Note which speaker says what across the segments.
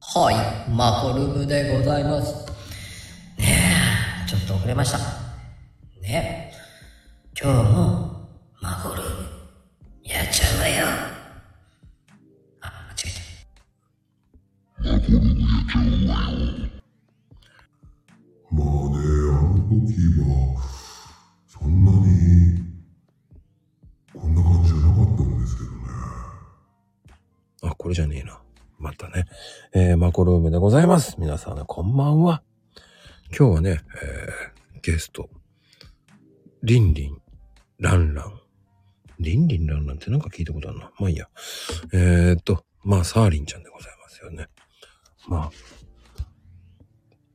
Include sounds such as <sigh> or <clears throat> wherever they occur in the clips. Speaker 1: はい、マコルームでございます。ねえ、ちょっと遅れました。ねえ、今日もマコルーム、やっちゃうわよ。あ、間違えた。
Speaker 2: まあね、あの時は、そんなに、こんな感じじゃなかったんですけどね。
Speaker 3: あ、これじゃねえな。またね。えーマコルームでございます。皆さん、こんばんは。今日はね、えーゲスト、リンリン、ランラン。リンリンランランってなんか聞いたことあるな。まあいいや。えーっと、まあ、サーリンちゃんでございますよね。まあ、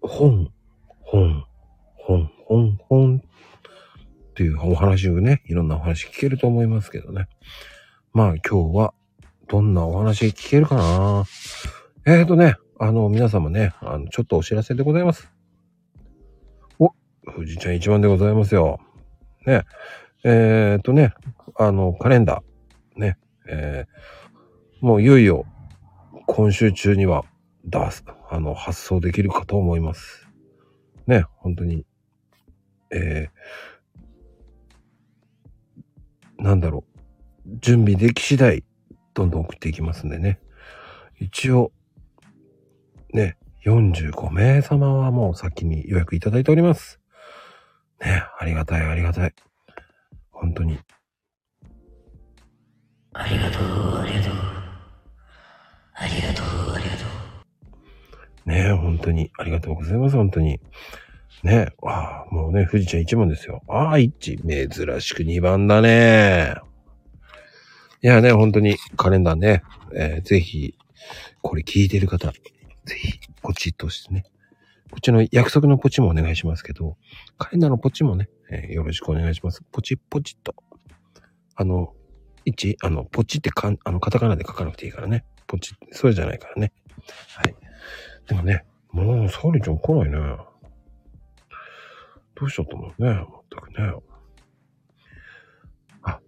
Speaker 3: 本、本、本、本、本っていうお話をね、いろんなお話聞けると思いますけどね。まあ今日はどんなお話聞けるかなえーとね、あの、皆様ね、あの、ちょっとお知らせでございます。お、富士ちゃん一番でございますよ。ね。えーとね、あの、カレンダー。ね。えーもういよいよ、今週中には、出す、あの、発送できるかと思います。ね、本当に。えー、なんだろう。準備でき次第、どんどん送っていきますんでね。一応、ね、45名様はもう先に予約いただいております。ね、ありがたいありがたい。本当に。
Speaker 1: ありがとう、ありがとう。ありがとう、ありがとう。
Speaker 3: ね、本当に。ありがとうございます、本当に。ね、わあ、もうね、富士ちゃん1番ですよ。ああ、1。珍しく2番だね。いやね、本当にカレンダーね、えーぜひ、これ聞いてる方、ぜひ、ポチッと押してね。こっちの約束のポチもお願いしますけど、カレンダーのポチもね、えーよろしくお願いします。ポチッポチッと。あの、1、あの、ポチってかん、あの、カタカナで書かなくていいからね。ポチって、それじゃないからね。はい。でもね、もう、サーリンちゃん来ないね。どうしちゃったもんね、全くね。あ、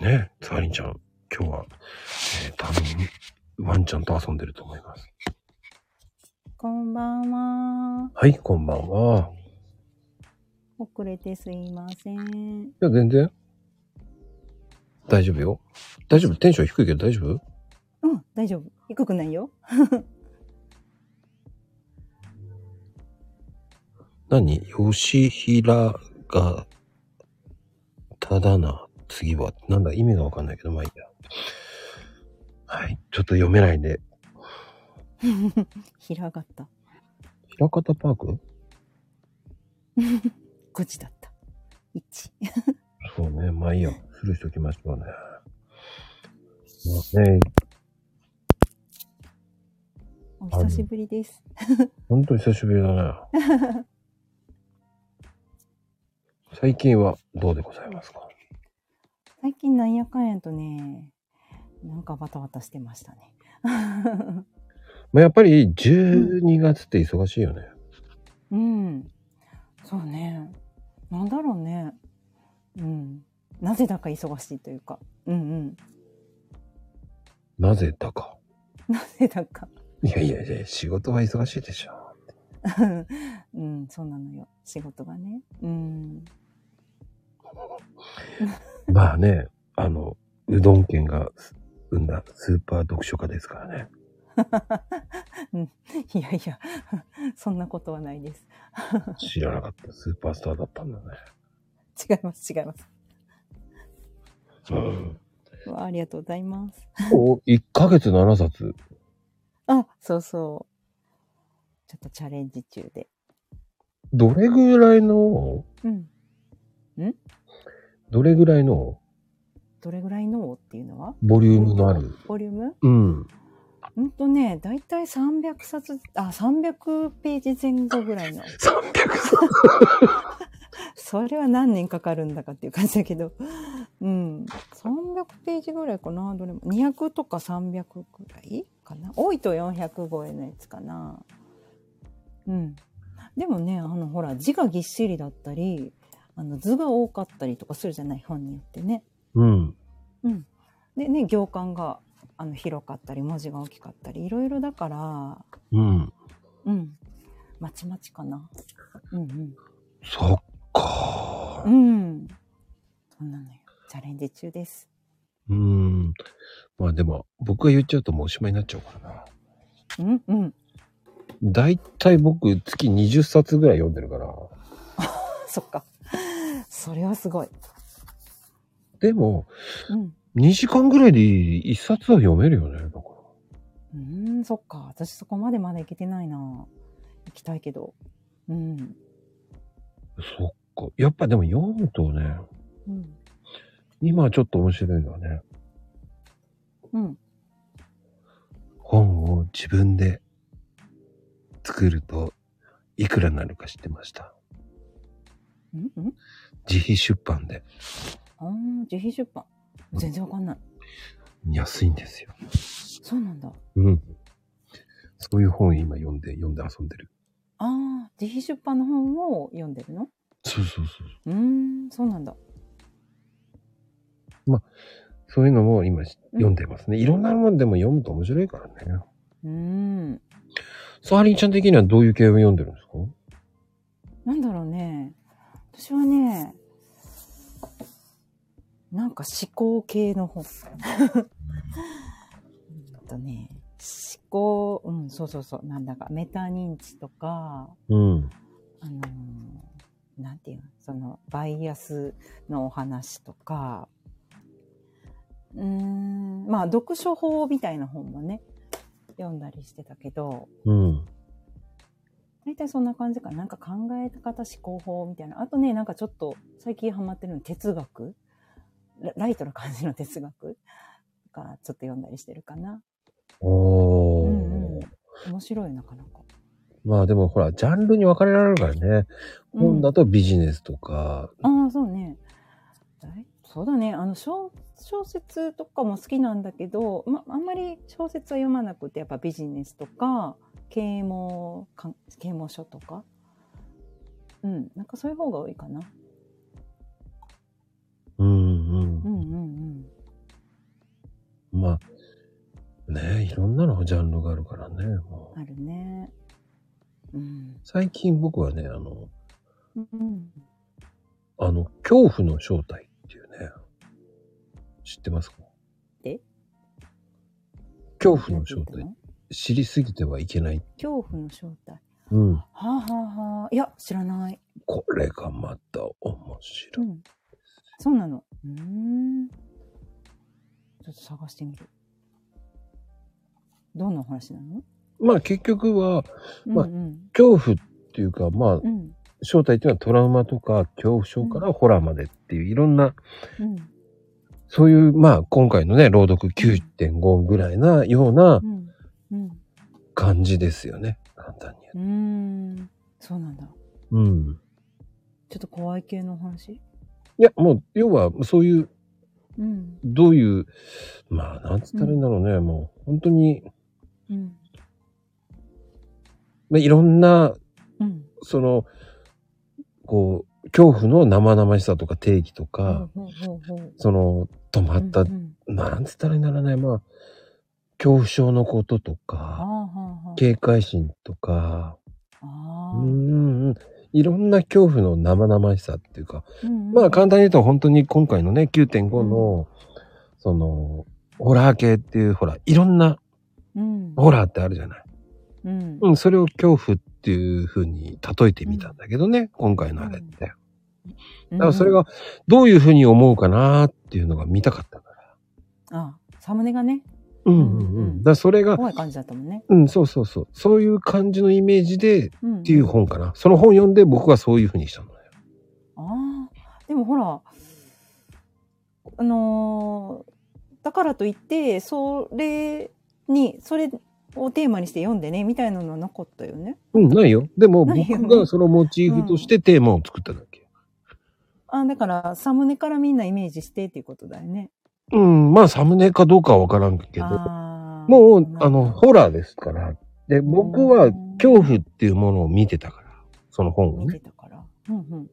Speaker 3: ね、サーリンちゃん、今日は、えー、多分、ワンちゃんと遊んでると思います。
Speaker 4: こんばんは。
Speaker 3: はい、こんばんは。
Speaker 4: 遅れてすいません。
Speaker 3: いや、全然。大丈夫よ。大丈夫テンション低いけど大丈夫
Speaker 4: うん、大丈夫。低くないよ。
Speaker 3: 何吉平が、ただな、次は、なんだ、意味がわかんないけど、まあいいや。はい、ちょっと読めないんで、
Speaker 4: 平がった。
Speaker 3: 平方パーク
Speaker 4: 5時だった。1。
Speaker 3: そうね、まあいいや、するしときましょうね。まあね、
Speaker 4: お久しぶりです。
Speaker 3: ほんと久しぶりだね。最近はどうでございますか
Speaker 4: 最近なんやかんやとね、なんかバタバタしてましたね。
Speaker 3: まあやっぱり12月って忙しいよね。
Speaker 4: うん。そうね。なんだろうね。うん。なぜだか忙しいというか。うん
Speaker 3: なぜだか。
Speaker 4: うん。なぜだか。
Speaker 3: いやいやいや、仕事は忙しいでしょ。
Speaker 4: うん、そうなのよ。仕事がね。うん。
Speaker 3: まあね、あの、うどん県が生んだスーパー読書家ですからね。
Speaker 4: いやいや、そんなことはないです。
Speaker 3: 知らなかったスーパースターだったんだね。
Speaker 4: 違います、違います。
Speaker 3: うん。
Speaker 4: うわありがとうございます。
Speaker 3: お、1ヶ月7冊。
Speaker 4: あ、そうそう。ちょっとチャレンジ中で。
Speaker 3: どれぐらいの、
Speaker 4: うん。
Speaker 3: どれぐらいの
Speaker 4: どれぐらいのっていうのは
Speaker 3: ボリュームのある。
Speaker 4: ボリューム
Speaker 3: うん。
Speaker 4: うんとね、だいたい300冊、あ、300ページ前後ぐらいの。
Speaker 3: 300冊。
Speaker 4: それは何年かかるんだかっていう感じだけど。 <laughs> うん。300ページぐらいかな、どれも。200とか300ぐらいかな。多いと400超えのやつかな。うん。でもね、あの、ほら、字がぎっしりだったり、あの図が多かったりとかするじゃない、本によってね。
Speaker 3: うん。
Speaker 4: でね、行間があの広かったり文字が大きかったりいろいろだから
Speaker 3: うん。
Speaker 4: うんまちまちかなうん
Speaker 3: そっか。
Speaker 4: うんうんそんなのよチャレンジ中です
Speaker 3: うん。まあでも、僕が言っちゃうともうおしまいになっちゃうからな。
Speaker 4: うんうん
Speaker 3: だいたい僕、月20冊ぐらい読んでるから。
Speaker 4: そっかそれはすごい
Speaker 3: でも、
Speaker 4: うん
Speaker 3: 2時間ぐらいで1冊は読めるよね。だから。
Speaker 4: うーんそっか私そこまでまだ行けてないな行きたいけどうん
Speaker 3: そっか。やっぱでも読むとね、
Speaker 4: うん
Speaker 3: 今はちょっと面白いのはね、
Speaker 4: うん
Speaker 3: 本を自分で作るといくらになるか知ってました。
Speaker 4: うんうん
Speaker 3: 自費出版で
Speaker 4: あー自費出版全然わかんない
Speaker 3: 安いんですよ。
Speaker 4: そうなんだ
Speaker 3: うん。そういう本今読んで、読んで遊んでる。
Speaker 4: ああ自費出版の本を読んでるの
Speaker 3: そうそうそう。
Speaker 4: うーんそうなんだ
Speaker 3: そういうのも今し読んでますね。いろんなものでも読むと面白いからね。
Speaker 4: うーん
Speaker 3: サーリンちゃん的にはどういう系を読んでるんですか
Speaker 4: なんだろうね。私はね、なんか思考系の <laughs> 本。うんとね、思考、うん、そうそうそう、なんだか、メタ認知とか、
Speaker 3: うん。
Speaker 4: あのーなんていうの、その、バイアスのお話とか、うーん、まあ、読書法みたいな本もね、読んだりしてたけど、
Speaker 3: うん。
Speaker 4: 大体そんな感じかな。なんか考え方、思考法みたいな。あとね、なんかちょっと最近ハマってるの哲学ラライトな感じの哲学がちょっと読んだりしてるかな。
Speaker 3: おー。
Speaker 4: うんうん面白いなかなか。
Speaker 3: まあでもほら、ジャンルに分かれられるからね。
Speaker 4: うん
Speaker 3: 本だとビジネスとか、
Speaker 4: ああ、そうね。だいそうだね。あの小、小説とかも好きなんだけど、ま、あんまり小説は読まなくて、やっぱビジネスとか、啓蒙、か啓蒙書とか。うん、なんかそういう方が多いかな。
Speaker 3: うん
Speaker 4: う
Speaker 3: うん
Speaker 4: んうん
Speaker 3: まあ、ねいろんなのジャンルがあるからね。も
Speaker 4: う。
Speaker 3: うん
Speaker 4: あるね。うん。
Speaker 3: 最近僕はね、あの、
Speaker 4: うん
Speaker 3: あの、恐怖の正体っていうね、知ってますか
Speaker 4: え
Speaker 3: 恐怖の正
Speaker 4: なんて
Speaker 3: 体
Speaker 4: 言っ。
Speaker 3: 知りすぎてはいけない。
Speaker 4: たの恐怖の正体。
Speaker 3: うん。
Speaker 4: はあ、はあはあ、いや、知らない。
Speaker 3: これがまた面
Speaker 4: う
Speaker 3: 白い。
Speaker 4: ん。そうなの。うーん。ちょっと探してみる。どんなお話なの
Speaker 3: まあ結局は、
Speaker 4: うん
Speaker 3: まあ
Speaker 4: うん。
Speaker 3: 恐怖っていうか、まあ、
Speaker 4: うん。
Speaker 3: 正体っていうのはトラウマとか恐怖症からホラーまでっていういろんな、
Speaker 4: うん。
Speaker 3: そういう、まあ今回のね、朗読9.5ぐらいなような
Speaker 4: うん。うん。
Speaker 3: 感じですよね。簡単に
Speaker 4: うーん。そうなんだ。
Speaker 3: 言う。うん。
Speaker 4: ちょっと怖い系のお話
Speaker 3: いや、もう、要は、そういう、
Speaker 4: うん。
Speaker 3: どういう、まあ、なんつったらいいんだろうね。もう、本当に、
Speaker 4: うん。
Speaker 3: まあ、いろんな、
Speaker 4: うん。
Speaker 3: その、こう、恐怖の生々しさとか定義と
Speaker 4: ほ
Speaker 3: か
Speaker 4: う、ほうほうほう。
Speaker 3: その、止まった
Speaker 4: うん、うん
Speaker 3: まあ、なんつったらいいんだろうね。まあ、恐怖症のことと
Speaker 4: はあ
Speaker 3: か、
Speaker 4: はあは
Speaker 3: 警戒心とか、
Speaker 4: あ。
Speaker 3: う
Speaker 4: あ
Speaker 3: んう
Speaker 4: あ。
Speaker 3: んうん、いろんな恐怖の生々しさっていうか、
Speaker 4: うんうん
Speaker 3: まあ簡単に言うと本当に今回のね、9.5の、その、ホラー系っていう、ほら、いろんな
Speaker 4: うん。
Speaker 3: ホラーってあるじゃない。
Speaker 4: うん。
Speaker 3: うん、それを恐怖っていう風に例えてみたんだけどね、今回のあれって。だからそれがどういう風に思うかなっていうのが見たかったから。
Speaker 4: うん。あ、サムネがね、
Speaker 3: うんうんうん。だからそれが、
Speaker 4: 怖い感じだったもんね。
Speaker 3: うん、そうそうそう。そういう感じのイメージでっ
Speaker 4: うん。
Speaker 3: ていう本かな。その本読んで僕はそういう風にしたのよ。
Speaker 4: ああ、でもほら、あのーだからといって、それに、それをテーマにして読んでね、みたいなのはなかったよね。
Speaker 3: うん、ないよ。でも
Speaker 4: ないよね
Speaker 3: 僕がそのモチーフとしてテーマを作っただけ。
Speaker 4: あだから、サムネからみんなイメージしてっていうことだよね。
Speaker 3: うん、まあサムネかどうかはわからんけど。
Speaker 4: あー
Speaker 3: もう
Speaker 4: な、る
Speaker 3: あ
Speaker 4: ほど
Speaker 3: の、ホラーですから。で、僕は恐怖っていうものを見てたから。その本を
Speaker 4: 見
Speaker 3: ね
Speaker 4: て。たから。うんうん。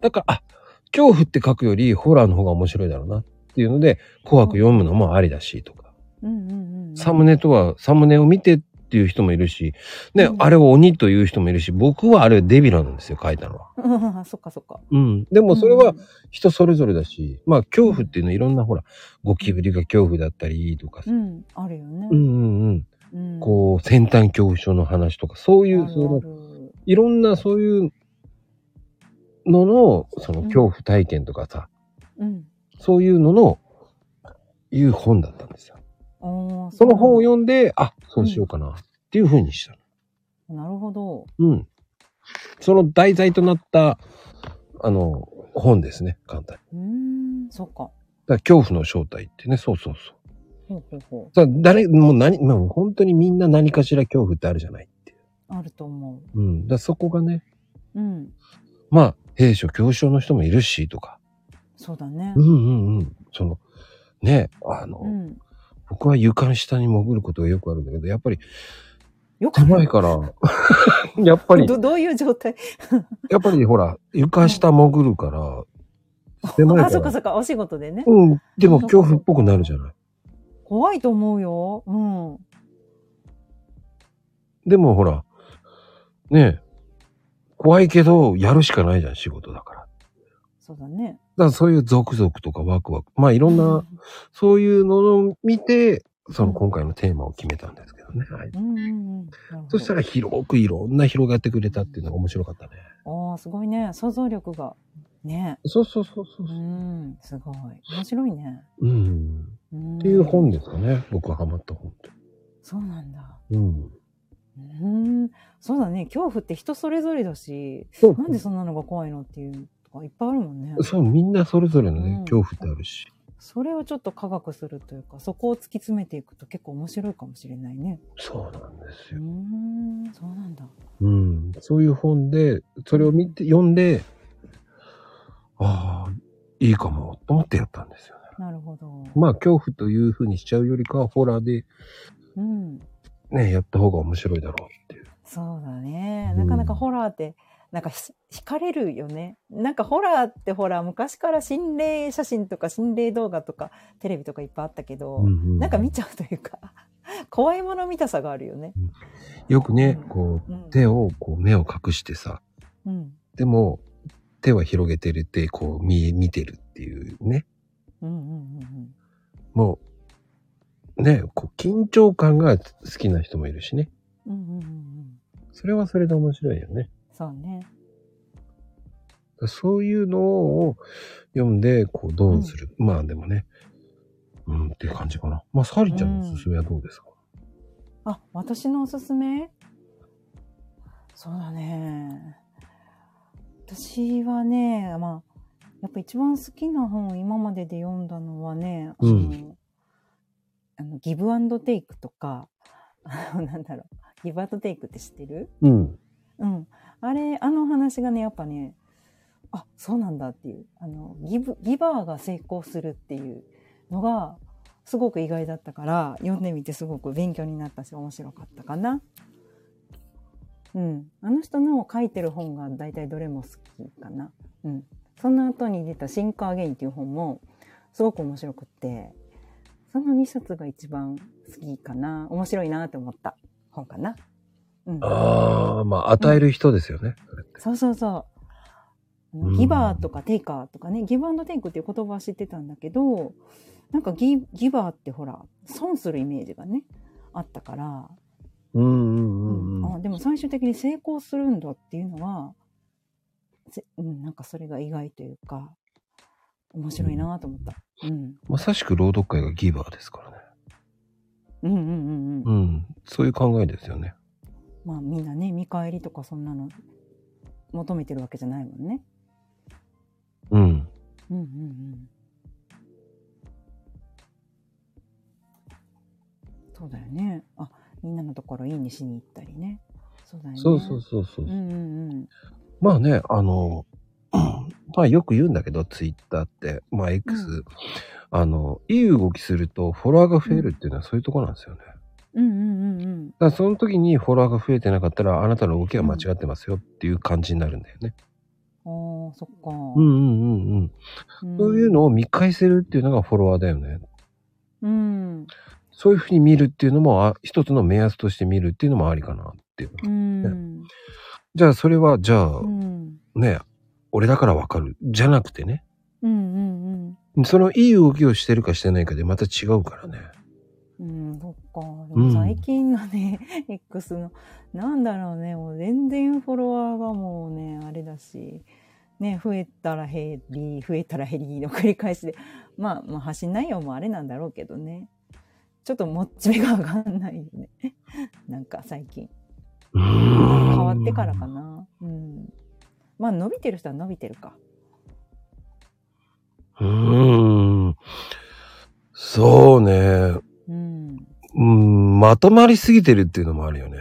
Speaker 3: だから、あ、恐怖って書くよりホラーの方が面白いだろうなっていうので、怖く読むのもありだしとか。
Speaker 4: うんうんうん。
Speaker 3: サムネとは、サムネを見てっていう人もいるし、ね
Speaker 4: う、ん
Speaker 3: あれを鬼という人もいるし、僕はあれデビラなんですよ、書いたのは。
Speaker 4: うん。そっかそっか。
Speaker 3: うん。でもそれ
Speaker 4: う
Speaker 3: は
Speaker 4: ん
Speaker 3: 人それぞれだし、まあ恐怖っていうのはいろんなほら、ゴキブリが恐怖だったりとかさ
Speaker 4: う、ん、あるよね。
Speaker 3: うんうんうん。
Speaker 4: うん
Speaker 3: こう、先端恐怖症の話とか、そう
Speaker 4: う
Speaker 3: いう、
Speaker 4: ある
Speaker 3: その
Speaker 4: ある
Speaker 3: いろんなそういうのの、その恐怖体験とかさ、
Speaker 4: うん。
Speaker 3: そういうのの、いう本だったんですよ。
Speaker 4: おー
Speaker 3: その本を読んで、あ、そうしようかな、っていうふうにした
Speaker 4: なるほど。
Speaker 3: の。うん。その題材となった、あの、本ですね、簡単に。
Speaker 4: うーん、そっ
Speaker 3: だ
Speaker 4: か。
Speaker 3: から恐怖の正体ってね、そうそうそう。
Speaker 4: ほうほうほ
Speaker 3: さ誰、もう何、まあ本当にみんな何かしら恐怖ってあるじゃないっていう。
Speaker 4: う。あると思
Speaker 3: うん。だからそこがね、
Speaker 4: う。うん。
Speaker 3: まあ、兵所恐怖症の人もいるし、とか。
Speaker 4: そうだね
Speaker 3: うん。うんうん。その、ね、あの、
Speaker 4: うん。
Speaker 3: 僕は床下に潜ることがよくあるんだけど、やっぱり
Speaker 4: よく
Speaker 3: 狭いから、 <laughs> やっぱり、
Speaker 4: どどういう状態
Speaker 3: やっぱりほら、床下潜るから、狭
Speaker 4: あ、
Speaker 3: いか。
Speaker 4: そっからそっか。お仕事でね。
Speaker 3: うん。でも恐怖っぽくなるじゃない。
Speaker 4: 怖いと思うよ。うん。
Speaker 3: でもほら、ねえ、怖いけど、やるしかないじゃん、仕事だから。だか
Speaker 4: そうだね。
Speaker 3: らそういうゾクゾクとかワクワク。まあいろんな、そういうのを見て、その今回のテーマを決めたんですけどね。はい。
Speaker 4: うんうんうん。なるほ
Speaker 3: そ
Speaker 4: ど
Speaker 3: したら広くいろんな広がってくれたっていうのが面白かったね。
Speaker 4: おーすごいね。想像力が。ね。
Speaker 3: そうそうそうそうう。
Speaker 4: ん、すごい。面白いね。
Speaker 3: うん。
Speaker 4: うん
Speaker 3: っていう本ですかね。僕はハマった本って。
Speaker 4: そうなんだ。
Speaker 3: うん。
Speaker 4: うん。そうだね。恐怖って人それぞれだし、
Speaker 3: そう
Speaker 4: なんでそんなのが怖いのっていうとかいっぱいあるもんね。
Speaker 3: そう、みんなそれぞれのね、
Speaker 4: うん
Speaker 3: 恐怖ってあるし。
Speaker 4: それをちょっと科学するというか、そこを突き詰めていくと結構面白いかもしれないね。
Speaker 3: そうなんです
Speaker 4: う
Speaker 3: よ。
Speaker 4: ん、そうなんだ。
Speaker 3: うん。そういう本で、それを見て、読んで、ああ、いいかも、と思ってやったんですよね。
Speaker 4: なるほど。
Speaker 3: まあ、恐怖というふうにしちゃうよりかは、ホラーで
Speaker 4: うん。
Speaker 3: ね、やった方が面白いだろうっていう。
Speaker 4: そうだね。
Speaker 3: うん
Speaker 4: なかなかホラーって、なんかひ惹かれるよね。なんかホラーってほら、昔から心霊写真とか心霊動画とかテレビとかいっぱいあったけど、
Speaker 3: うんうん
Speaker 4: なんか見ちゃうというか、 <laughs> 怖いもの見たさがあるよね。
Speaker 3: よくね、こ
Speaker 4: う
Speaker 3: う、
Speaker 4: ん。
Speaker 3: 手を、こう、目を隠してさ、
Speaker 4: うん。
Speaker 3: でも、手は広げてるって、こう、見、見てるっていうね。
Speaker 4: うんうんうんうん。
Speaker 3: もう、ね、こう緊張感が好きな人もいるしね。
Speaker 4: うんうんうんうん。
Speaker 3: それはそれで面白いよね。
Speaker 4: そうね。
Speaker 3: そういうのを読んで、こう、どうする。まあでもね、うんっていう感じかな。まあ、サリちゃんのおすすめはどうですか、
Speaker 4: あ、私のおすすめそうだね。私はね、まあ、やっぱ一番好きな本を今までで読んだのはね、
Speaker 3: うん
Speaker 4: あのあのギブアンドテイクとか、 <laughs> あのなんだろう、ギブアンドテイクって知ってる
Speaker 3: うん。
Speaker 4: うん。あれ、あの話がね、やっぱね、あ、そうなんだっていう、あの、ギブ、ギバーが成功するっていうのが、すごく意外だったから、読んでみてすごく勉強になったし、面白かったかな。うん。あの人の書いてる本が大体どれも好きかな。うん。その後に出たシンカーゲインっていう本も、すごく面白くって、その2冊が一番好きかな。面白いなって思った本かな。うん。
Speaker 3: ああ、まあ、与える人ですよね。それって
Speaker 4: そうそうそうあの。
Speaker 3: うん
Speaker 4: ギバーとかテイカーとかね、ギブアンドテイクっていう言葉は知ってたんだけど、なんかギギバーってほら、損するイメージがね、あったから、
Speaker 3: うんうんうんう
Speaker 4: あ
Speaker 3: ん。
Speaker 4: でも最終的に成功するんだっていうのは、ぜうん、なんかそれが意外というか、面白いなと思った。うん。
Speaker 3: まさしく朗読会がギバーですからね。
Speaker 4: うんうんうんう。
Speaker 3: うんん。そういう考えですよね。
Speaker 4: まあみんなね、見返りとかそんなの求めてるわけじゃないもんね。
Speaker 3: うん。
Speaker 4: うんうんうん。そうだよね。あ、みんなのところいいねしに行ったりね。そうだよね。
Speaker 3: そうそうそうそう。
Speaker 4: うんうんうん。
Speaker 3: まあね、あの、まあよく言うんだけど、ツイッターって、まあ X、
Speaker 4: う
Speaker 3: あの、いい動きするとフォロワーが増えるっていうのはそういうとこなんですよね。だか
Speaker 4: うんうんうんうん。
Speaker 3: らその時にフォロワーが増えてなかったら、あなたの動きは間違ってますよっていう感じになるんだよね。
Speaker 4: ああ、そっ
Speaker 3: う
Speaker 4: か。
Speaker 3: んうんうんうん。
Speaker 4: うん
Speaker 3: そういうのを見返せるっていうのがフォロワーだよね。
Speaker 4: うん。
Speaker 3: そういうふうに見るっていうのも、あ一つの目安として見るっていうのもありかなっていう。
Speaker 4: うん。
Speaker 3: じゃあ、それは、じゃあ
Speaker 4: う、ん。
Speaker 3: ね、俺だからわかる。じゃなくてね。
Speaker 4: うんうん
Speaker 3: そのいい動きをしてるかしてないかでまた違うからね。
Speaker 4: うん。うん、そっか。で
Speaker 3: うん
Speaker 4: も最近のね、X <laughs> の、なんだろうね、もう全然フォロワーがもうね、あれだし、ね、増えたら減り、増えたら減りの繰り返しで、まあ、まあ、発信内容もあれなんだろうけどね。ちょっとモチベが上がんないよね。 <laughs> なんか最近。変
Speaker 3: 変
Speaker 4: わってからか。な。うん。まあ、伸びてる人は伸びてるか。
Speaker 3: うーん。そうね。
Speaker 4: うん。
Speaker 3: うん、まとまりすぎてるっていうのもあるよね。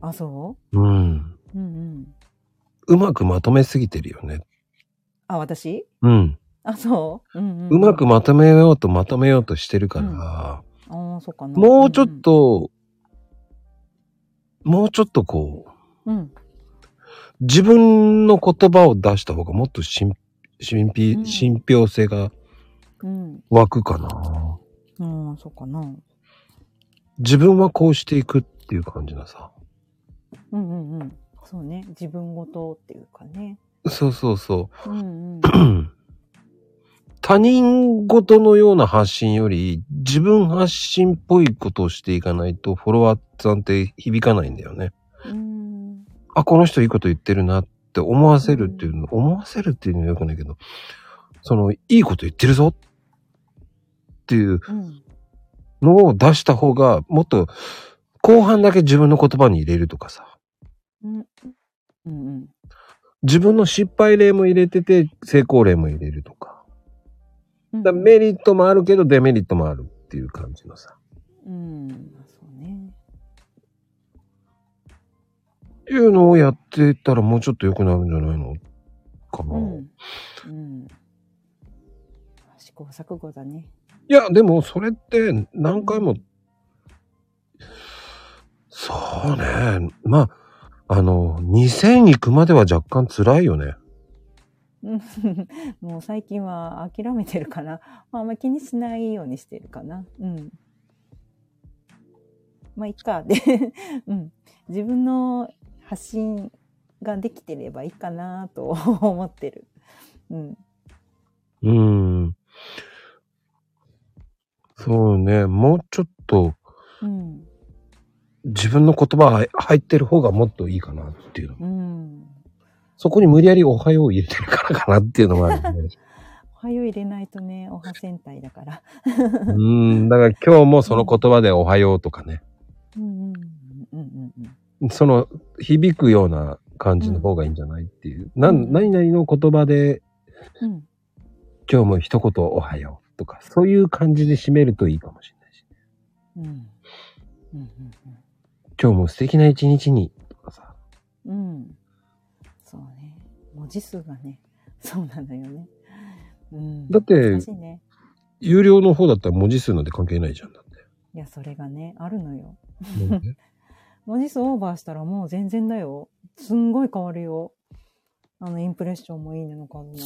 Speaker 4: あ、そ
Speaker 3: うん。
Speaker 4: ううんうん。
Speaker 3: うまくまとめすぎてるよね。
Speaker 4: あ、私
Speaker 3: うん。
Speaker 4: あ、そう、うんん
Speaker 3: うまくまとめようとまとめようとしてるから、
Speaker 4: ああ、そうかな。
Speaker 3: もうちょっと、もうちょっとこう、
Speaker 4: うん、うん。
Speaker 3: 自分の言葉を出した方がもっと信信
Speaker 4: う
Speaker 3: 憑
Speaker 4: ん
Speaker 3: 信憑性が
Speaker 4: うん。
Speaker 3: 湧くかな。
Speaker 4: うん、うんそうかな。うん
Speaker 3: 自分はこうしていくっていう感じのさ。
Speaker 4: うんうん。そうね。自分ごとっていうかね。
Speaker 3: そうそうそ
Speaker 4: うんうん。
Speaker 3: う。 <clears throat> 他人事のような発信より自分発信っぽいことをしていかないとフォロワーさんって響かないんだよね。
Speaker 4: うん。
Speaker 3: あ、この人いいこと言ってるなって思わせるっていうの、思わせるっていうのはよくないけど、その、いいこと言ってるぞっていう
Speaker 4: うん。
Speaker 3: のを出した方が、もっと、後半だけ自分の言葉に入れるとかさ、
Speaker 4: うん。うんうん。
Speaker 3: 自分の失敗例も入れてて、成功例も入れるとか。
Speaker 4: うん
Speaker 3: だからメリットもあるけど、デメリットもあるっていう感じのさ、
Speaker 4: うん。そうね。
Speaker 3: いうのをやってたらもうちょっと良くなるんじゃないのかな。
Speaker 4: うん。うん。試行錯誤だね。
Speaker 3: いや、でもそれって何回も、そうね。まあ、あの、2000行くまでは若干辛いよね。
Speaker 4: うん <laughs> もう最近は諦めてるかな。 <laughs> まあ、あんま気にしないようにしてるかな。うん。まあ、いっか。で、 <laughs> うん。自分の発信ができてればいいかなと <laughs> 思ってる。うん。
Speaker 3: うん。そうね。もうちょっと
Speaker 4: うん。
Speaker 3: 自分の言葉が入ってる方がもっといいかなっていうの。
Speaker 4: うん。
Speaker 3: そこに無理やりおはようを入れてるからかなっていうのもあるよ
Speaker 4: <laughs>
Speaker 3: ね。
Speaker 4: おはよう入れないとね、おは戦隊だから。
Speaker 3: うん。だから今日もその言葉でおはようとかね。
Speaker 4: うんうんうんうんうん。
Speaker 3: その響くような感じの方がいいんじゃないっていう。な
Speaker 4: うん
Speaker 3: ん、何々の言葉で
Speaker 4: うん。
Speaker 3: 今日も一言おはようとか、そういう感じで締めるといいかもしれないし。
Speaker 4: うん。うんうんうん。
Speaker 3: 今日も素敵な一日にとかさ。
Speaker 4: うん。そうね。文字数がね、 <laughs> そうなのよね。うん。
Speaker 3: だって
Speaker 4: 難しいね。
Speaker 3: 有料の方だったら文字数なんて関係ないじゃんだって。
Speaker 4: いや、それがね、あるのよ。
Speaker 3: なん <laughs> で
Speaker 4: 文字数オーバーしたらもう全然だよ。すんごい変わるよ。あの、インプレッションもいいねの数も。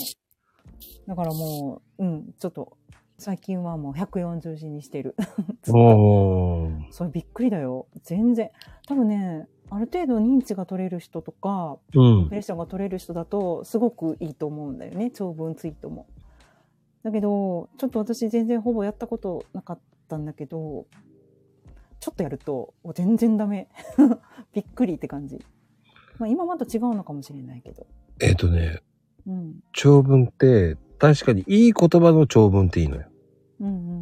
Speaker 4: だからもう、うん、ちょっと、最近はもう140字にしてる。 <laughs>
Speaker 3: おー
Speaker 4: それびっくりだよ。全然。多分ね、ある程度認知が取れる人とか、
Speaker 3: うん
Speaker 4: プ。レッシャーが取れる人だとすごくいいと思うんだよね長文ツイートも。だけどちょっと私全然ほぼやったことなかったんだけどちょっとやるとお全然ダメ <laughs> びっくりって感じ、まあ、今まだ違うのかもしれないけど、
Speaker 3: えっ、とね、
Speaker 4: うん、
Speaker 3: 長文って、確かにいい言葉の長文っていいのよ。
Speaker 4: うんうん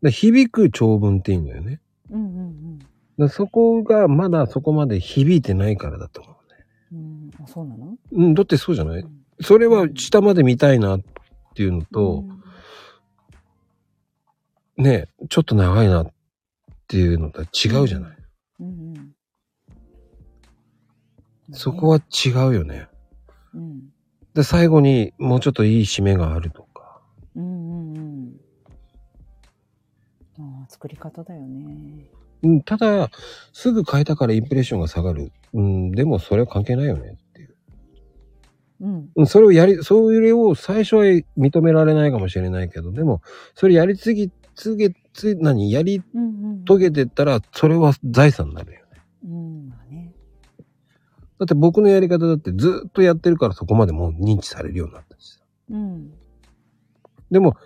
Speaker 3: で響く長文っていいのよね。
Speaker 4: うんうんうん
Speaker 3: でそこがまだそこまで響いてないからだと思うね。
Speaker 4: うんうんあそうなの
Speaker 3: うん、だってそうじゃない
Speaker 4: うん
Speaker 3: それは下まで見たいなっていうのと、ね、ちょっと長いなっていうのとは違うじゃない。
Speaker 4: うんうん
Speaker 3: そこは違うよね。
Speaker 4: うん
Speaker 3: で、最後にもうちょっといい締めがあるとか。
Speaker 4: うんうんうんあー作り方だよね
Speaker 3: うん、ただ、すぐ変えたからインプレッションが下がる。うん、でもそれは関係ないよねっていう。
Speaker 4: うん
Speaker 3: うん、それをやり、それを最初は認められないかもしれないけど、でも、それやりすぎ、続けつい、何、やり
Speaker 4: うんうん
Speaker 3: 遂げてったら、それは財産になるよね。
Speaker 4: うんまあね
Speaker 3: だって僕のやり方だってずっとやってるからそこまでもう認知されるようになったしさ。
Speaker 4: うん
Speaker 3: でも、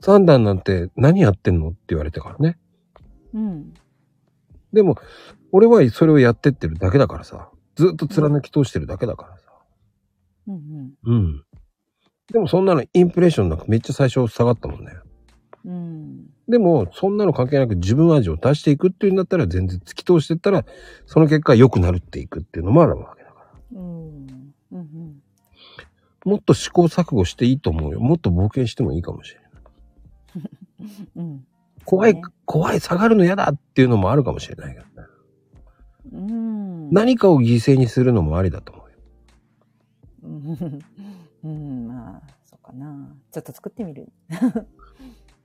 Speaker 3: 三段なんて何やってんのって言われたからね。
Speaker 4: うん
Speaker 3: でも、俺はそれをやってってるだけだからさ。ずっと貫き通してるだけだからさ。
Speaker 4: うんうん
Speaker 3: うん。でもそんなのインプレッションなんかめっちゃ最初下がったもんね。
Speaker 4: うん
Speaker 3: でも、そんなの関係なく自分味を出していくっていうんだったら全然突き通してったら、その結果良くなるっていくっていうのもあるわけだから。
Speaker 4: うんうんうん
Speaker 3: もっと試行錯誤していいと思うよ。もっと冒険してもいいかもしれない。
Speaker 4: うん
Speaker 3: 怖い、
Speaker 4: そうね
Speaker 3: 怖い、下がるの嫌だっていうのもあるかもしれないけどね。
Speaker 4: うん
Speaker 3: 何かを犠牲にするのもありだと思うよ。
Speaker 4: うんうんまあそうかなちょっと作ってみる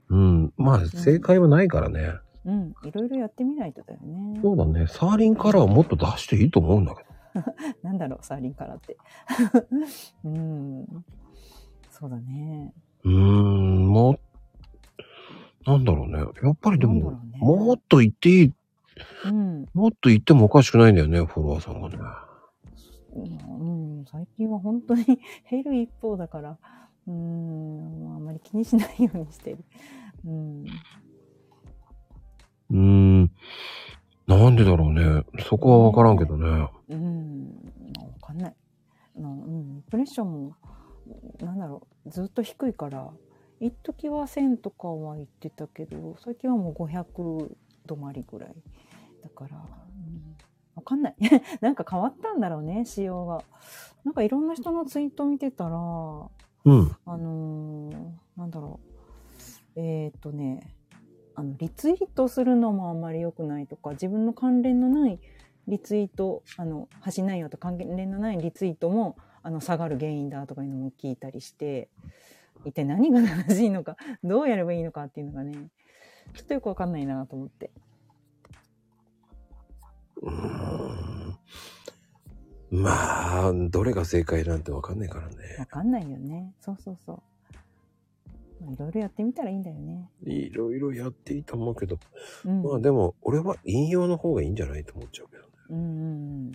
Speaker 3: うん。まあ、正解はないからね。
Speaker 4: うんいろいろやってみないとだよね
Speaker 3: そうだね。サーリンカラーをもっと出していいと思うんだけど。
Speaker 4: なんだろうサーリンからって <laughs> うんそうだね
Speaker 3: うーん、もう、なんだろうね。やっぱりで
Speaker 4: なんだろ
Speaker 3: も、
Speaker 4: うね
Speaker 3: もっと言っていい、
Speaker 4: うん
Speaker 3: もっと言ってもおかしくないんだよね、フォロワーさんがね。
Speaker 4: うん、うん最近は本当に <laughs> 減る一方だから、うん、もうあまり気にしないようにしてる。うん、
Speaker 3: うーん。なんでだろうね。そこはわからんけどね。
Speaker 4: うん、まあわかんない。あのうん、インプレッションも、なんだろう、ずっと低いから、一時は1000とかは言ってたけど、最近はもう500止まりぐらい。だから、うん、わかんない。 <laughs> なんか変わったんだろうね、仕様が。なんかいろんな人のツイート見てたら、
Speaker 3: うん。
Speaker 4: あのーなんだろう。えーっ、とね、あの、リツイートするのもあんまり良くないとか、自分の関連のないリツイート、あの、発信内容と関連のないリツイートも、あの、下がる原因だとかいうのも聞いたりして、一体何が正しいのか、 <laughs> どうやればいいのかっていうのがね、ちょっとよくわかんないなと思って。
Speaker 3: うーんまあ、どれが正解なんてわかんないから
Speaker 4: わ
Speaker 3: ね。
Speaker 4: かんないよね。そうそうそう。まあいろいろやってみたらいいんだよね。
Speaker 3: いろいろやっていいと思うけど、
Speaker 4: うん。
Speaker 3: まあ
Speaker 4: うん
Speaker 3: でも、俺は引用の方がいいんじゃないと思っちゃうけどね。
Speaker 4: うんうん。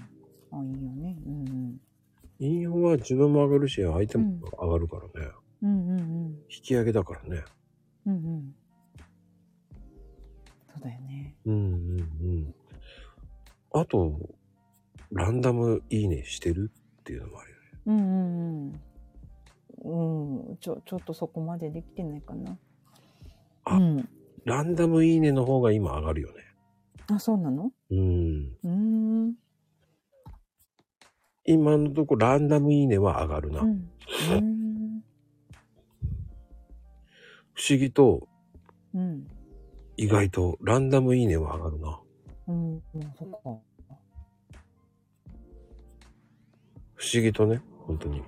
Speaker 4: あ、いいよね。うんうん。
Speaker 3: 引用は自分も上がるし、相手も上がるからね。
Speaker 4: うんうんうん。
Speaker 3: 引き上げだからね。
Speaker 4: うんうん。そうだよね。
Speaker 3: うんうんうん。あと、ランダムいいねしてるっていうのもあるよね。
Speaker 4: うんうんうん。うん、ちょ、ちょっとそこまでできてないかな。
Speaker 3: あ
Speaker 4: うん。
Speaker 3: ランダムいいねの方が今上がるよね。
Speaker 4: あ、そうなの
Speaker 3: うん。
Speaker 4: うーん。
Speaker 3: 今のとこランダムいいねは上がるな。
Speaker 4: うん。うーん。
Speaker 3: 不思議と
Speaker 4: うん。
Speaker 3: 意外とランダムいいねは上がるな。
Speaker 4: うん。うんそっ
Speaker 3: 不思議とね、本当に。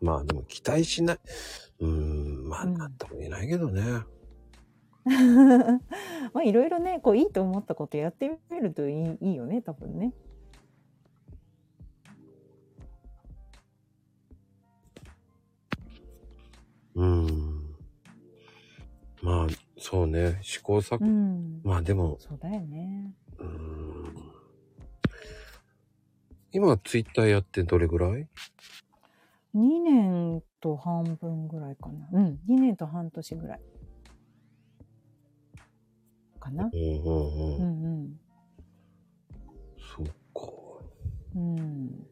Speaker 3: まあでも期待しない。うーん、まあ
Speaker 4: うん
Speaker 3: なんとも言えないけどね。
Speaker 4: か。 <laughs> まあ、いろいろね、こう、いいと思ったことやってみるといいいいよね、多分ね。
Speaker 3: うーん。まあ、そうね、試行錯
Speaker 4: う
Speaker 3: 誤。
Speaker 4: ん。
Speaker 3: まあでも、
Speaker 4: そうだよね。
Speaker 3: うーん。今ツイッターやってどれぐらい
Speaker 4: 2年と半分ぐらいかな。うん。2年と半年ぐらい。かな。
Speaker 3: うんうん
Speaker 4: う
Speaker 3: うん。
Speaker 4: んうん。
Speaker 3: そっか。
Speaker 4: うん。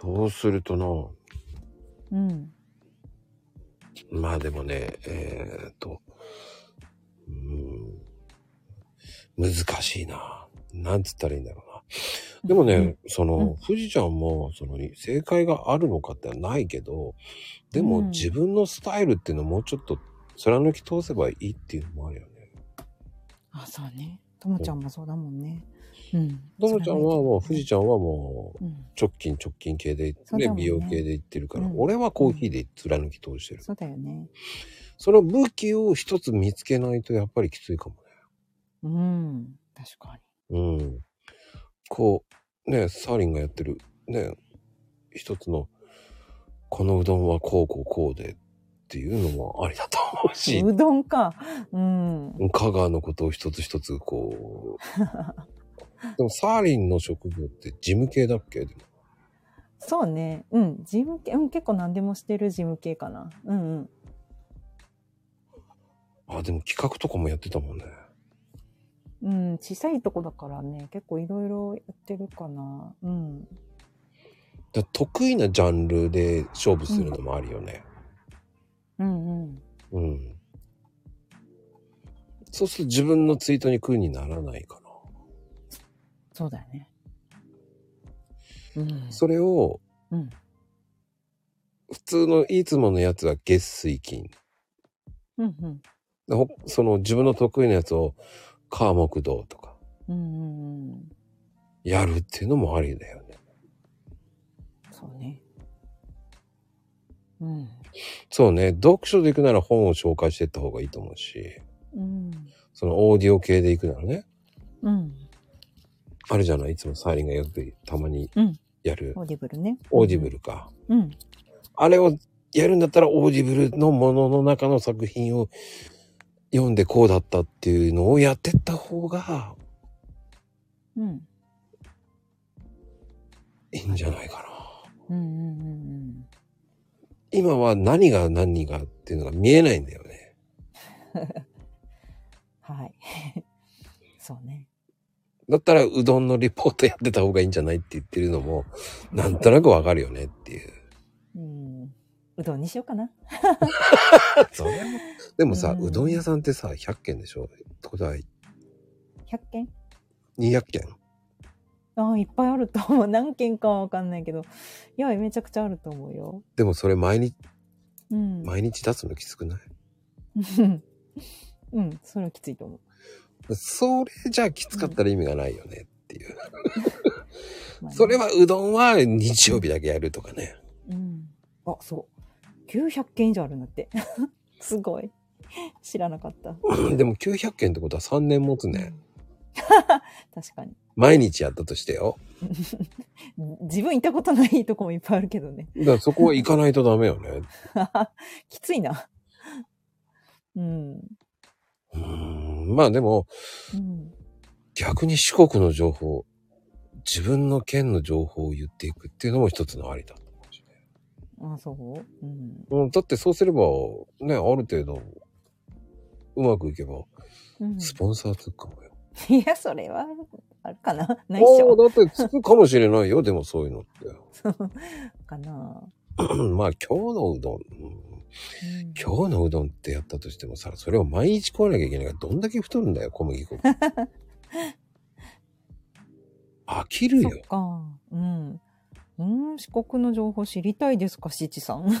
Speaker 3: そうするとな、
Speaker 4: うん。
Speaker 3: まあでもね、えー、っと、うーん、難しいな。なんつったらいいんだろうな。でもね、
Speaker 4: うん
Speaker 3: その、富士ちゃんも、その、正解があるのかってないけど、でも
Speaker 4: うん
Speaker 3: 自分のスタイルっていうのをもうちょっと貫き通せばいいっていうのもあるよね。
Speaker 4: あ、そうね。ともちゃんもそうだもんね。うん。
Speaker 3: ドロちゃんはもう、富士ちゃんはもう、
Speaker 4: うん。
Speaker 3: 直近直近系で、
Speaker 4: そうだもんね
Speaker 3: 美容系で行ってるから、
Speaker 4: うん
Speaker 3: 俺はコーヒーで貫き通してる。
Speaker 4: そうだよね。
Speaker 3: その武器を一つ見つけないとやっぱりきついかもね。
Speaker 4: うん。確か
Speaker 3: うん。こう、ね、サーリンがやってる、ね、一つのこのうどんはこうこうこうでっていうのもありだと思うし、
Speaker 4: うどんか。うん。
Speaker 3: 香川のことを一つ一つこ <laughs> う、でもサーリンの職業って事務系だっけでも
Speaker 4: そうね。うん。事務系、うん、結構何でもしてる事務系かな。うんうん。
Speaker 3: あ、でも企画とかもやってたもんね。
Speaker 4: うん、小さいとこだからね、結構いろいろやってるかな。うん。
Speaker 3: だ得意なジャンルで勝負するのもあるよね。
Speaker 4: うんうん。
Speaker 3: うん。そうすると自分のツイートに苦にならないかな。
Speaker 4: そうだよね。うん。
Speaker 3: それを、
Speaker 4: うん。
Speaker 3: 普通のいつものやつは月水金。
Speaker 4: うんうん。
Speaker 3: でほその自分の得意なやつを火木道とか
Speaker 4: うんうんうん。
Speaker 3: やるっていうのもありだよね。
Speaker 4: そうね。うん。
Speaker 3: そうね。読書で行くなら本を紹介していった方がいいと思うし、
Speaker 4: うん。
Speaker 3: そのオーディオ系で行くならね、
Speaker 4: うん。
Speaker 3: あるじゃないいつもサーリンがよくたまに
Speaker 4: うん
Speaker 3: やる、
Speaker 4: オーディブルね。
Speaker 3: オーディブルか。
Speaker 4: うん。
Speaker 3: あれをやるんだったらオーディブルのものの中の作品を読んでこうだったっていうのをやってった方が
Speaker 4: うん。
Speaker 3: いいんじゃないかな。
Speaker 4: うんうんうん
Speaker 3: 今は何が何がっていうのが見えないんだよね。
Speaker 4: うん。はい。 <laughs> そうね。
Speaker 3: だったらうどんのリポートやってた方がいいんじゃないって言ってるのもなんとなくわかるよねっていう。
Speaker 4: うん。うどんにしようかな。
Speaker 3: それもでもさ、
Speaker 4: うん
Speaker 3: うどん屋さんってさ、100軒でしょってことは
Speaker 4: 100件
Speaker 3: 200軒
Speaker 4: ああ、いっぱいあると思う。何件かはわかんないけど。いや、めちゃくちゃあると思うよ。
Speaker 3: でもそれ毎日、
Speaker 4: うん。
Speaker 3: 毎日出すのきつくない
Speaker 4: うん <laughs> うん、それはきついと思
Speaker 3: それじゃきつかったら意味がないよねっていう。
Speaker 4: う。まあね
Speaker 3: それ。はうどんは日曜日だけやるとかね。 <clears throat>
Speaker 4: うん。あ、そう。900件以上あるんだって。 <laughs> すごい。知らなかった。
Speaker 3: でも900件ってことは3年持つね。
Speaker 4: 確かに。
Speaker 3: 毎日やったとしてよ。
Speaker 4: 自分行ったことないとこもいっぱいあるけどね。 <laughs>
Speaker 3: だからそこは行かないとダメよね。
Speaker 4: きついな。うん。
Speaker 3: うーんまあでも
Speaker 4: うん。
Speaker 3: 逆に四国の情報、自分の県の情報を言っていくっていうのも一つのありだと思うしね。
Speaker 4: あ、そううん。
Speaker 3: うん、だってそうすれば、ね、ある程度、うまくいけば、
Speaker 4: うん、
Speaker 3: スポンサーつくかもよ。
Speaker 4: いや、それは、あるかなないっし
Speaker 3: あ
Speaker 4: ょ。
Speaker 3: あ、だってつくかもしれないよ、でもそういうのって。
Speaker 4: かな、
Speaker 3: まあ今日のうどん、うん
Speaker 4: うん
Speaker 3: 今日のうどんってやったとしてもさ、それを毎日食わなきゃいけないから、どんだけ太るんだよ、小
Speaker 4: <laughs>
Speaker 3: 麦粉。飽きる
Speaker 4: そ
Speaker 3: よ。
Speaker 4: っか。うん。うん、四国の情報知りたいですか、しちさん。 <laughs>
Speaker 3: い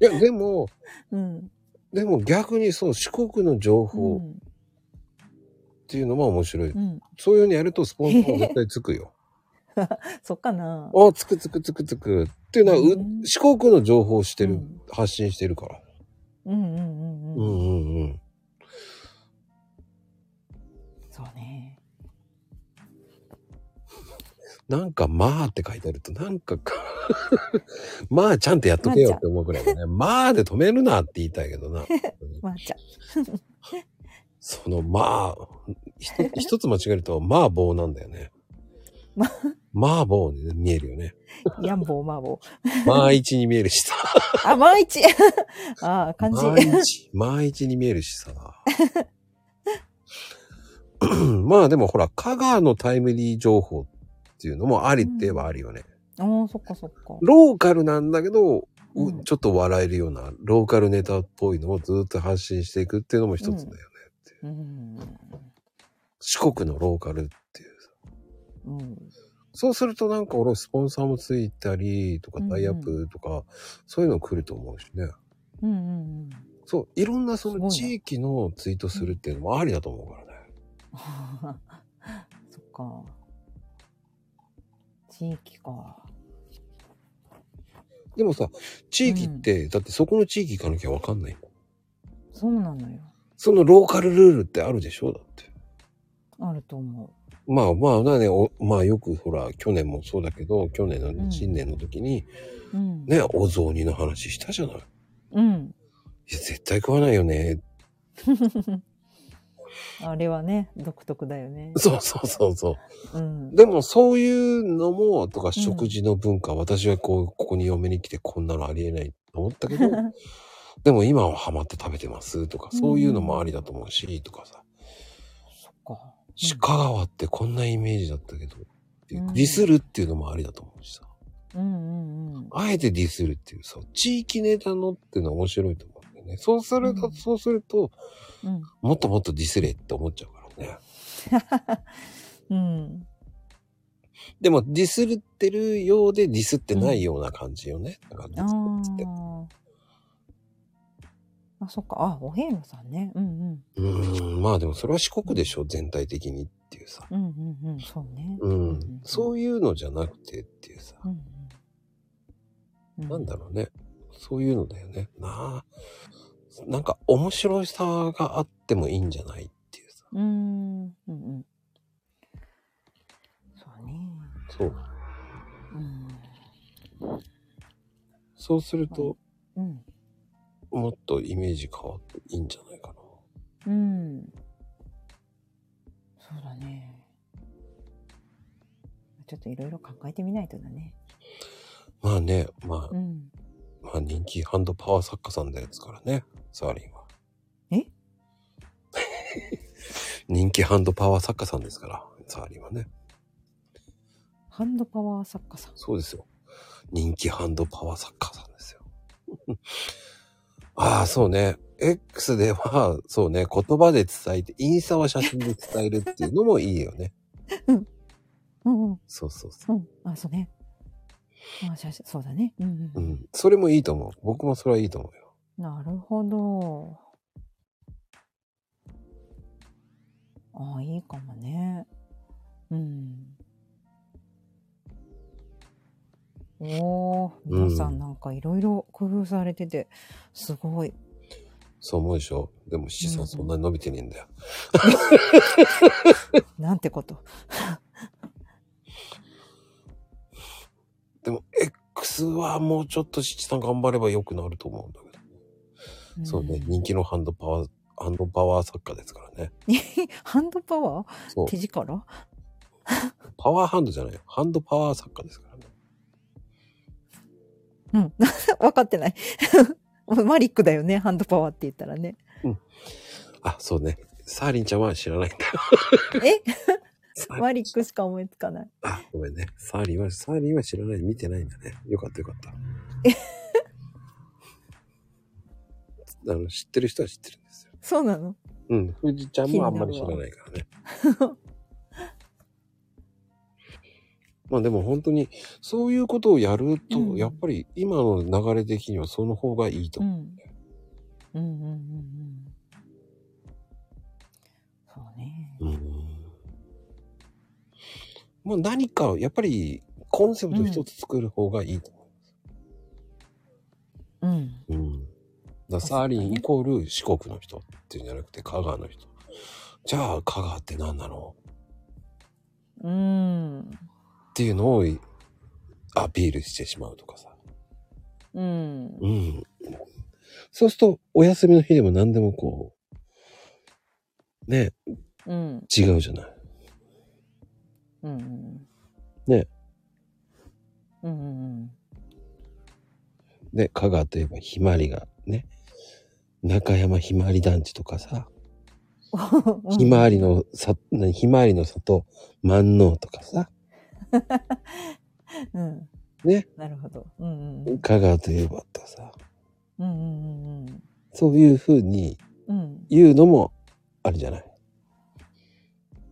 Speaker 3: や、でも、
Speaker 4: うん。
Speaker 3: でも逆にそう、四国の情報っ
Speaker 4: ん。
Speaker 3: ていうのも面白い。
Speaker 4: うん。
Speaker 3: そういうふうにやるとスポンサーも絶対つくよ。 <laughs>
Speaker 4: そっかな。
Speaker 3: あ、つくつくつくつく。っていうのは、う
Speaker 4: うん
Speaker 3: 四国の情報をしてる、
Speaker 4: うん
Speaker 3: 発信してるから。
Speaker 4: うんうん
Speaker 3: う
Speaker 4: うん
Speaker 3: ん
Speaker 4: うん。
Speaker 3: うんうん。
Speaker 4: そうね。
Speaker 3: なんか、まあって書いてあると、なんか <laughs> か、まあちゃんとやっとけよって思うくらいだね。 <laughs> まあで止めるなって言いたいけど <laughs> な。
Speaker 4: まあ、じゃ
Speaker 3: その、まあ、ひ <laughs> と一つ間違えると、まあ棒なんだよね。
Speaker 4: ま
Speaker 3: まあ棒に見えるよね。
Speaker 4: あ、やんぼうまぼう。
Speaker 3: まあ一に見えるしさ。
Speaker 4: あ、まあいち <laughs> ああ、感じ。
Speaker 3: まあ一、まあ一に見えるしさ。まあでもほら、香川のタイムリー情報っていうのもありって言えばあるよね。
Speaker 4: おー、そっかそっか。
Speaker 3: ローカルなんだけど、う
Speaker 4: うん
Speaker 3: ちょっと笑えるようなローカルネタっぽいのをずっと発信していくっていうのも一つだよね。
Speaker 4: うん。
Speaker 3: 四国のローカルっていうさ。
Speaker 4: うん。
Speaker 3: そうするとなんか俺スポンサーもついたりとか
Speaker 4: うんうん
Speaker 3: タイアップとか、そういうの来ると思うしね。
Speaker 4: うんうんうん。
Speaker 3: そう、いろんなそ
Speaker 4: す
Speaker 3: の
Speaker 4: ごいね
Speaker 3: 地域のツイートするっていうのもありだと思うからね。
Speaker 4: はあそっか。地域か。
Speaker 3: でもさ、地域って、だってそこの地域行かなきゃわかんないもん。
Speaker 4: そうなのよ。
Speaker 3: そのローカルルールってあるでしょだって。
Speaker 4: ああると思う。
Speaker 3: まあまあ、だね、おまあよくほら、去年もそうだけど、去年の新年の時に、
Speaker 4: うん。
Speaker 3: ね、お雑煮の話したじゃない。いや
Speaker 4: うん。
Speaker 3: 絶対食わないよね。
Speaker 4: あれはね、独特だよね。
Speaker 3: そうそうそうそう。
Speaker 4: うん。
Speaker 3: でもそういうのも、とか食事の文化、私はこう、ここに嫁に来てこんなのありえないと思ったけ <laughs> ど、でも今はハマって食べてますとか、そういうのもありだと思うし、とかさ、
Speaker 4: そっか。
Speaker 3: 鹿川ってこんなイメージだったけど、っていう
Speaker 4: うん
Speaker 3: ディスるっていうのもありだと思うしさ、
Speaker 4: うんうんうん。
Speaker 3: あえてディスるっていうさ、地域ネタのっていうのは面白いと思うんだよね。そうすると、
Speaker 4: うん
Speaker 3: そうすると、
Speaker 4: うん。
Speaker 3: もっともっとディスれって思っちゃうからね。
Speaker 4: うん。
Speaker 3: でも、ディスってるようでディスってないような感じよね。だからデ
Speaker 4: あ
Speaker 3: ィスるって。
Speaker 4: ーあ。そっか。あ、お遍路さんね。うんうん。
Speaker 3: うーん、まあでもそれは四国でしょ、全体的にっていうさ。
Speaker 4: うんうんうん。そうね。
Speaker 3: うん、そういうのじゃなくてっていうさ。
Speaker 4: うんうん。
Speaker 3: なんだろうね。そういうのだよね。なあ。なんか面白さがあってもいいんじゃないっていうさ。
Speaker 4: うーん。うんうん。そうね。
Speaker 3: そう。
Speaker 4: うん。
Speaker 3: そうすると、
Speaker 4: うん。
Speaker 3: もっとイメージ変わっていいんじゃないかな。
Speaker 4: うん。そうだね。ちょっといろいろ考えてみないとだね。
Speaker 3: まあね、まあ
Speaker 4: う、ん。
Speaker 3: まあ人気ハンドパワー作家さんですからね、サーリンは。
Speaker 4: え
Speaker 3: <laughs> 人気ハンドパワー作家さんですから、サーリンはね。
Speaker 4: ハンドパワー作家さん。
Speaker 3: そうですよ。人気ハンドパワー作家さんですよ。 <laughs> ああ、そうね。X では、そうね、言葉で伝えて、インスタは写真で伝えるっていうのもいいよね。
Speaker 4: うんうん。
Speaker 3: そうそうそ
Speaker 4: うん。あ、そうね。あ、写真、そうだね。うん
Speaker 3: う。う
Speaker 4: う。
Speaker 3: んん。それもいいと思う。僕もそれはいいと思うよ。
Speaker 4: なるほど。ああ、いいかもね。うん。おお、
Speaker 3: うん
Speaker 4: 皆さんなんかいろいろ工夫されてて、すごい。
Speaker 3: そう思うでしょでも、資
Speaker 4: うんう
Speaker 3: 産
Speaker 4: ん
Speaker 3: そんなに伸びてねえんだよ。
Speaker 4: なんてこと。
Speaker 3: でも、X はもうちょっと七さん頑張れば良くなると思うんだけど。
Speaker 4: ん
Speaker 3: そうね、人気のハンドパワー、ハンドパワー作家ですからね。
Speaker 4: ハンドパワー
Speaker 3: そう。
Speaker 4: 手力 <laughs>
Speaker 3: パワーハンドじゃないよ。ハンドパワー作家ですからね。
Speaker 4: うん。分かってない。 <laughs> マリックだよね、ハンドパワーって言ったらね。
Speaker 3: あ、そうね。サーリンちゃんは知らないんだ。
Speaker 4: え
Speaker 3: <laughs> サーリン
Speaker 4: マリックしか思いつかない。
Speaker 3: あ、ごめんね。サーリンは、サーリンは知らない。見てないんだね。よかったよかった。 <laughs> あの、知ってる人は知ってるんですよ。
Speaker 4: そうなの
Speaker 3: うん。富士ちゃんもあんまり知らないから
Speaker 4: <laughs>
Speaker 3: ね。まあでも本当に、そういうことをやると、
Speaker 4: うん
Speaker 3: やっぱり今の流れ的にはその方がいいと
Speaker 4: う
Speaker 3: 思う。
Speaker 4: ん。うんうんうんうん。そうね。
Speaker 3: うんまあ何か、やっぱりコンセプト一つ作る方がいいと思う。
Speaker 4: うん。
Speaker 3: うん。だからサーリンイコール四国の人っていうんじゃなくて香川の人。じゃあ香川って何なの
Speaker 4: うん。
Speaker 3: っていうのをアピールしてしまうとかさ。
Speaker 4: うん。
Speaker 3: うん。そうするとお休みの日でも何でもこう、ね、
Speaker 4: うん。
Speaker 3: 違うじゃない。
Speaker 4: うん。
Speaker 3: ね。
Speaker 4: うんうん
Speaker 3: で、香川といえばひまわりがね、中山ひまわり団地とかさ、
Speaker 4: うん。
Speaker 3: ひまわりのさ、ひまわりの里万能とかさ、
Speaker 4: うん。
Speaker 3: ね。
Speaker 4: なるほど。うんうん。
Speaker 3: 香川といえばとかさ、
Speaker 4: うんうんうん
Speaker 3: そういうふうに
Speaker 4: うん。
Speaker 3: 言うのもあるじゃない。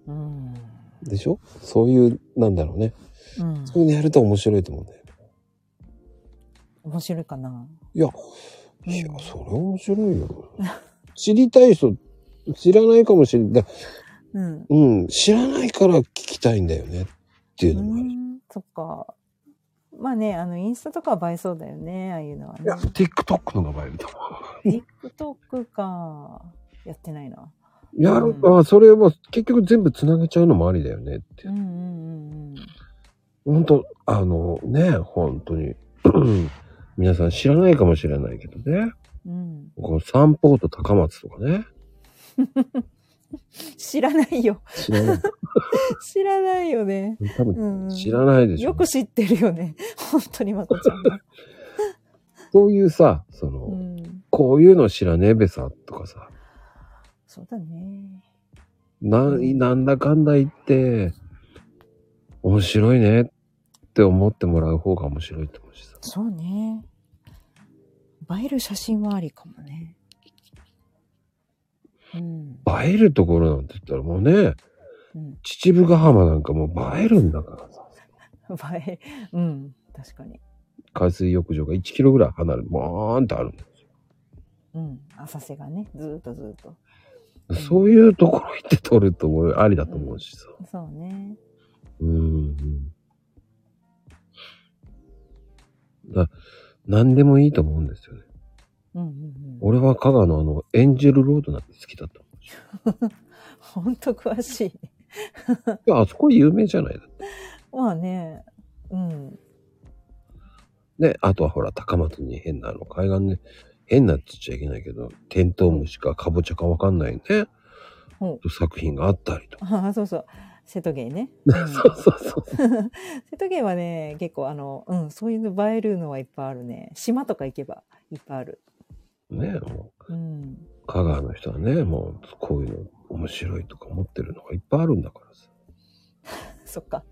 Speaker 4: うん。
Speaker 3: でしょそういう、なんだろうね。
Speaker 4: うん。
Speaker 3: そういうのやると面白いと思うんだよ。
Speaker 4: 面白いかな。
Speaker 3: いや、
Speaker 4: うん
Speaker 3: いや、それ面白いよ。知りたい人、知らないかもしれない。
Speaker 4: うん。
Speaker 3: うん、知らないから聞きたいんだよね。っていう
Speaker 4: う
Speaker 3: のもある。
Speaker 4: ん。そっか。まあね、あの、インスタとかは映えそうだよね、ああいうのはい
Speaker 3: や、
Speaker 4: ね。
Speaker 3: TikTok の名前見たもん。
Speaker 4: TikTok か。やってないな。
Speaker 3: やる、あ、それは結局全部つなげちゃうのもありだよねって
Speaker 4: うんう。んうんうん
Speaker 3: 本当あのね、本当に。 <clears throat> 皆さん知らないかもしれないけどね。
Speaker 4: うん
Speaker 3: この三方と高松とかね。
Speaker 4: 知らないよ <laughs>
Speaker 3: 知らない。
Speaker 4: 知らないよね
Speaker 3: 多
Speaker 4: うんう
Speaker 3: 分
Speaker 4: ん
Speaker 3: 知らないでしょ。
Speaker 4: よく知ってるよね <laughs> 本当にまこちゃんが、
Speaker 3: そういうさ、 <laughs> その、
Speaker 4: うん、
Speaker 3: こういうの知らねえべさとかさ、
Speaker 4: そうだね
Speaker 3: な、
Speaker 4: うん
Speaker 3: なんだかんだ言って、面白いねって思ってもらう方が面白いと思うしさ。
Speaker 4: そうね映える写真はありかもねうん
Speaker 3: 映えるところなんて言ったらもうね、
Speaker 4: うん
Speaker 3: 秩父ヶ浜なんかもう映えるんだからさ。
Speaker 4: 映えうん確かに
Speaker 3: 海水浴場が1キロぐらい離れて、ボーンってあるんだよ
Speaker 4: うん浅瀬がねずーっとずーっとん
Speaker 3: そういうところ行って撮ると俺ありだと思うしさ。
Speaker 4: そうね
Speaker 3: うん。だ何でもいいと思うんですよね。
Speaker 4: うんうんうん
Speaker 3: 俺は香川のあの、エンジェルロードなんて好きだと思うし。
Speaker 4: ほんと詳しい
Speaker 3: いや、あそこ有名じゃないだって。
Speaker 4: まあねうん
Speaker 3: ね、あとはほら、高松に変なあの、海岸ね、変なって言っちゃいけないけど、テントウムシかカボチャかわかんないね、
Speaker 4: うん
Speaker 3: 作品があったりとか。
Speaker 4: ああそうそう瀬戸芸
Speaker 3: <laughs>
Speaker 4: ね、
Speaker 3: そうそうそう。
Speaker 4: 瀬戸芸はね結構あのうんそういうの映えるのはいっぱいあるね島とか行けばいっぱいある
Speaker 3: <laughs> ねも
Speaker 4: うん
Speaker 3: う香川の人はねもうこういうの面白いとか思ってるのがいっぱいあるんだからさ
Speaker 4: そっか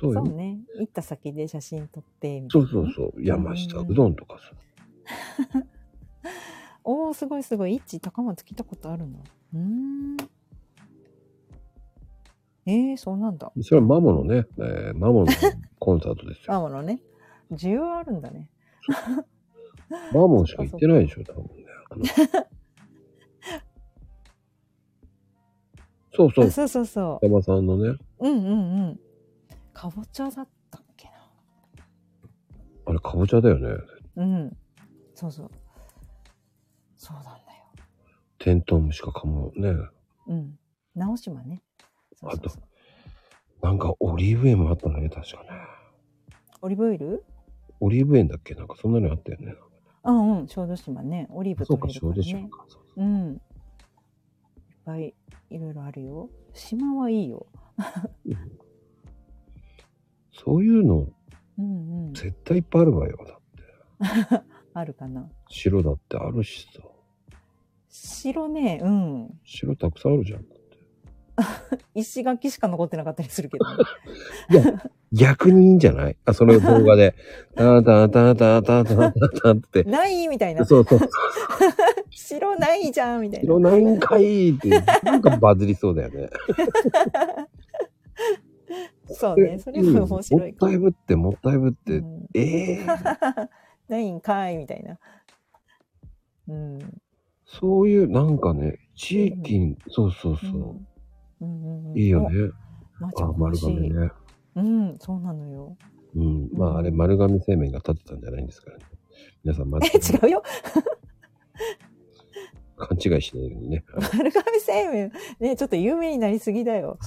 Speaker 3: そう
Speaker 4: そ
Speaker 3: よ
Speaker 4: うね行った先で写真撮ってみた
Speaker 3: そ
Speaker 4: いうな
Speaker 3: そうそう山下うどんとかさ
Speaker 4: おおすごいすごいイッチ高松来たことあるのうーんえー、そうなんだ
Speaker 3: それはマモのね、えーマモのコンサートです <laughs>
Speaker 4: あ
Speaker 3: よ
Speaker 4: ものね需要あるんだね
Speaker 3: マモしか行ってないでしょ多分ねあ <laughs> のそうそ
Speaker 4: あ
Speaker 3: う
Speaker 4: そうそうそ
Speaker 3: 山さんのね
Speaker 4: ううんうんうんかぼちゃだったっけな
Speaker 3: あれかぼちゃだよね
Speaker 4: うん。そうそう。そうなんだよ。
Speaker 3: テントウムシかかもね
Speaker 4: うん。直島ね。そうそうそう
Speaker 3: なんかオリーブ園もあったんだね確かね
Speaker 4: オリーブオイル
Speaker 3: オリーブ園だっけなんかそんなのあったよね
Speaker 4: あうん、小豆島ね。オリーブ
Speaker 3: そう
Speaker 4: 取
Speaker 3: か
Speaker 4: れる
Speaker 3: 小
Speaker 4: から
Speaker 3: 豆島
Speaker 4: ね。
Speaker 3: かそう
Speaker 4: うん。いっぱいいろいろあるよ。島はいいよ。
Speaker 3: そういうの
Speaker 4: うんうん。
Speaker 3: 絶対いっぱいあるわよ。だって。
Speaker 4: あるかな。
Speaker 3: 白だってあるしさ。
Speaker 4: 城ね、うん。
Speaker 3: 白たくさんあるじゃん。だって
Speaker 4: 石垣しか残ってなかったりする
Speaker 3: <laughs>
Speaker 4: けどね、
Speaker 3: 逆にいいんじゃないあ、その動画で。 <laughs> タタタタタタタタって。
Speaker 4: ないみたいな。
Speaker 3: そうそう。
Speaker 4: 城ないじゃんみたいな
Speaker 3: 白。ないんかいって。なんかバズりそうだよね。
Speaker 4: そうね。それも面白い
Speaker 3: うん
Speaker 4: か
Speaker 3: もったいぶって、もったいぶって。
Speaker 4: うん
Speaker 3: ええー。
Speaker 4: ないんかいみたいな。うん。
Speaker 3: そういう、なんかね、地域に、そうそうそう。
Speaker 4: うんうんうん、
Speaker 3: いいよね。
Speaker 4: お。まーちゃ
Speaker 3: あ、
Speaker 4: ん
Speaker 3: 丸亀
Speaker 4: 欲しい
Speaker 3: ね。
Speaker 4: うん、そうなのよ。
Speaker 3: うん。まあ、あれ、丸亀製麺が立ってたんじゃないんですからね。皆さん、まず
Speaker 4: え、違うよ。
Speaker 3: 勘違いしないように
Speaker 4: <laughs>
Speaker 3: ね。
Speaker 4: 丸亀製麺、ね、ちょっと有名になりすぎだよ。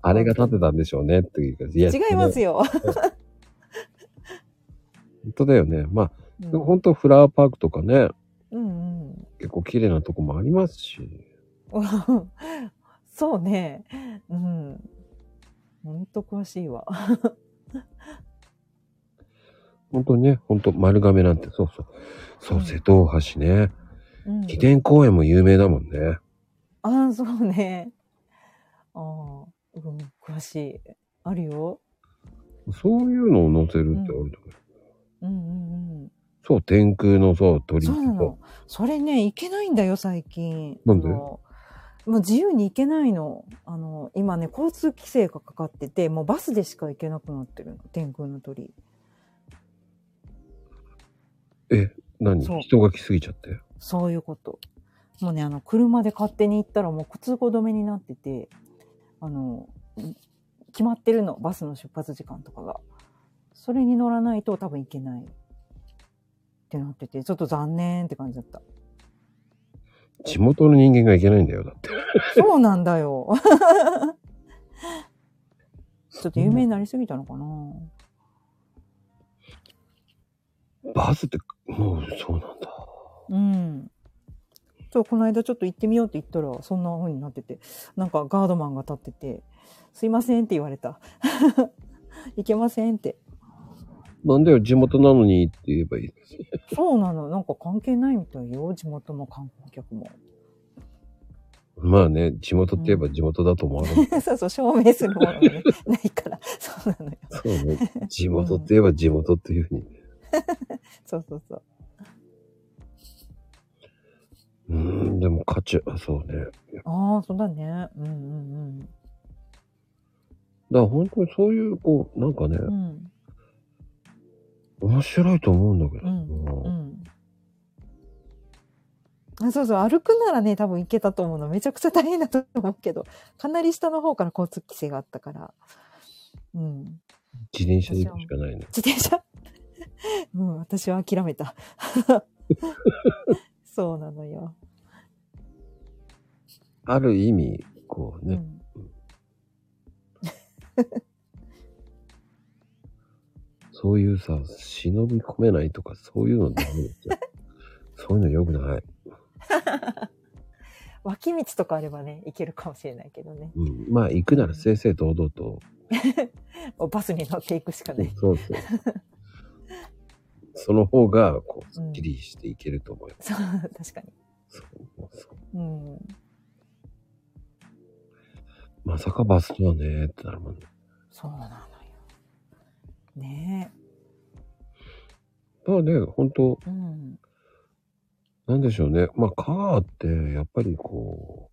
Speaker 3: あれが立ってたんでしょうねっていうか、いや
Speaker 4: 違います
Speaker 3: よ。
Speaker 4: よ。
Speaker 3: 本当だよね。まあ、
Speaker 4: う
Speaker 3: でも
Speaker 4: ん
Speaker 3: 本当フラワーパークとかね、
Speaker 4: うんうん
Speaker 3: 結構綺麗なとこもありますし、
Speaker 4: うん。 <laughs> そうね。うん。ほんと詳しいわ。
Speaker 3: 本当ね、本当丸亀なんて、そうそう。そうう、
Speaker 4: ん
Speaker 3: 瀬戸大橋ね。
Speaker 4: うん、
Speaker 3: 起点公園も有名だもんね。
Speaker 4: ああ、そうね。ああ、うん、詳しい。あるよ。
Speaker 3: そういうのを載せるってあると思う。
Speaker 4: うんうんうん。
Speaker 3: そう、天空のそう、鳥居
Speaker 4: そうな
Speaker 3: と
Speaker 4: の。それね、行けないんだよ、最近。
Speaker 3: なんで
Speaker 4: あのもう自由に行けないの。あの、今ね、交通規制がかかってて、もうバスでしか行けなくなってるの。天空の鳥。
Speaker 3: 何
Speaker 4: そう
Speaker 3: 人が来すぎちゃって。
Speaker 4: そういうこと。もうね、あの、車で勝手に行ったらもう通行止めになってて、あの、ん決まってるの。バスの出発時間とかが。それに乗らないと多分行けない。ってなってて、ちょっと残念って感じだった。
Speaker 3: 地元の人間がいけないんだよ、だって。
Speaker 4: そうなんだよ。 <laughs> ちょっと有名になりすぎたのかな。
Speaker 3: バズって、もうそうなんだ。
Speaker 4: うん。そう、この間ちょっと行ってみようって言ったら、そんな風になってて、なんかガードマンが立ってて、すいませんって言われた。 <laughs> いけませんって。
Speaker 3: なんだよ、地元なのにって言えばいい。
Speaker 4: そうなの、なんか関係ないみたいよ、地元も観光客も。 <laughs>
Speaker 3: まあね、地元って言えば地元だと思われ
Speaker 4: <laughs>
Speaker 3: る。
Speaker 4: そうそう、証明するものがね、 <laughs> ないから。そうなのよ。
Speaker 3: そうね。地元って言えば地元っていうふうに。
Speaker 4: そうそうそう。
Speaker 3: うーん、でも価値、あそうね。
Speaker 4: ああ、そうだね。うんうん
Speaker 3: だから本当にそういう、こう、なんかね、
Speaker 4: うん。うん。
Speaker 3: 面白いと思うんだけど、
Speaker 4: う
Speaker 3: も
Speaker 4: ん。あそうそう、歩くならね、多分行けたと思うの。めちゃくちゃ大変だと思うけど、かなり下の方から交通規制があったから。うん。
Speaker 3: 自転車で行くしかないね。
Speaker 4: 自転車 <laughs> うん、私は諦めた。 <laughs> そうなのよ。
Speaker 3: ある意味、こう
Speaker 4: う
Speaker 3: ね、
Speaker 4: ん。
Speaker 3: そういうさ、忍び込めないとか、そういうのダメです
Speaker 4: <laughs>
Speaker 3: よ。そういうの良くない。
Speaker 4: 脇道とかあればね、行けるかもしれないけどね。
Speaker 3: うん。まあ、行くなら正々堂々と。
Speaker 4: おバスに乗っていくしかない。
Speaker 3: そうそう。その方が、こう、スッキリしていけると思うよ。
Speaker 4: そう、確かに。
Speaker 3: そうそう
Speaker 4: うん。
Speaker 3: まさかバスとはね、ってなるもんね。
Speaker 4: そうなのよ。ね
Speaker 3: まあね、本当
Speaker 4: え。うん。
Speaker 3: なんでしょうね。まあ、香川って、やっぱりこ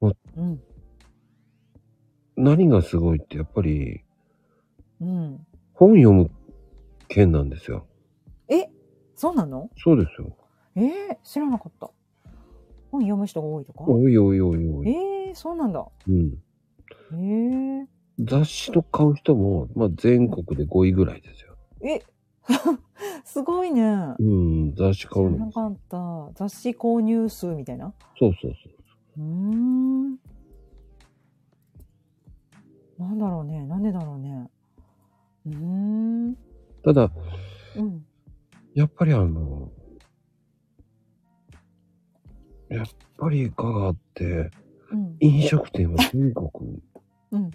Speaker 4: うん。
Speaker 3: う、何がすごいって、やっぱり、
Speaker 4: うん。
Speaker 3: 本読む県なんですよ。
Speaker 4: えそうなの
Speaker 3: そうですよ。
Speaker 4: えー、知らなかった。本読む人が多いとか
Speaker 3: おいおいおいおい。
Speaker 4: えー、そうなんだ。
Speaker 3: うん。
Speaker 4: えー、
Speaker 3: 雑誌と買う人も、まあ、全国で5位ぐらいですよ。
Speaker 4: え <laughs> すごいね。
Speaker 3: うん、雑誌
Speaker 4: 知
Speaker 3: 買
Speaker 4: ら
Speaker 3: う
Speaker 4: な
Speaker 3: の。
Speaker 4: かった。雑誌購入数みたいな。
Speaker 3: そうそうそう
Speaker 4: ーん。なんだろうね。なんでだろうね。うーん。
Speaker 3: う。ただ、
Speaker 4: うん。
Speaker 3: やっぱりあの、やっぱり香川って、
Speaker 4: うん。
Speaker 3: 飲食店は全国、
Speaker 4: うん。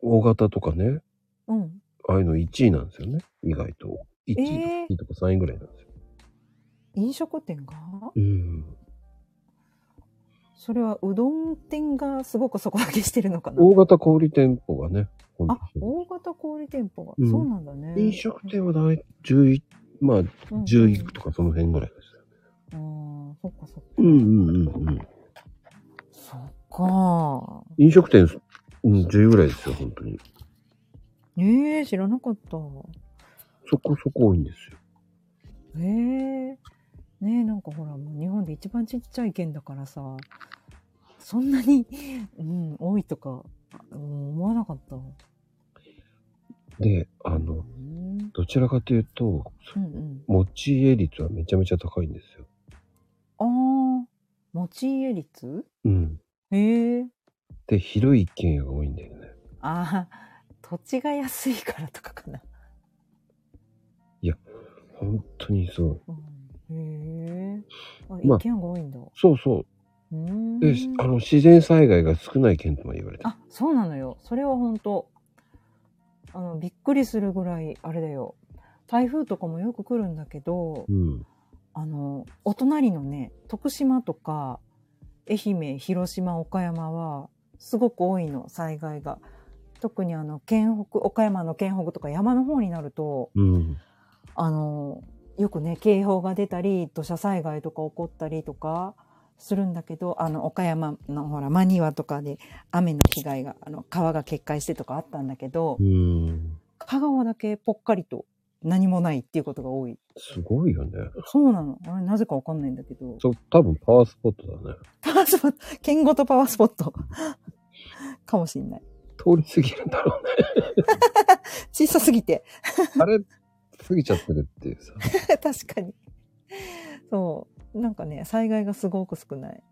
Speaker 3: 大型とかね、
Speaker 4: うん。
Speaker 3: ああいうの1位なんですよね。意外と。1位とか
Speaker 4: えー
Speaker 3: 2位とか3位ぐらいなんですよ。
Speaker 4: 飲食店が
Speaker 3: うん。
Speaker 4: それはうどん店がすごく底上げしてるのかな
Speaker 3: 大型小売店舗がね、本
Speaker 4: あ、
Speaker 3: 当に
Speaker 4: 大型小売店舗が、
Speaker 3: うん
Speaker 4: そうなんだね。
Speaker 3: 飲食店は大体10位、まあ10位とかその辺ぐらいですよ。
Speaker 4: うんうん。あーそっかそっか。
Speaker 3: うんうんうんうん。
Speaker 4: そっか。
Speaker 3: 飲食店、うん、10ぐらいですよ、本当に。
Speaker 4: ええー、知らなかった。
Speaker 3: そこそこ多いんですよ。
Speaker 4: ええー。ねえ、なんかほら、もう日本で一番ちっちゃい県だからさ、そんなに、 <laughs> うん、多いとか、うん思わなかった。
Speaker 3: で、あ
Speaker 4: う
Speaker 3: の、
Speaker 4: ん、
Speaker 3: どちらかというと、
Speaker 4: うん、
Speaker 3: 持ち家率はめちゃめちゃ高いんですよ。
Speaker 4: うん。ああ、持ち家率
Speaker 3: うん。
Speaker 4: ええー。
Speaker 3: で、広い一軒家が多いんだよね。
Speaker 4: ああ、土地が安いからとかかな。
Speaker 3: 本当にそう。
Speaker 4: うん、へえ。あ、
Speaker 3: まあ
Speaker 4: 一軒家が多いんだ。う
Speaker 3: そうそ
Speaker 4: ーん
Speaker 3: う。で、あの、自然災害が少ない県とも言われてる。
Speaker 4: あ、そうなのよ。それは本当あの、びっくりするぐらい、あれだよ。台風とかもよく来るんだけど
Speaker 3: う、ん。
Speaker 4: あの、お隣のね、徳島とか、愛媛、広島、岡山は、すごく多いの、災害が。特にあの、県北、岡山の県北とか山の方になると、
Speaker 3: うん。
Speaker 4: あの、よくね、警報が出たり、土砂災害とか起こったりとかするんだけど、あの、岡山のほら、真庭とかで雨の被害が、あの、川が決壊してとかあったんだけど
Speaker 3: う、ん。
Speaker 4: 香川だけぽっかりと何もないっていうことが多い。
Speaker 3: すごいよね。
Speaker 4: そうなの。あれ、なぜかわかんないんだけど。
Speaker 3: そう、多分パワースポットだね。
Speaker 4: パワースポット、県ごとパワースポット。かもしんない。
Speaker 3: 通り過ぎるんだろうね。 <laughs>
Speaker 4: 小さすぎて。 <laughs>
Speaker 3: あれ、過ぎちゃってるっていうさ。
Speaker 4: 確かに。そなんかね、災害がすごく少ない。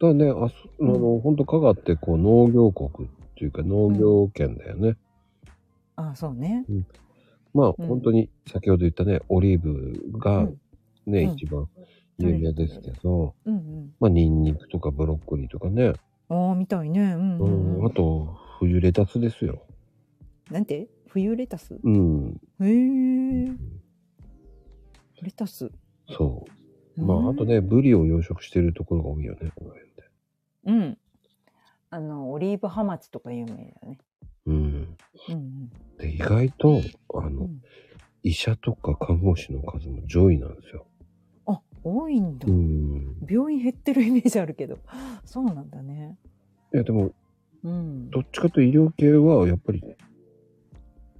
Speaker 3: だね、あそあの、本当香川ってこう農業国っていうか農業圏だよね。
Speaker 4: ああ、そうね。
Speaker 3: まあ、
Speaker 4: うん
Speaker 3: 本当に先ほど言ったね、オリーブ
Speaker 4: う
Speaker 3: が
Speaker 4: ん。
Speaker 3: ね、
Speaker 4: うん
Speaker 3: 一番有名ですけど、
Speaker 4: うん
Speaker 3: まあ、ニンニクとかブロッコリーとかね、
Speaker 4: うん。ああ、みたいね。うん、
Speaker 3: う
Speaker 4: うん
Speaker 3: ん、
Speaker 4: うん
Speaker 3: あ。と、冬レタスですよ。
Speaker 4: なんて冬レタスへ
Speaker 3: うん、
Speaker 4: え。レタス。
Speaker 3: そう。まあ、あと
Speaker 4: う
Speaker 3: ね、ブリを養殖してるところが多いよね、この辺で。
Speaker 4: ん。うん。あの、オリーブハマチとか有名だよね。
Speaker 3: うん。
Speaker 4: うん
Speaker 3: で、意外と、あ
Speaker 4: うん。う
Speaker 3: の、
Speaker 4: ん、
Speaker 3: 医者とか看護師の数も上位なんですよ。
Speaker 4: あ、多いんだ
Speaker 3: う。ん。
Speaker 4: 病院減ってるイメージあるけど。そうなんだね。
Speaker 3: いや、でも、
Speaker 4: うん。
Speaker 3: どっちかというと医療系は、やっぱり、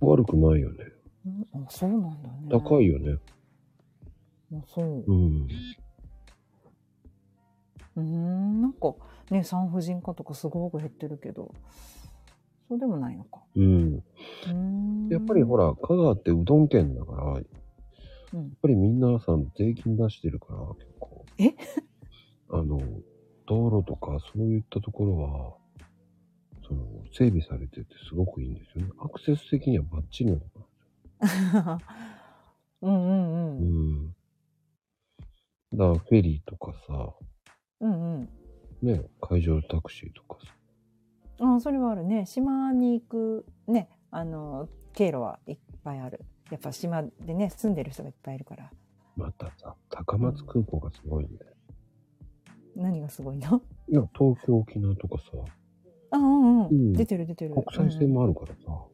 Speaker 3: 悪くないよね。
Speaker 4: うんあ、そうなんだね。
Speaker 3: 高いよね。
Speaker 4: あそう。
Speaker 3: うん。
Speaker 4: うーん、なんかね、産婦人科とかすごく減ってるけど、そうでもないのか。
Speaker 3: うん。
Speaker 4: うーん
Speaker 3: やっぱりほ
Speaker 4: ら、
Speaker 3: ら、香川ってうどん県だから、やっ
Speaker 4: うん、
Speaker 3: ぱりみんなさん税金出してるから、結構。
Speaker 4: え
Speaker 3: あの、道路とかそういったところは、その、整備されててすごくいいんですよね。アクセス的にはバッチリなのかな。
Speaker 4: <laughs> うんう
Speaker 3: う
Speaker 4: んうん。
Speaker 3: ん。だからフェリーとかさ、
Speaker 4: うんうん。
Speaker 3: ね、海上タクシーとかさ。
Speaker 4: ああ、それはあるね。島に行く、ね、あの、経路はいっぱいある。やっぱ島でね、住んでる人がいっぱいいるから。
Speaker 3: またさ、高松空港がすごいんだよ。
Speaker 4: 何がすごいの
Speaker 3: いや、東京、沖縄とかさ、
Speaker 4: ああ、うんう
Speaker 3: うん
Speaker 4: ん。出てる出てる。
Speaker 3: 国際線
Speaker 4: うん
Speaker 3: もあるからさ、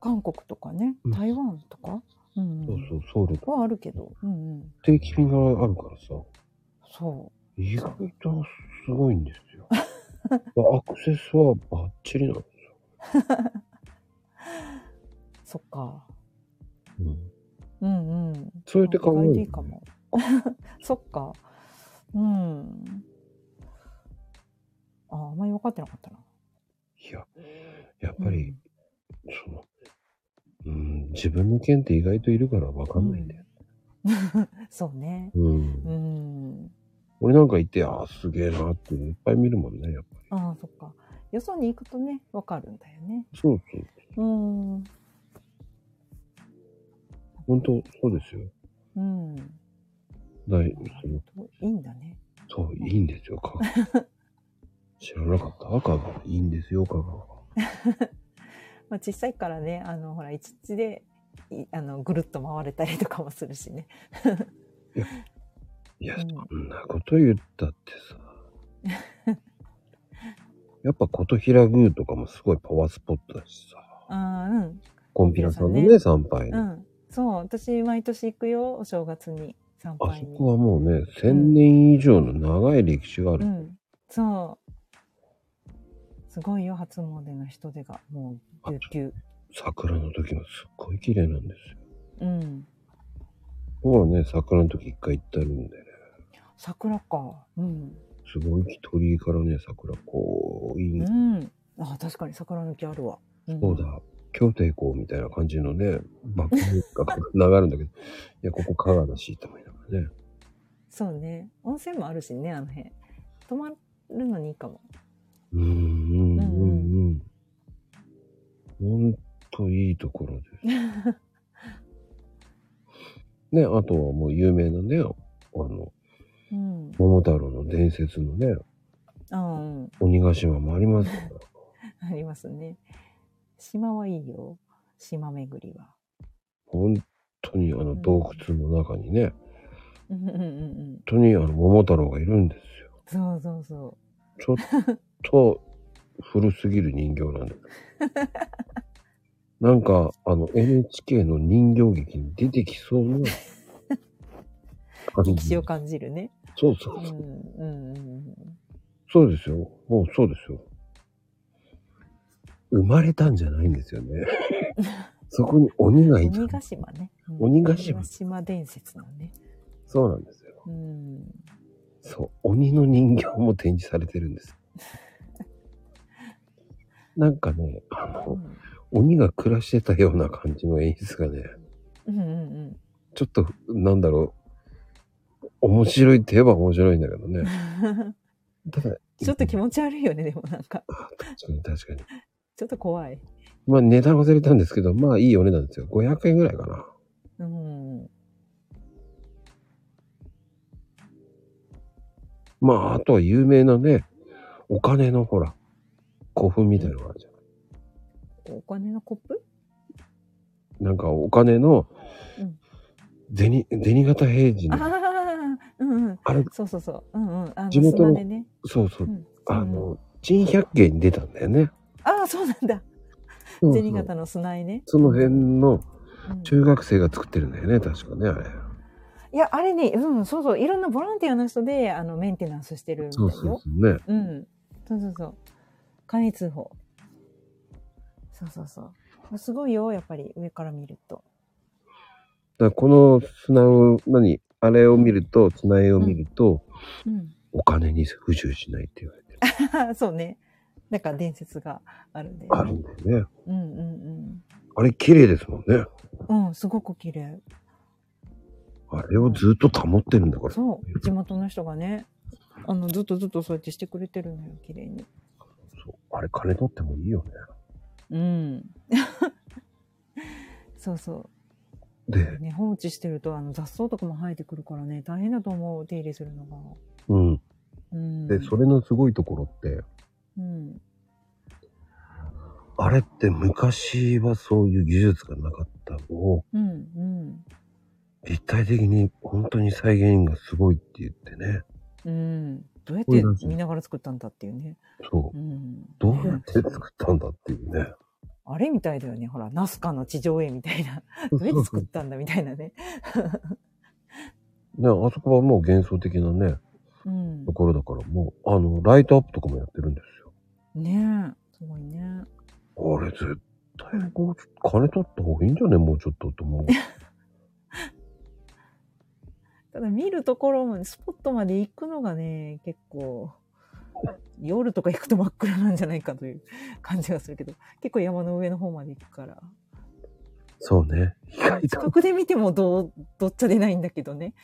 Speaker 4: 韓国とかね
Speaker 3: うん、
Speaker 4: 台湾とか、うん、うん。
Speaker 3: そうそう、ソウルとか
Speaker 4: はあるけど。うんうん。
Speaker 3: 定期便があるからさ、
Speaker 4: そう。
Speaker 3: 意外とすごいんです
Speaker 4: <laughs>
Speaker 3: よ。アクセスはバッチリなの。
Speaker 4: そっか。
Speaker 3: うん、
Speaker 4: うんうん。
Speaker 3: そうやって考えると
Speaker 4: 意外といいかも。 <laughs> そっか。うん。あ、あんまり分かってなかったな。
Speaker 3: いや、やっぱり、その、うん、自分の県って意外といるからわかんないんだよ。
Speaker 4: うんそうね。
Speaker 3: うん。
Speaker 4: うん。
Speaker 3: 俺なんか行って、ああ、すげえなっていっぱい見るもんね、やっぱり。
Speaker 4: ああ、そっか。よそに行くとね、分かるんだよね。
Speaker 3: そうそう。
Speaker 4: うん。う
Speaker 3: 本当そうですよ。
Speaker 4: ん。
Speaker 3: だいその
Speaker 4: いいんだね。
Speaker 3: そう、いいんですよ、香川。 <laughs> 知らなかった香川。いいんですよ、香川。
Speaker 4: まあ、小さいからね、あの、ほら、一日で、いあの、ぐるっと回れたりとかもするしね。
Speaker 3: いや、
Speaker 4: うん
Speaker 3: そんなこと言ったってさ。
Speaker 4: <laughs>
Speaker 3: やっぱ琴平宮とかもすごいパワースポットだしさ。
Speaker 4: ああ、うん。
Speaker 3: コンピラさんのね、
Speaker 4: ね
Speaker 3: 参拝
Speaker 4: う
Speaker 3: の、
Speaker 4: ん。そう、私、毎年行くよ、お正月に。参
Speaker 3: あ
Speaker 4: 拝
Speaker 3: そ
Speaker 4: に。
Speaker 3: こはもうね、千年以上の長い歴史がある。
Speaker 4: うん、そう。すごいよ、初詣の人手が。もう、ぎゅうぎゅう。
Speaker 3: 桜の時もすっごい綺麗なんですよ。
Speaker 4: うん。
Speaker 3: 僕はね、桜の時一回行ってるんでね、
Speaker 4: 桜か。うん。
Speaker 3: すごい鳥居からね、桜こう、いい、
Speaker 4: うん。あ、確かに桜の木あるわ。うん、
Speaker 3: そう。だ、京都行こうみたいな感じのね、バックが流るんだけど、いや、ここ香川だし、と思いながらね。
Speaker 4: そうね。温泉もあるしね、あの辺。泊まるのにいいかも。
Speaker 3: うんうんうんうん。ほんといいところです。ね、あとはもう有名なね、あの、
Speaker 4: うん。
Speaker 3: 桃太郎の伝説のね、
Speaker 4: あうん。
Speaker 3: 鬼ヶ島もありますから。
Speaker 4: ありますね。島はいいよ。島巡りは。
Speaker 3: 本当にあの洞窟の中にね、
Speaker 4: うんうんうんうん。
Speaker 3: 本当にあの桃太郎がいるんですよ。
Speaker 4: そうそうそ
Speaker 3: ちょっと古すぎる人形なんだけど。なんか、あの NHK の人形劇に出てきそうな
Speaker 4: う。
Speaker 3: 感
Speaker 4: 歴史を感じるね。
Speaker 3: そうそううんそう。
Speaker 4: うんうんうん。
Speaker 3: そうですよ。もうそうですよ。生まれたんじゃないんですよね。そこに鬼がいた
Speaker 4: 鬼。ヶ島ね。うん
Speaker 3: 鬼ヶ島
Speaker 4: 鬼島伝説のね。
Speaker 3: そうなんですよ。
Speaker 4: うん。
Speaker 3: そう。鬼の人形も展示されてるんです。なんかね、あの、鬼が暮らしてたような感じの演出がね、
Speaker 4: うんうんうん。
Speaker 3: ちょっと、なんだろう、面白いって言えば面白いんだけ
Speaker 4: <laughs>
Speaker 3: どね。ただ、
Speaker 4: ちょっと気持ち悪いよね、でもなんか。
Speaker 3: 確かに確かに。
Speaker 4: ちょっと怖い。
Speaker 3: まあ値段忘れたんですけど、まあいいお値段ですよ。500円ぐらいかな。
Speaker 4: うん。
Speaker 3: まああとは有名なね、お金のほら、古墳みたいなのがあるじゃ
Speaker 4: お金のコップ
Speaker 3: ん。なんかお金の
Speaker 4: うん、
Speaker 3: 銭、銭形平次
Speaker 4: あ
Speaker 3: の、
Speaker 4: あ、うんうん。
Speaker 3: あれ、
Speaker 4: そうそうそう。うんうん。あの、
Speaker 3: 地元の
Speaker 4: 砂でね。
Speaker 3: そうそうう、
Speaker 4: ん。
Speaker 3: あの、珍百景に出たんだよね。
Speaker 4: ああ、そうなんだ。
Speaker 3: そうそう
Speaker 4: 銭形の砂絵ね。
Speaker 3: その辺の
Speaker 4: うん
Speaker 3: 中学生が作ってるんだよね、確かね、あれ。
Speaker 4: いや、あれね、うん、そうそう。いろんなボランティアの人で、あの、メンテナンスしてるみたい
Speaker 3: そ
Speaker 4: よ。
Speaker 3: うそうそうね。
Speaker 4: うん。そうそうそう。簡易通報。そうそうそう。すごいよ、やっぱり上から見ると。
Speaker 3: だからこの砂を、何あれを見ると、砂絵を見ると、
Speaker 4: うん。
Speaker 3: お金に不自由しないって言われてる。
Speaker 4: そうね。なんか伝説があるんで。
Speaker 3: あるんだよね。
Speaker 4: うんうん
Speaker 3: あれ綺麗ですもんね。
Speaker 4: うん。うん、すごく綺麗。
Speaker 3: あれをずっと保ってるんだから。
Speaker 4: そう。地元の人がね、あの、ずっとずっとそうやってしてくれてるのよ、綺麗に。
Speaker 3: そうあれ金取ってもいいよね。
Speaker 4: うん。 <laughs> そうそ
Speaker 3: で
Speaker 4: う。、ね、放置してると、あの、雑草とかも生えてくるからね、大変だと思う、手入れするのが。
Speaker 3: うん。
Speaker 4: うん。
Speaker 3: で、それのすごいところって、
Speaker 4: うん。
Speaker 3: あれって昔はそういう技術がなかったのを、
Speaker 4: うん、うん。
Speaker 3: 立体的に本当に再現がすごいって言ってね。
Speaker 4: うん。どうや
Speaker 3: こうい
Speaker 4: っ
Speaker 3: う感じ
Speaker 4: て見ながら作ったんだっていうね。
Speaker 3: そうう。
Speaker 4: ん。
Speaker 3: どうやって作ったんだっていう <laughs> ね。
Speaker 4: あれみたいだよね。ほら、ナスカの地上絵みた
Speaker 3: <laughs>
Speaker 4: いな。どうやって作ったんだみたいなね。
Speaker 3: ね、あそこはもう幻想的なね、
Speaker 4: うん
Speaker 3: と。ころだからもう、あの、ライトアップとかもやってるんですよ。
Speaker 4: ねえ。すごいね。
Speaker 3: あれ絶対こうちょ金取った方がいいんじゃねもうちょっとと思う。
Speaker 4: ただ見るところも、スポットまで行くのがね、結構、夜とか行くと真っ暗なんじゃないかという感じがするけど、結構山の上の方まで行くから。
Speaker 3: そうね。意外と
Speaker 4: 近くで見てもどう、どっちゃ出ないんだけどね。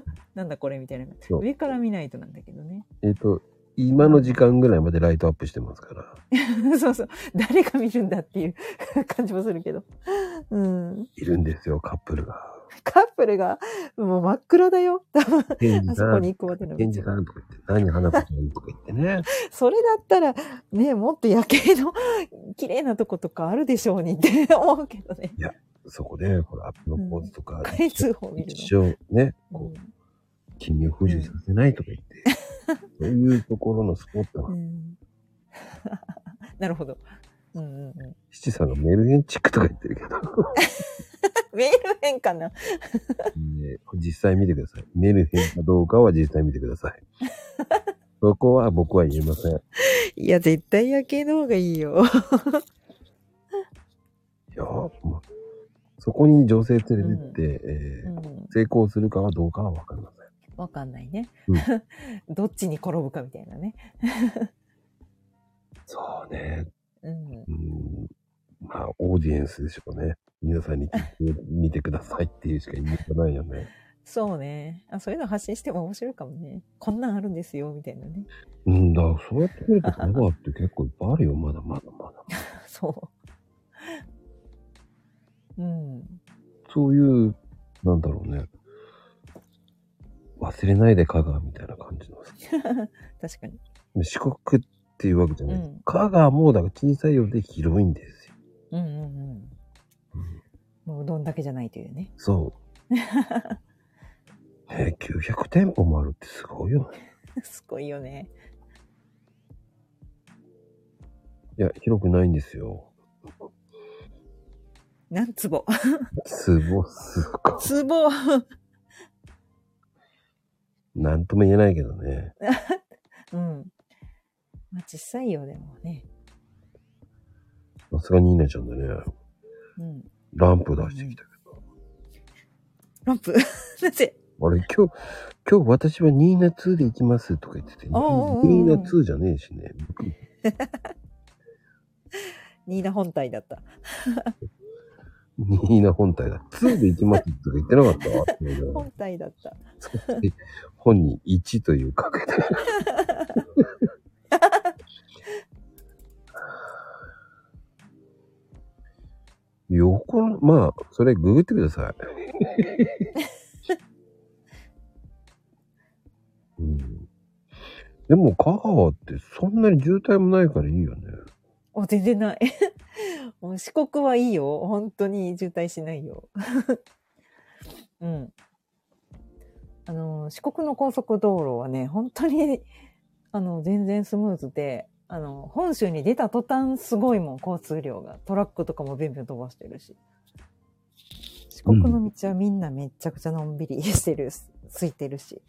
Speaker 4: <laughs> なんだこれみたいな。
Speaker 3: そう
Speaker 4: 上から見ないとなんだけどね。 <laughs>
Speaker 3: えっ、と、今の時間ぐらいまでライトアップしてますから。
Speaker 4: そうそう。誰が見るんだっていう <laughs> 感じもするけど。うん。
Speaker 3: いるんですよ、カップルが。
Speaker 4: カップルが、もう真っ暗だよ。 <laughs> 多分
Speaker 3: ケンジ
Speaker 4: <laughs> あ
Speaker 3: さ
Speaker 4: そこ
Speaker 3: ん
Speaker 4: に、行くまでの
Speaker 3: ケンジ
Speaker 4: 道
Speaker 3: さんとか言って、何花子ちゃんとか言ってね。
Speaker 4: それだったら、ね、もっと夜景の綺麗なとことかあるでしょうにって思うけどね。
Speaker 3: そこで、ほら、アップのポーズとか、
Speaker 4: 開通報見る
Speaker 3: 一生ね、
Speaker 4: の。
Speaker 3: こう、君を不自由させないとか言って、
Speaker 4: <laughs>
Speaker 3: そういうところのスポット
Speaker 4: う
Speaker 3: が、
Speaker 4: ん、 <laughs> なるほど。うん <laughs> うんうん、
Speaker 3: 七さんがメルヘンチックとか言ってるけど、
Speaker 4: メール変かな
Speaker 3: ね実際見てください。メルヘンかどうかは実際見てくださ
Speaker 4: <laughs>
Speaker 3: い。そこは僕は言えません。
Speaker 4: いや、絶対夜景の方がいいよ。
Speaker 3: いやー、まあそこに女性連れてって、え
Speaker 4: う
Speaker 3: ー
Speaker 4: ん、
Speaker 3: 成功するかはどうかはわかりません。
Speaker 4: わかんないね。 <laughs> どっちに転ぶかみたいなね。
Speaker 3: そうね。
Speaker 4: うん
Speaker 3: う、ん。まあ、オーディエンスでしょうね。皆さんに聞いて見てくださいっていうしか言いようがないよね。
Speaker 4: そうねあ。そういうの発信しても面白いかもね。こんなんあるんですよ、みたいなね。 <laughs>
Speaker 3: うんだ、そうやって見ると、カバーって結構いっぱいあるよ。まだまだまだ。
Speaker 4: そう。うん。
Speaker 3: そういう、なんだろうね。忘れないで香川みたいな感じの。
Speaker 4: 確かに。
Speaker 3: 四国っていうわけじゃない。
Speaker 4: うん
Speaker 3: 香川も、だから小さいようで広いんですよ。
Speaker 4: うんうんうん。もううどんだけじゃないというね。 <laughs>
Speaker 3: そう。ねえ、900店舗もあるってすごいよね。
Speaker 4: すごいよね。
Speaker 3: いや、広くないんですよ。
Speaker 4: 何坪 <laughs>
Speaker 3: すごすごい。
Speaker 4: 坪
Speaker 3: なんとも言えないけどね。
Speaker 4: うん。まあ小さいよ、でもね。
Speaker 3: さすがニーナちゃんだね。
Speaker 4: うん。
Speaker 3: ランプ出してきたけ
Speaker 4: ランプ <laughs> なぜ
Speaker 3: ど。あれ、今日、今日私はニーナ2で行きますとか言ってて、ニ
Speaker 4: おうおうおう
Speaker 3: ーナ2じゃねえしね。
Speaker 4: ニーナ本体だった。
Speaker 3: ニニーナ本体だ。2で行きますとか言ってなか
Speaker 4: <laughs>
Speaker 3: ったわ。
Speaker 4: 本体だった。
Speaker 3: 本に1というかけて。横の、まあ、それググってくださ <laughs> い。うん、でも、香川ってそんなに渋滞もないからいいよね。
Speaker 4: お、全然ない。 <laughs> もう四国はいいよ。本当に渋滞しないよ。 <laughs> うん。あの、四国の高速道路はね、本当に、あの、全然スムーズで、あの、本州に出た途端すごいもん、交通量が。トラックとかもビュンビュン飛ばしてるし。四国の道はみんなめっちゃくちゃのんびり <laughs> してるし、空いてるし。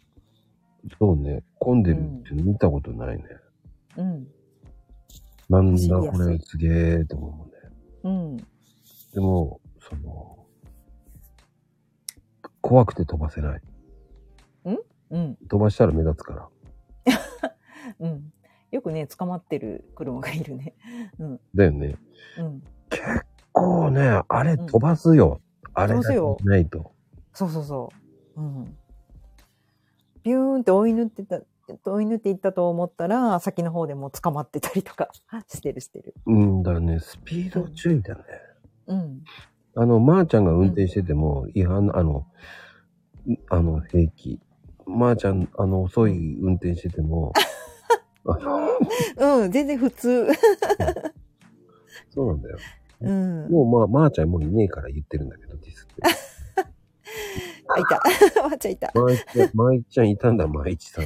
Speaker 3: そうね。混んでるって見たことないね。
Speaker 4: うん。
Speaker 3: なんだこれすげえと思うね。
Speaker 4: うん。
Speaker 3: でも、その、怖くて飛ばせない。
Speaker 4: うん。
Speaker 3: 飛ばしたら目立つから。
Speaker 4: うん。よくね、捕まってる車がいるね。
Speaker 3: だよね。
Speaker 4: うん。
Speaker 3: 結構ね、あれ
Speaker 4: うん
Speaker 3: 飛ばすよ。あれ
Speaker 4: 飛ばすよ
Speaker 3: だけないと。
Speaker 4: そうそうそう。うん。ビューンって追い抜ってた、追い抜っていったと思ったら、先の方でもう捕まってたりとかしてるしてる。
Speaker 3: うんだね、スピード注意だね。
Speaker 4: うん。
Speaker 3: あの、まー、ちゃんが運転してても、違反な、あの、あの、平気。まー、ちゃん、あの、遅い運転してて
Speaker 4: <laughs>
Speaker 3: も、あの、
Speaker 4: うん、全然普通。
Speaker 3: そうなんだよ。
Speaker 4: うん。
Speaker 3: もう、まあ、まー、ちゃんもういねえから言ってるんだけど、ディスって。
Speaker 4: あ、いた。わ <laughs> っちゃんいた。
Speaker 3: まー、ちゃん、まー、ちゃんいたんだ、まー、いちさん。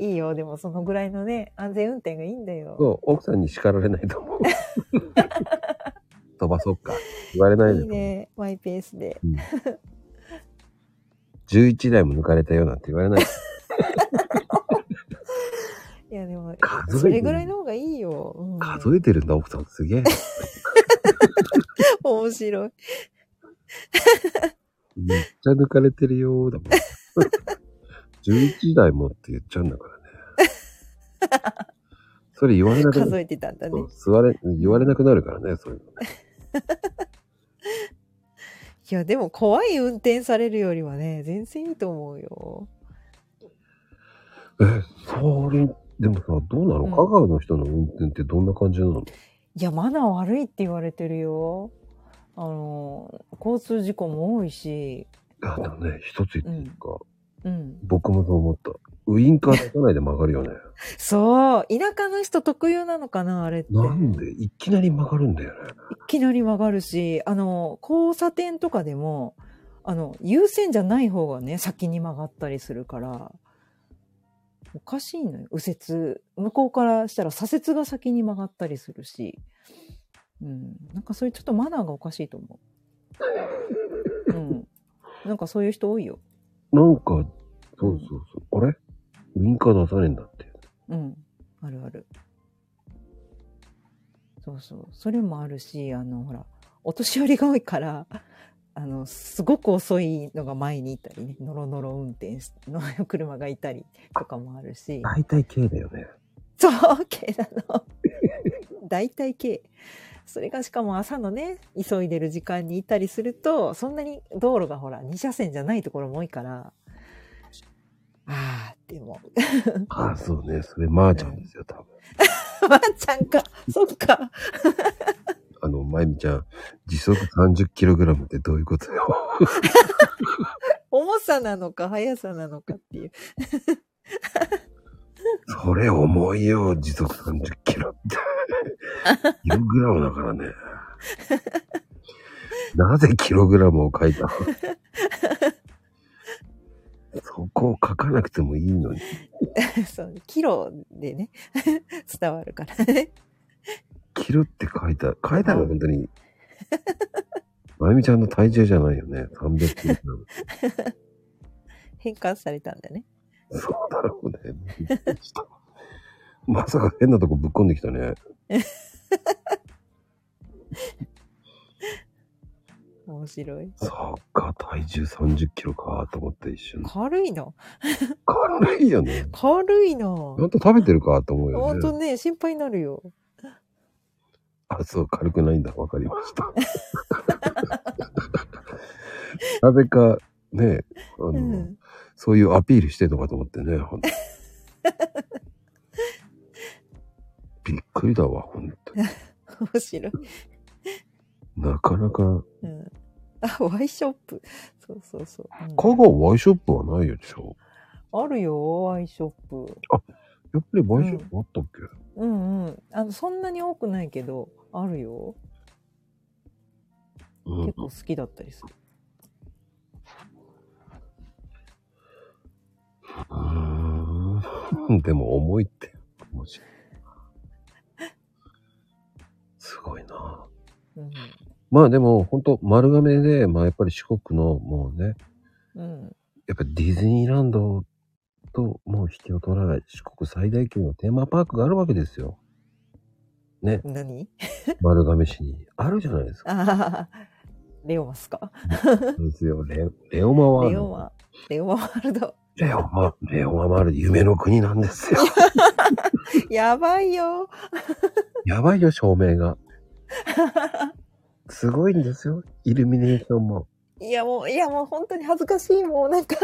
Speaker 4: いいよ。でもそのぐらいのね、安全運転がいいんだよ。
Speaker 3: そう、奥さんに叱られないと思う。飛ばそうか。言われない
Speaker 4: い
Speaker 3: で
Speaker 4: いね。マイペースで。
Speaker 3: 11台も抜かれたよなんて言われない。
Speaker 4: いや、でも、
Speaker 3: 数えてる
Speaker 4: それぐらいの方がいいよ。うん、
Speaker 3: 数えてるんだ、奥さん。すげえ。
Speaker 4: 面白い。
Speaker 3: めっちゃ抜かれてるよーだもん。11台もって言っちゃうんだからね。それ言われなくな
Speaker 4: 数
Speaker 3: る。
Speaker 4: えてたんだ
Speaker 3: そ
Speaker 4: ね
Speaker 3: う。座れ、言われなくなるからね、そういうの。
Speaker 4: いや、でも怖い運転されるよりはね、全然いいと思うよ。
Speaker 3: え、それ、でもさ、どうなの、
Speaker 4: うん
Speaker 3: 香川の人の運転ってどんな感じなの
Speaker 4: いや、マナー悪いって言われてるよ。あの、交通事故も多いし、
Speaker 3: あだね、一つ言っていいか、
Speaker 4: うん。
Speaker 3: 僕もそう思った。ウインカー立たないで曲がるよね。
Speaker 4: そう、田舎の人特有なのかな、あれって。
Speaker 3: なんでいきなり曲がるんだよね。
Speaker 4: いきなり曲がるし、あの、交差点とかでも、あの、優先じゃない方がね、先に曲がったりするから、おかしいのよ、右折。向こうからしたら左折が先に曲がったりするし、うん、なんかそういうちょっとマナーがおかしいと思う。うん。なんかそういう人多いよ。
Speaker 3: なんか、そうそうそう。あれウインカー出さねえんだって。
Speaker 4: うん。あるある。そうそう。それもあるし、あの、ほら、お年寄りが多いから、 <laughs> あの、すごく遅いのが前にいたりね、ノロノロ運転しの車がいたりとかもあるし、
Speaker 3: 大体軽だよね。
Speaker 4: そう、系なの。 <laughs> 大体系。それがしかも朝のね、急いでる時間にいたりすると、そんなに道路がほら、2車線じゃないところも多いから、あーっても <laughs> う。
Speaker 3: ああ、そうね。それ、まーちゃんですよ、多分。
Speaker 4: ワンちゃんか、そっか。
Speaker 3: あの、まゆみちゃん、時速 30kg ってどういうことよ。 <laughs>
Speaker 4: 重さなのか速さなのかっていう。 <laughs>
Speaker 3: それ重いよ、時速 30kg って。 <laughs> キログラムだからね。なぜキログラムを書い <laughs> たのそこを書かなくてもいいのに。
Speaker 4: そう、キロでね、 <laughs> 伝わるからね。 <laughs>
Speaker 3: キロって書いた、書いたの本当に。まゆみちゃんの体重じゃないよね。300キロ。
Speaker 4: 変換されたんだね。
Speaker 3: そうだろうね。びっくりしたまさか変なとこぶっこんできたね。
Speaker 4: 面白い。
Speaker 3: そうか、体重30キロかと思って一瞬。
Speaker 4: 軽いの。
Speaker 3: 軽いよね。
Speaker 4: 軽い
Speaker 3: ちゃん
Speaker 4: の。
Speaker 3: と食べてるかと思うよ
Speaker 4: 本
Speaker 3: ね。
Speaker 4: 当ね、心配になるよ。
Speaker 3: あ、そう、軽くないんだ。わかりました。 <laughs> なぜか、ね、あの、
Speaker 4: うん
Speaker 3: そういうアピールしてんのかと思ってね。ほん
Speaker 4: <laughs>
Speaker 3: とびっくりだわ、ほんと。
Speaker 4: 面白い。
Speaker 3: なかなか、
Speaker 4: うん、あ、ワイショップ。そうそうそう。うん
Speaker 3: 香川ワイショップはないでしょ。
Speaker 4: あるよ、ワイショップ。
Speaker 3: やっぱりワイショップあったっけ、
Speaker 4: うんうん。あの、そんなに多くないけど、あるよ。
Speaker 3: うん
Speaker 4: 結構好きだったりする。
Speaker 3: うーんでも重いって面白い。すごいな。
Speaker 4: うん。
Speaker 3: まあでも本当丸亀で、まあやっぱり四国のもうね、
Speaker 4: うん。
Speaker 3: やっぱりディズニーランドともう引きを取らない四国最大級のテーマパークがあるわけですよ。
Speaker 4: 何 <laughs>
Speaker 3: 丸亀市に。あるじゃないですか。
Speaker 4: ああ、レオマスか。
Speaker 3: ですよ。レレオマワール
Speaker 4: レ
Speaker 3: ド
Speaker 4: オマ、レオマワールド。 <laughs>
Speaker 3: レオマ、レオマワールド、夢の国なん <laughs> ですよ。
Speaker 4: やばいよ。 <laughs>
Speaker 3: やばいよ、照明が。すごいんですよ。イルミネーションも。
Speaker 4: いやもう、いやもう本当に恥ずかしい。もうなんか、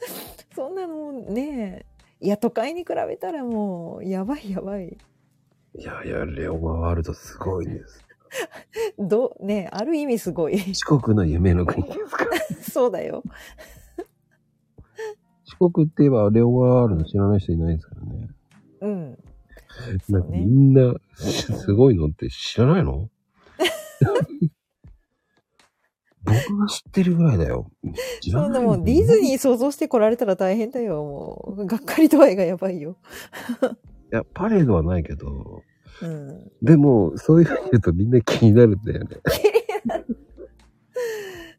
Speaker 4: <laughs> そんなのねえ。いや、都会に比べたらもう、やばいやばい。
Speaker 3: いやいや、レオマワールドすごいです。
Speaker 4: ど、ねえ、ある意味すごい。 <laughs>
Speaker 3: 四国の夢の国ですから。
Speaker 4: そうだよ。
Speaker 3: 四国って言えばレオマワールド知らない人いないですからね。
Speaker 4: うん。そ
Speaker 3: なん
Speaker 4: う
Speaker 3: かみ
Speaker 4: ね。
Speaker 3: んな、すごいのって知らない
Speaker 4: <laughs>
Speaker 3: の僕が知ってるぐらいだよ。知
Speaker 4: そ
Speaker 3: ら
Speaker 4: ん
Speaker 3: な
Speaker 4: ないもん、ディズ
Speaker 3: ーい
Speaker 4: ニー想像して来られたら大変だよ。もう、がっかり度合いがやばいよ。
Speaker 3: や、パレードはないけど、
Speaker 4: うん。
Speaker 3: でも、そういうふうに言うとみんな気になるんだよね。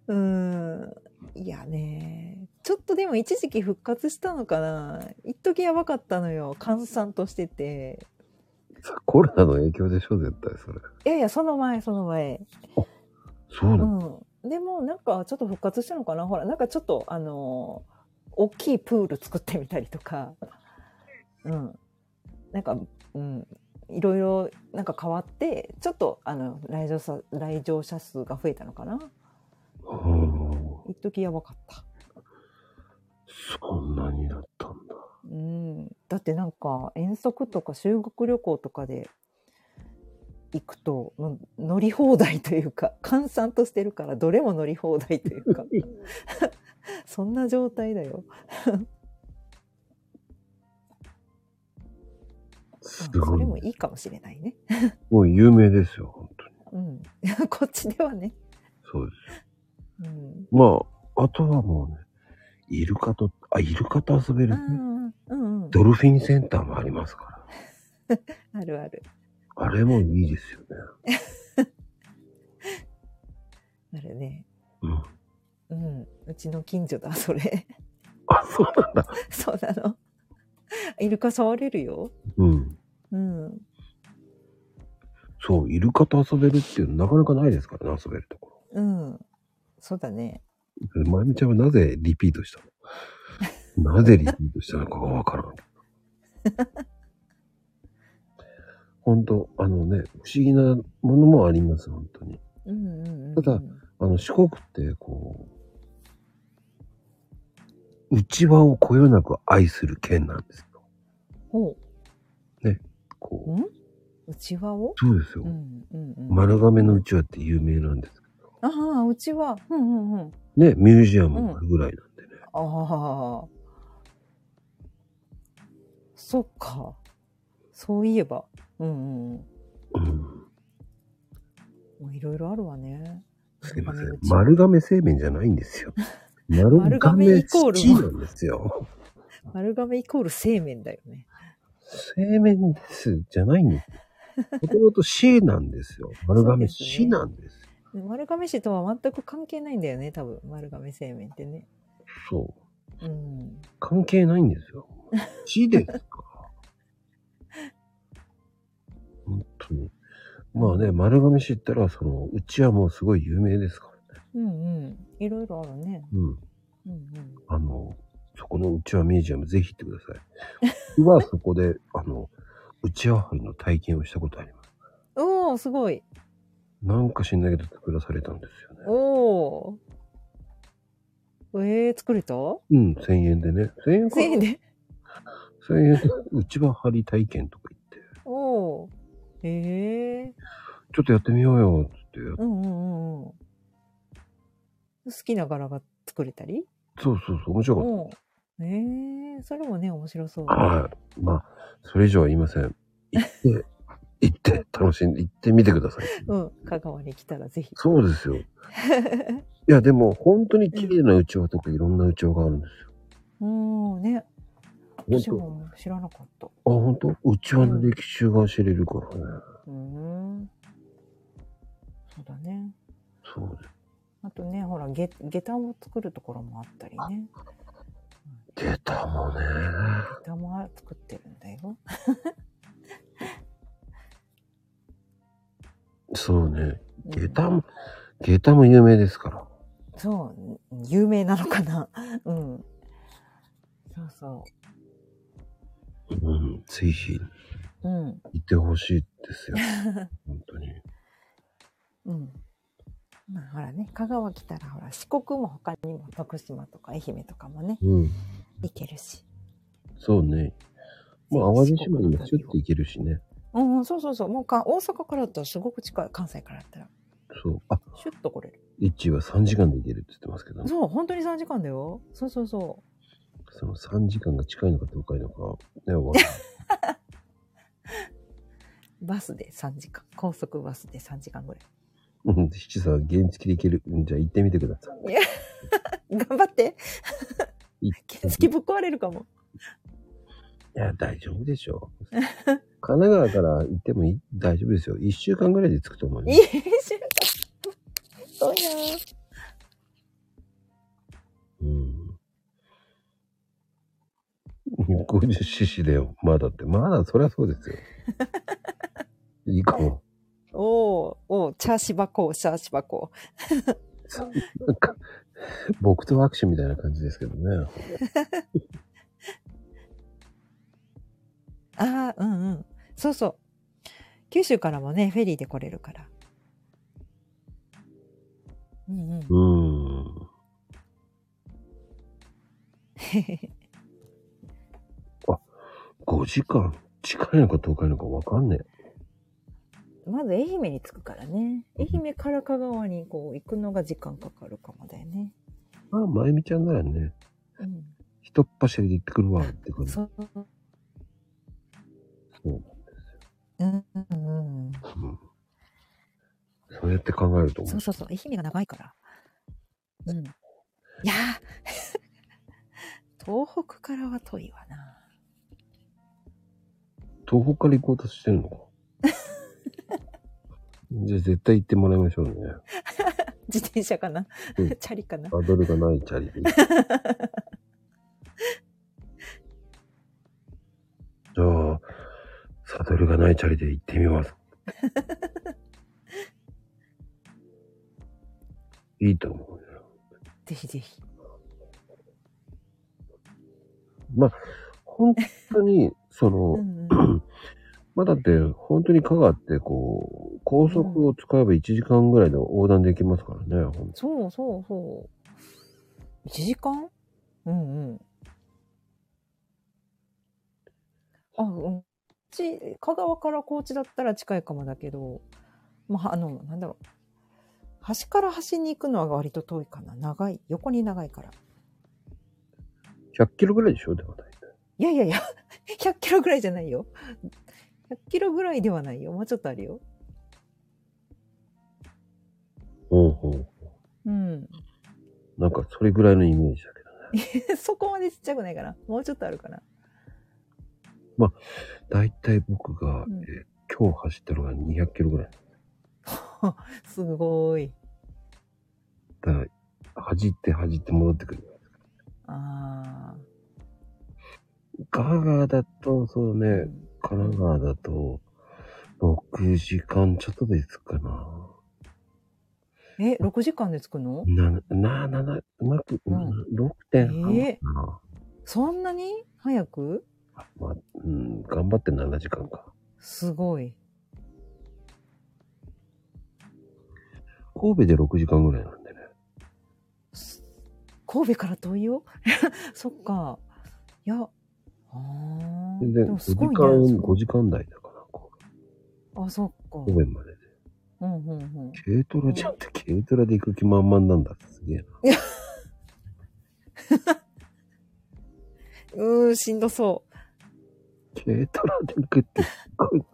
Speaker 4: うん。いやね。ちょっとでも一時期復活したのかな。一時やばかったのよ。閑散としてて。
Speaker 3: さコロナの影響でしょ、絶対それ。
Speaker 4: いやいや、その前、その前。
Speaker 3: そうな
Speaker 4: う
Speaker 3: の、
Speaker 4: ん。でも、なんかちょっと復活したのかな。ほら、なんかちょっと、あのー大きいプール作ってみたりとか。うん。なんか、うん。いろいろ、なんか変わって、ちょっと、あの、来場者、来場者数が増えたのかな。
Speaker 3: うん
Speaker 4: 一時やばかった。
Speaker 3: そんなにだったんだ。
Speaker 4: うん、だってなんか遠足とか修学旅行とかで行くとの乗り放題というか <laughs> 閑散としてるからどれも乗り放題というか <laughs> そんな状態だよ。
Speaker 3: す
Speaker 4: うんそ
Speaker 3: ごい
Speaker 4: れ。もいいかもしれないね。
Speaker 3: もう有名ですよ、本当に。
Speaker 4: うん、 <laughs> こっちではね。
Speaker 3: そうです。
Speaker 4: うん、
Speaker 3: まあ、あとはもうね、イルカと、あ、イルカと遊べる
Speaker 4: あ
Speaker 3: ね、
Speaker 4: あうんうん、
Speaker 3: ドルフィンセンターもありますから。
Speaker 4: あるある。
Speaker 3: あれもいいですよね。
Speaker 4: あるね。
Speaker 3: うん。
Speaker 4: うん、うちの近所だそれ。 <laughs>
Speaker 3: あ、そうなんだ。
Speaker 4: そうなの。イルカ触れるよ。
Speaker 3: うん。
Speaker 4: うん、
Speaker 3: そう、イルカと遊べるっていうのなかなかないですからね、遊べるとこ
Speaker 4: うん、そうだね。
Speaker 3: ろ。まゆみちゃんはなぜリピートした <laughs> のなぜリピートしたのかがわからん。本当あのね、不思議なものもあります、本当に。
Speaker 4: うんうんうん、
Speaker 3: ただあの、四国って、こう、内輪をこよなく愛する県なんですよ。
Speaker 4: ほう。
Speaker 3: こ
Speaker 4: んうちわを
Speaker 3: う。そうですよ。
Speaker 4: うんうんうん。
Speaker 3: 丸亀の内輪って有名なんですけ
Speaker 4: ああ、うちわ。うんうんうん。
Speaker 3: ど。ね、ミュージアムもあるぐらいなんでね。
Speaker 4: ああ。そっか。そういえば。うんうんうん。
Speaker 3: うん。
Speaker 4: もういろいろあるわね。
Speaker 3: すいません
Speaker 4: 丸亀。内輪
Speaker 3: 丸亀製麺じゃないんですよ。丸
Speaker 4: 丸亀
Speaker 3: 亀
Speaker 4: イコー
Speaker 3: 好
Speaker 4: ル
Speaker 3: きなんですよ。
Speaker 4: 丸亀イコール製麺だよね。
Speaker 3: 製麺ですじゃないんですよ。もともと C なんですよ。丸亀
Speaker 4: そうです
Speaker 3: C
Speaker 4: ね
Speaker 3: なんですよ。
Speaker 4: 丸亀市とは全く関係ないんだよね、多分。丸亀製麺ってね。
Speaker 3: そう。
Speaker 4: うん。
Speaker 3: 関係ないんですよ。死ですから。本当に。まあね、丸亀市って言ったら、その、うちはもうすごい有名ですからね。
Speaker 4: うんうん。いろいろあるね。
Speaker 3: うん。
Speaker 4: うんうん。
Speaker 3: あの、そこのうちわミュージアムぜひ行ってください。 <laughs> 僕はそこで、あの、うちわ張りの体験をしたことあります。
Speaker 4: おおー、すごい。
Speaker 3: なんか知んないけど作らされたんですよね。
Speaker 4: おー。えー、作れた
Speaker 3: うん、1000円でね。1000円か。
Speaker 4: 全員で。
Speaker 3: 1000円で、うちは張り体験とか言って、
Speaker 4: <laughs> おー。え
Speaker 3: ちょっとやってみようよ、つってやっ
Speaker 4: ー。うんうんうんうん。好きな柄が作れたり
Speaker 3: そうそうそう、面白かっ
Speaker 4: うん。えー、それもね、面白そう。
Speaker 3: た。はい。まあ、それ以上は言いません。行って、 <laughs> 行って、楽しんで、行ってみてください。
Speaker 4: うん。香川に来たらぜひ。
Speaker 3: そうですよ。いや、でも、本当に綺麗なうちわとかいろんなうちわがあるんで
Speaker 4: うん、ね。
Speaker 3: す
Speaker 4: 私
Speaker 3: よ。本
Speaker 4: も知らなかっ
Speaker 3: 当
Speaker 4: た。
Speaker 3: あ、本当うちわの歴史が知れるからね。
Speaker 4: うーん。そうだね。
Speaker 3: そうです。
Speaker 4: あとね、ほら、げ下駄を作るところもあったりね。
Speaker 3: 下駄もね。
Speaker 4: 下駄も作ってるんだよ。
Speaker 3: そうね。
Speaker 4: うん
Speaker 3: 下駄も、下駄も有名ですから。
Speaker 4: そう、有名なのかな。 <laughs> うん。そうそ
Speaker 3: うん。ぜひ、
Speaker 4: う。うん。
Speaker 3: いてほしいです
Speaker 4: <laughs>
Speaker 3: よ。本当に。
Speaker 4: うん。まあほらね、香川来たらほら、四国も他にも徳島とか愛媛とかもね、
Speaker 3: うん。
Speaker 4: 行けるし。
Speaker 3: そうね。まあ、淡路島にもちょっと行けるしね。
Speaker 4: うんうん、そうそうそう。もうか、大阪からだったらすごく近い。関西からだったら。
Speaker 3: そう。あ、
Speaker 4: シュッと来れる。
Speaker 3: イッチーは3時間で行けるって言ってますけど、ね、
Speaker 4: そう、本当に3時間だよ。そうそうそ。
Speaker 3: その3時間が近いのか遠いのか、ね、わかんないう
Speaker 4: バスで3時間。高速バスで3時間ぐらい。
Speaker 3: うん、七さん、原付で行ける。うんじゃあ行ってみてください。
Speaker 4: 頑張って
Speaker 3: 行って
Speaker 4: 原付ぶっ壊れるかも。
Speaker 3: いや、大丈夫でしょう。神奈川から行ってもいい大丈夫ですよ。一週間ぐらいで着くと思いま
Speaker 4: いい
Speaker 3: す。
Speaker 4: じゃん。そうや
Speaker 3: うん。50cc だよ。まだって。まだ、そりゃそうですよ。いいかも。
Speaker 4: おー、おー、チャーシバコー、チャーシバコ
Speaker 3: なんか、僕と握手みたいな感じですけどね。
Speaker 4: ー。ああ、うんうん。そうそう。九州からもね、フェリーで来れるから。うんうん。
Speaker 3: うん。5時間。近いのか遠いのかわかんねえ。
Speaker 4: まず愛媛に着くからね。愛媛から香川にこう行くのが時間かかるかもだよね。
Speaker 3: まあ、まゆみちゃんならね、
Speaker 4: う
Speaker 3: 一っ走りで行ってくるわって感
Speaker 4: ん。
Speaker 3: じ。
Speaker 4: そう。
Speaker 3: そう
Speaker 4: うんうんうん。
Speaker 3: うんそうやって考えると思
Speaker 4: そうう。そうそう。愛媛が長いから。うん。いやー <laughs> 東北からは遠いわな。
Speaker 3: 東北から行こうとしてるの
Speaker 4: <laughs>
Speaker 3: か。じゃあ絶対行ってもらいましょうね。
Speaker 4: 自転車かな、
Speaker 3: うん
Speaker 4: チャリかな
Speaker 3: ハードルがない
Speaker 4: <laughs>
Speaker 3: チャリで。じゃあ、サドルがないチャリで行ってみ
Speaker 4: <laughs>
Speaker 3: ます。いいと思うよ。
Speaker 4: ぜひぜひ。
Speaker 3: まあ、本当に、その、
Speaker 4: うんうん。
Speaker 3: まあだって、本当に香川ってこう、高速を使えば1時間ぐらいで横断できますからね、ほんと
Speaker 4: そうそうそう。1時間うんうん。あ、うん。うち、香川から高知だったら近いかもだけど、まあ、あの、なんだろう。端から端に行くのは割と遠いかな。長い。横に長いから。
Speaker 3: 100キロぐらいでしょでも大体。
Speaker 4: いやいやいや、100キロ <laughs> ぐらいじゃないよ。100キロぐらいではないよ。もうちょっとあるよ。
Speaker 3: ほうほう。
Speaker 4: うん。 <laughs>
Speaker 3: なんかそれぐらいのイメージだけどね。
Speaker 4: そこまでちっちゃくないかな。もうちょっとあるかな。
Speaker 3: 大体僕が、
Speaker 4: うん
Speaker 3: えー今日走ったのが200キロぐらい。
Speaker 4: すごい。
Speaker 3: だから、走って走って戻ってくる。
Speaker 4: あ
Speaker 3: 香川だと、そう
Speaker 4: あ。
Speaker 3: ね、神奈川だと、6時間ちょっとで着くかな。
Speaker 4: え、6時間で着くの
Speaker 3: な、な、な、な、うまく、
Speaker 4: うん
Speaker 3: 6.8
Speaker 4: え
Speaker 3: かな。
Speaker 4: そんなに早く
Speaker 3: まあ、うん、頑張って7時間か。
Speaker 4: すごい。
Speaker 3: 神戸で6時間ぐらいなんでね。
Speaker 4: 神戸から遠いよ <laughs> そっか。いや、ああ。
Speaker 3: 全然5
Speaker 4: でも
Speaker 3: 時
Speaker 4: す
Speaker 3: 間、
Speaker 4: ごいねす
Speaker 3: 5
Speaker 4: ごい
Speaker 3: 時間台だから、神
Speaker 4: あ、そっか。
Speaker 3: 戸神戸までで。
Speaker 4: うんうんうん。
Speaker 3: 軽トラじゃんって軽トラで行く気満々なんだってすげえな。
Speaker 4: うーん、しんどそ
Speaker 3: 軽トラで行くってすごい。
Speaker 4: う。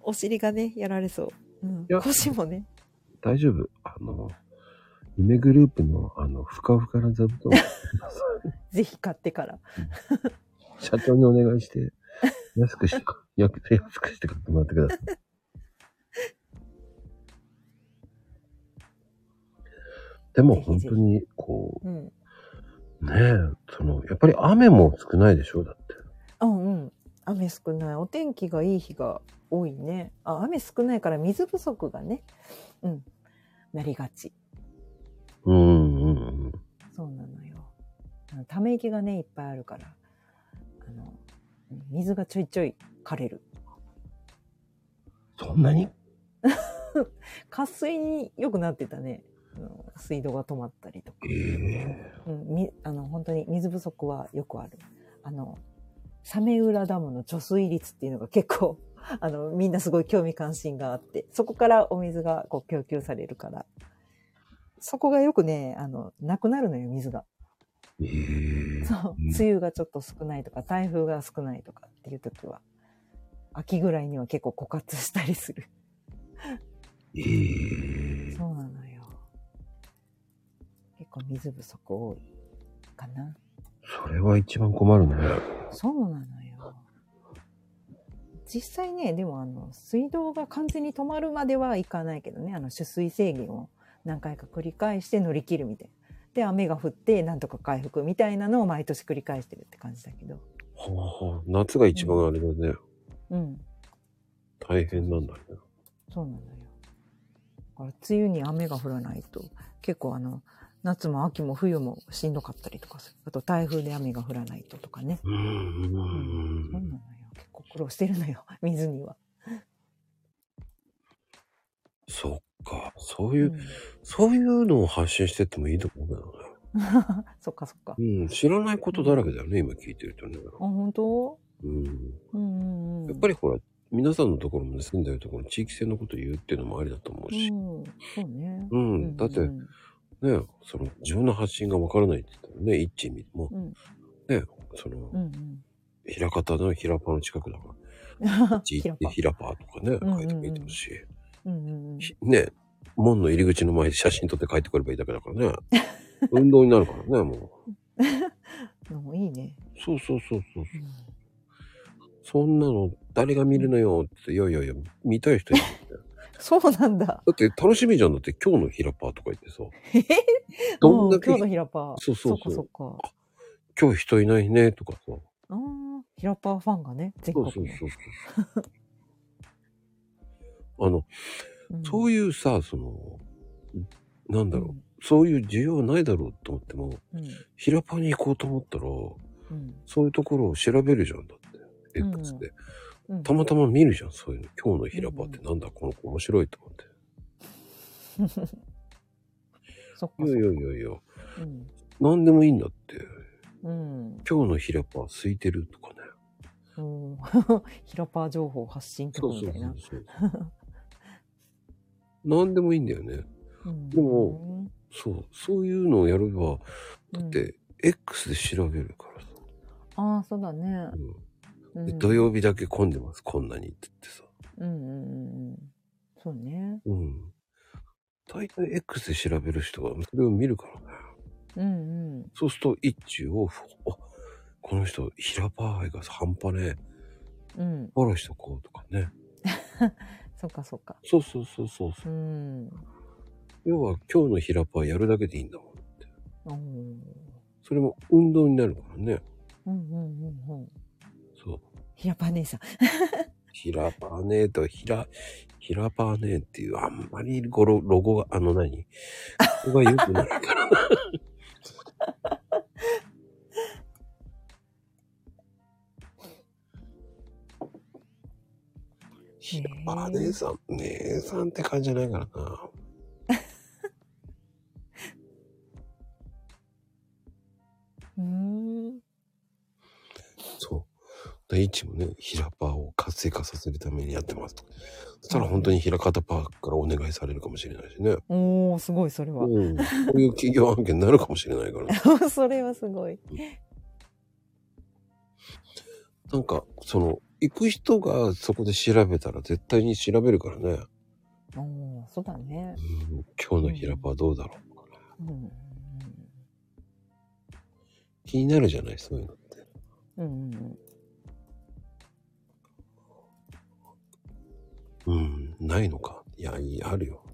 Speaker 4: お尻がね、やられそう。うん
Speaker 3: や、
Speaker 4: 腰もね。
Speaker 3: 大丈夫。あの、夢グループのあの、ふかふかな座布団、
Speaker 4: ぜひ買ってから。
Speaker 3: <laughs> 社長にお願いして、安くして、や安くして買ってもらってください。でも本当に、こ
Speaker 4: うん。
Speaker 3: う、ねえ、その、やっぱり雨も少ないでしょだって。
Speaker 4: うんうん。雨少ない。お天気がいい日が多いね。あ、雨少ないから水不足がね。うん。なりがち。
Speaker 3: うんうんうん。
Speaker 4: そうなのよ。あのため息がね、いっぱいあるから。あの、水がちょいちょい枯れる。
Speaker 3: そんなに
Speaker 4: 渇水に良くなってたね。あの水道が止まったりとか。
Speaker 3: ええ
Speaker 4: うん、みあの本当に水不足はよくある。あの、サメ浦ダムの貯水率っていうのが結構、 <laughs> あの、みんなすごい興味関心があって、そこからお水がこう供給されるから、そこがよくね、あの、なくなるのよ、水が。
Speaker 3: ええ
Speaker 4: そう、梅雨がちょっと少ないとか、台風が少ないとかっていう時は、秋ぐらいには結構枯渇したりする。
Speaker 3: ええ
Speaker 4: そうなのよ。結構水不足多いかな。
Speaker 3: それは一番困るね。
Speaker 4: そうなのよ。実際ね、でもあの、水道が完全に止まるまではいかないけどね、あの、取水制限を何回か繰り返して乗り切るみたいな。で、雨が降って、なんとか回復みたいなのを毎年繰り返してるって感じだけど。
Speaker 3: ほうほう夏が一番あれだね。
Speaker 4: うん、
Speaker 3: 大変なんだね。
Speaker 4: そうなのよ。だから、梅雨に雨が降らないと、結構あの、夏も秋も冬もしんどかったりとかする。あと、台風で雨が降らないととかね。
Speaker 3: うんうんう
Speaker 4: そうなんのよ。結構苦労してるのよ、 <laughs> 水には。
Speaker 3: そっか。そういうう、
Speaker 4: ん、 <laughs>
Speaker 3: そういうのを発信してってもいいと思うけどね。
Speaker 4: そっかそっか。
Speaker 3: うん、知らないことだらけだよね、今聞いてるとね。
Speaker 4: あ、本当
Speaker 3: うん。
Speaker 4: うんうんうん。
Speaker 3: やっぱ
Speaker 4: り、
Speaker 3: りほら、皆さんのところもね、住んでるところの地域性のことを言うっていうのもありだと思うし
Speaker 4: う。ん、そうね。
Speaker 3: う、
Speaker 4: うんんうん
Speaker 3: だってね、その、自分の発信がわからないって言ったらね、一味も
Speaker 4: う、ん
Speaker 3: ね、その、
Speaker 4: うん
Speaker 3: 平方の平パの近くだから、
Speaker 4: うん。は
Speaker 3: 一行って平パとかね、
Speaker 4: うんうんうん
Speaker 3: 書いてもいいと思うし、
Speaker 4: うんうんうん。
Speaker 3: ひね、門の入り口の前で写真撮って帰ってくればいいだけだからね。 <laughs> 運動になるからね、もう。
Speaker 4: のもいいね。
Speaker 3: そうそうそうそう。
Speaker 4: うん
Speaker 3: そんなの誰が見るのよって、いやいやいや、見たい人いる <laughs> んだよ
Speaker 4: そうなんだ。
Speaker 3: だって楽しみじゃんだって今日のヒラパーとか言って
Speaker 4: <laughs>
Speaker 3: さ。
Speaker 4: えへへ
Speaker 3: どんだけ
Speaker 4: うん今日のひらぱ。
Speaker 3: そうそうそう
Speaker 4: そっかそっか。
Speaker 3: 今日人いないねとかさ。そ
Speaker 4: ああ、ひらぱファンがね、全
Speaker 3: うそ
Speaker 4: 国
Speaker 3: うそう
Speaker 4: ね
Speaker 3: そう。あの、そう
Speaker 4: い
Speaker 3: いうさ、その、なんだろ
Speaker 4: う
Speaker 3: う、そういう需要はないだろうと思っても、
Speaker 4: ん。うん
Speaker 3: ヒラパーに行こうと思ったら、
Speaker 4: うん
Speaker 3: そういうところを調べるじゃんだって。
Speaker 4: うん
Speaker 3: X で。
Speaker 4: うん
Speaker 3: たまたま見るじゃん、そういうの。今日の平場ってなんだ、この子面白いと思って。
Speaker 4: そっかそっ
Speaker 3: い
Speaker 4: か
Speaker 3: やいやいやいや、
Speaker 4: うん
Speaker 3: なんでもいいんだって。
Speaker 4: うん。
Speaker 3: 今日の平場空いてるとかね。
Speaker 4: うん。ひらぱ情報発信
Speaker 3: そ
Speaker 4: 局
Speaker 3: うそう
Speaker 4: みたい
Speaker 3: そ
Speaker 4: な
Speaker 3: う。そう。なんでもいいんだよね。でもそう、そういうのをやれば、
Speaker 4: う
Speaker 3: だ
Speaker 4: ん、
Speaker 3: って X で調べるからさ。
Speaker 4: ああ、そうだね。
Speaker 3: うん
Speaker 4: うん
Speaker 3: 土。曜日だけ混んでます、こんなにって言ってさ。
Speaker 4: うんうんうんうん。そうね。
Speaker 3: うん。大体 X で調べる人はそれを見るからね。
Speaker 4: うんうん。
Speaker 3: そうすると一中を、あこの人、平場愛が半端ねえ。
Speaker 4: うん。
Speaker 3: フォローしとこうとかね。
Speaker 4: そっかそっか。
Speaker 3: そうそうそうそうそうう。
Speaker 4: ん。
Speaker 3: 要は今日のヒラパーやるだけでいいんだもんって。
Speaker 4: おー
Speaker 3: それも運動になるからね。
Speaker 4: うんうんうんうん。
Speaker 3: そう。
Speaker 4: ひらぱ姉さん。
Speaker 3: ヒラパーねーと、ヒラ、ヒラパーねーっていう、あんまりゴロ、ロゴが、あの何 <laughs> ここが良くないから。
Speaker 4: へ
Speaker 3: あ、
Speaker 4: え
Speaker 3: 姉さん、姉さんって感じじゃないからな。
Speaker 4: うーん
Speaker 3: そう。で、イチもね、平パーを活性化させるためにやってますと。そしたら本当に平方パーからお願いされるかもしれないしね。
Speaker 4: おーすごいそれは
Speaker 3: うん。こういう企業案件になるかもしれないからね。
Speaker 4: それはすごい
Speaker 3: なんか、その、行く人がそこで調べたら絶対に調べるからね。
Speaker 4: おーそうだね
Speaker 3: うん今日の平パーどうだろうとかね。
Speaker 4: うん
Speaker 3: 気になるじゃない、そういうのって。
Speaker 4: うんうん
Speaker 3: うん、ないのか。いや、いいあるよ。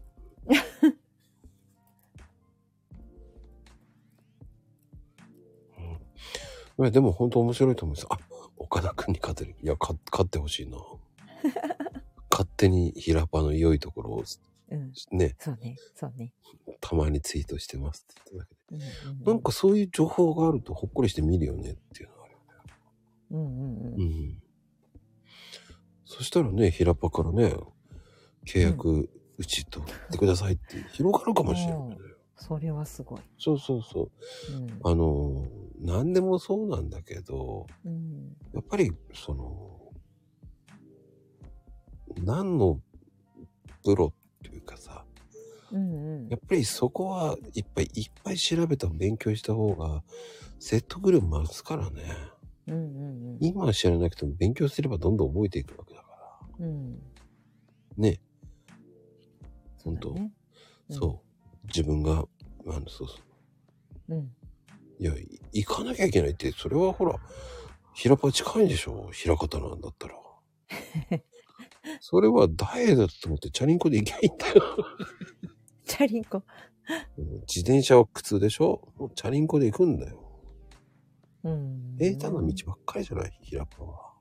Speaker 3: うんいや、でも本当面白いと思います。あ、岡田くんに勝てる。いや、か勝ってほしいな。勝手に平場の良いところを
Speaker 4: うん
Speaker 3: ね、
Speaker 4: そうねそうね
Speaker 3: たまにツイートしてますって言ってた
Speaker 4: うん
Speaker 3: けど。なんかそういう情報があるとほっこりして見るよねっていうのはあるよね。
Speaker 4: うんうんうん
Speaker 3: うん。そしたらね、平場からね、契約うちとってくださいって広がるかもしれない、
Speaker 4: うんそれはすごい
Speaker 3: そうそうそう。
Speaker 4: うん
Speaker 3: あの、何でもそうなんだけど、
Speaker 4: うん
Speaker 3: やっぱり、その、何のプロっていうかさ、
Speaker 4: うんうん
Speaker 3: やっぱりそこはいっぱいいっぱい調べた勉強した方が説得力増すからね。
Speaker 4: うんうん
Speaker 3: 今は知らなくても勉強すればどんどん覚えていくわけだから。
Speaker 4: うんうん
Speaker 3: ね。
Speaker 4: そうだねうん
Speaker 3: そう。自分が、あの、そうそう。
Speaker 4: うん
Speaker 3: いや、い行かなきゃいけないって、それはほら、平場近いんでしょ平方なんだ
Speaker 4: <laughs>
Speaker 3: ったら。それは誰だと思ってチャリンコで行きゃいいんだよ。
Speaker 4: チャリンコ
Speaker 3: 自転車は苦痛でしょもうチャリンコで行くんだよ。
Speaker 4: うん
Speaker 3: 平坦な道ばっかりじゃない平場は。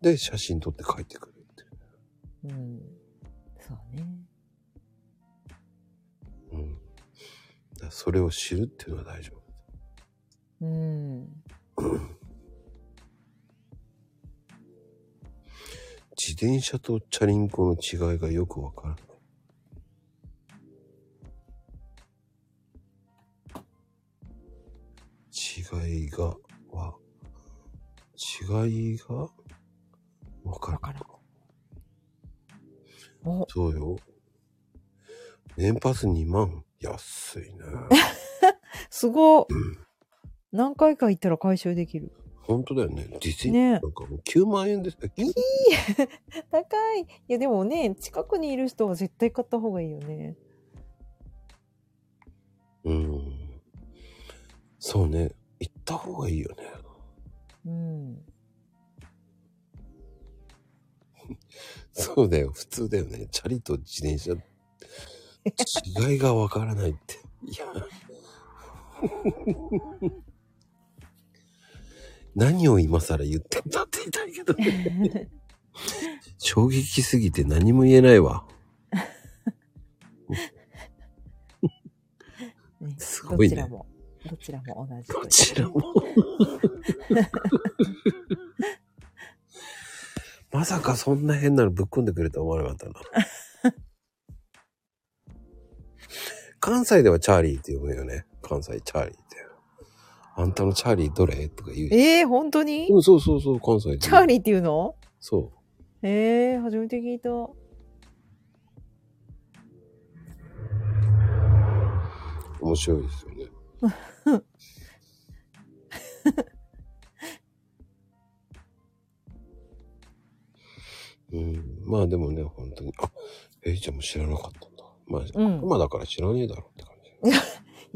Speaker 3: で、写真撮って帰ってくるって。
Speaker 4: うんそうね
Speaker 3: うん。だからそれを知るっていうのは大丈夫。
Speaker 4: うん
Speaker 3: 自転車とチャリンコの違いがよくわからない。違いが、は、違いが、わから
Speaker 4: わから
Speaker 3: ない
Speaker 4: ん。お
Speaker 3: そうよ。年パス2万。安 <laughs> いね。
Speaker 4: すごっ何回か行ったら回収できる
Speaker 3: 本当だよね。ディズニー
Speaker 4: ね
Speaker 3: なんかもう9万円です。え9
Speaker 4: 高いいやでもね近くにいる人は絶対買った方がいいよね
Speaker 3: うん。そうね。行った方がいいよね。
Speaker 4: うん
Speaker 3: そうだよ、普通だよね。チャリと自転車、違いがわからないって。いや。何を今更言ってんだって言いたいけどね。衝撃すぎて何も言えないわ。
Speaker 4: ね
Speaker 3: <laughs> すごいね
Speaker 4: どちらもどちらも同じという
Speaker 3: どちらも。 <laughs> まさかそんな変なのぶっ込んでくれるとは思わなかった
Speaker 4: <laughs>
Speaker 3: な。関西ではチャーリーって呼ぶよね。関西チャーリーって。あんたのチャーリーどれとか言うよ。
Speaker 4: えー、本当に
Speaker 3: うん、そうそうそう、関西で。
Speaker 4: チャー
Speaker 3: リー
Speaker 4: リーっていうの
Speaker 3: そ
Speaker 4: えー、初めて聞いた
Speaker 3: う。面白いですよね。うん、まあでもね、本当に。あ、えいちゃんも知らなかったんだ。まあ、
Speaker 4: うん
Speaker 3: 今だから知らねえだろうって感じ。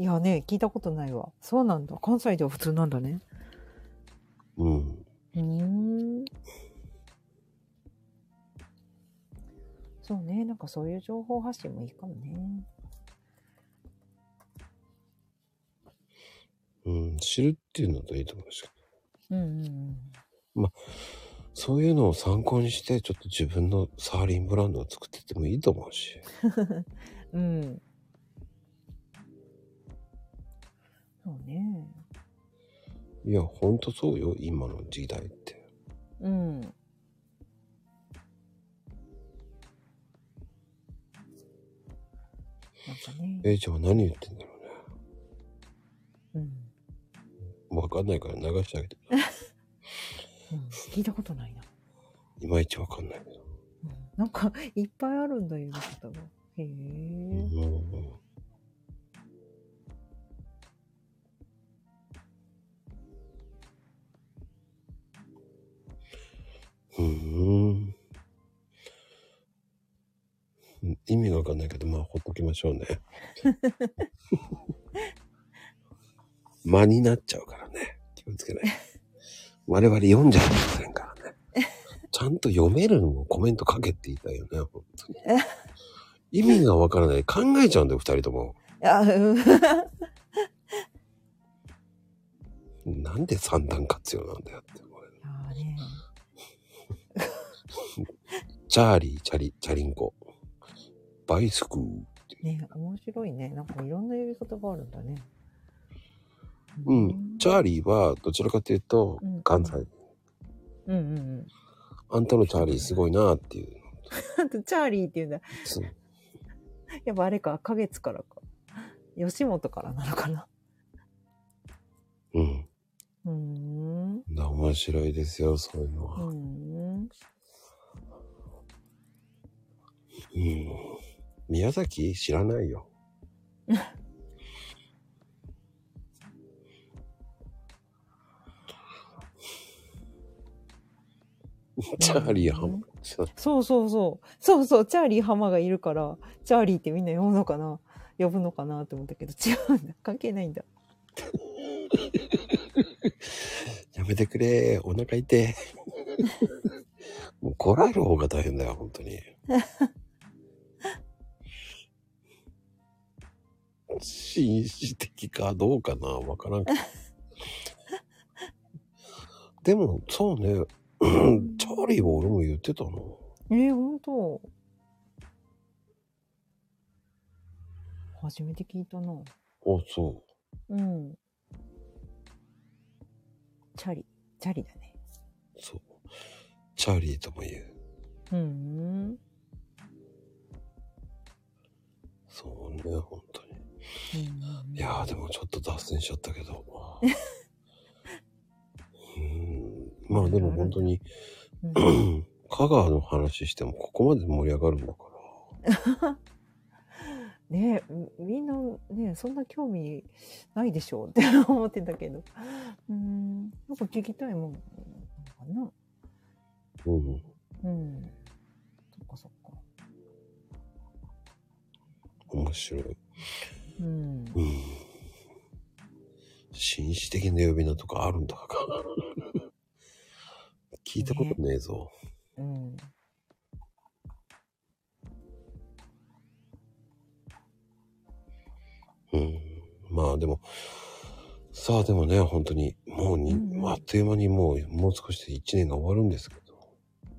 Speaker 4: いやね聞いたことないわそうなんだ関西では普通なんだね
Speaker 3: うん。
Speaker 4: うんそうねなんかそういう情報発信もいいかもね
Speaker 3: うん、知るっていうのといいと思うし、
Speaker 4: うんうん
Speaker 3: そういうのを参考にして、ちょっと自分のサーリンブランドを作ってってもいいと思うし。
Speaker 4: うんうんそうね
Speaker 3: いや、ほんとそうよ、今の時代って。
Speaker 4: うんかね。
Speaker 3: えいちゃんは何言ってんだろうね。
Speaker 4: うん。
Speaker 3: わかんないから流してあげて。
Speaker 4: うん聞いたことないな。
Speaker 3: いまいちわかんないけど。
Speaker 4: うんなんか、いっぱいあるんだよ、方が。へえ。
Speaker 3: うんうんうんうん意味がわかんないけど、まあ、ほっときましょうね。間になっちゃうからね。気をつけない。我々読んじゃいけませんからね。ちゃんと読めるのをコメントかけって言いたいよね、本当に。意味がわからない。考えちゃうんだよ、二人とも。
Speaker 4: あ、うん。
Speaker 3: なんで三段活用なんだよって。俺
Speaker 4: あね。
Speaker 3: チャーリー、チャリ、チャリンコ。バイスクー。
Speaker 4: ね面白いね。なんかいろんな呼び方があるんだね。
Speaker 3: うん。チャーリーは、どちらかというと
Speaker 4: うん、
Speaker 3: 関西。
Speaker 4: うんうんうん。 <laughs>
Speaker 3: あんたのチャーリーすごいなっていう。
Speaker 4: あと、チャーリーっていうんだ。
Speaker 3: そう
Speaker 4: やっぱあれか、花月からか。吉本からなのかな。
Speaker 3: うん。
Speaker 4: うーん。う
Speaker 3: な面白いですよ、そういうのは。
Speaker 4: ー
Speaker 3: う
Speaker 4: ん。
Speaker 3: ん。宮崎知らないよ。チャーリーはん、
Speaker 4: そうそうそう。そうそう、チャーリー浜がいるから、チャーリーってみんな呼ぶのかな呼ぶのかなって思ったけど、違うんだ。関係ないんだ。
Speaker 3: やめてくれ、お腹痛 <laughs> い。もうこらえる方が大変だよ、本当に。紳士的かどうかな、わからんけど。でも、そうね、うんチャーリーは俺も言ってたな。
Speaker 4: えー、ほんと。初めて聞いたな。
Speaker 3: あ、そ
Speaker 4: うん。チャリ、チャリだね。
Speaker 3: う、そう。チャーリーとも言う。
Speaker 4: うん。
Speaker 3: そうね、本当に。
Speaker 4: うん
Speaker 3: いやーでもちょっと脱線しちゃったけ
Speaker 4: <laughs>
Speaker 3: ど。うーんまあでも本当に、 <clears throat>
Speaker 4: うん
Speaker 3: うん香川の話してもここまで盛り上がるんだか。
Speaker 4: ねえみみんなねそんな興味ないでしょうって思ってたけどうんなんか聞きたいもんなのから
Speaker 3: うん。
Speaker 4: なうんそっかそっか
Speaker 3: 面白い。
Speaker 4: うん
Speaker 3: うん。紳士的な呼び名とかあるんだか。 <laughs> 聞いたことねえぞ。
Speaker 4: うん
Speaker 3: うん。まあでも、さあでもね、本当に、もうに、
Speaker 4: うんうん
Speaker 3: あっという間にもう、もう少しで1年が終わるんですけど。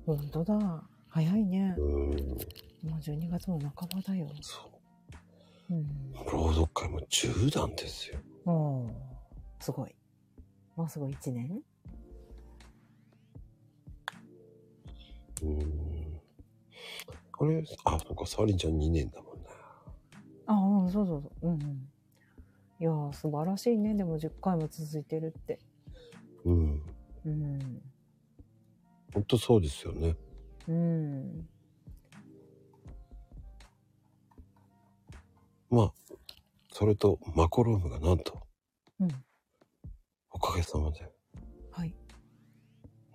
Speaker 4: 本当だ早いね
Speaker 3: うん。
Speaker 4: もう12月も半ばだよ
Speaker 3: そう。
Speaker 4: うん
Speaker 3: 朗読会も10段ですよ。
Speaker 4: おーすごいもうすごい1年
Speaker 3: うーん。あれあ、そうか、サリンちゃん2年だもんね。
Speaker 4: あうんそうそうそううんうんいやー素晴らしいねでも10回も続いてるって
Speaker 3: うん。
Speaker 4: うん
Speaker 3: ほんとそうですよね。
Speaker 4: うん
Speaker 3: まあ、それと、マコロームがなんと、
Speaker 4: うん
Speaker 3: おかげさまで、
Speaker 4: はい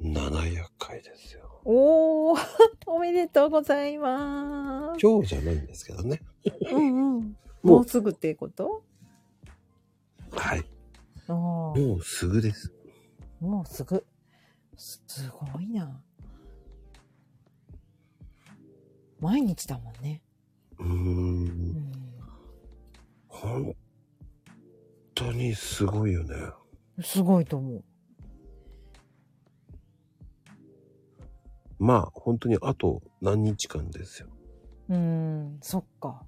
Speaker 3: 700回ですよ。
Speaker 4: おお、おめでとうございます。
Speaker 3: 今日じゃないんですけどね。
Speaker 4: うん
Speaker 3: も
Speaker 4: うん。
Speaker 3: う
Speaker 4: もうすぐっていうこと？
Speaker 3: はい。
Speaker 4: ああ、も
Speaker 3: もうすぐです。
Speaker 4: うすぐ。すすごいな。毎日だもんね。
Speaker 3: うーん。
Speaker 4: う
Speaker 3: 本当にすごいよね。
Speaker 4: ん、すごいと思う。
Speaker 3: まあ、本当にあと何日間ですよ。
Speaker 4: うーん、そっか。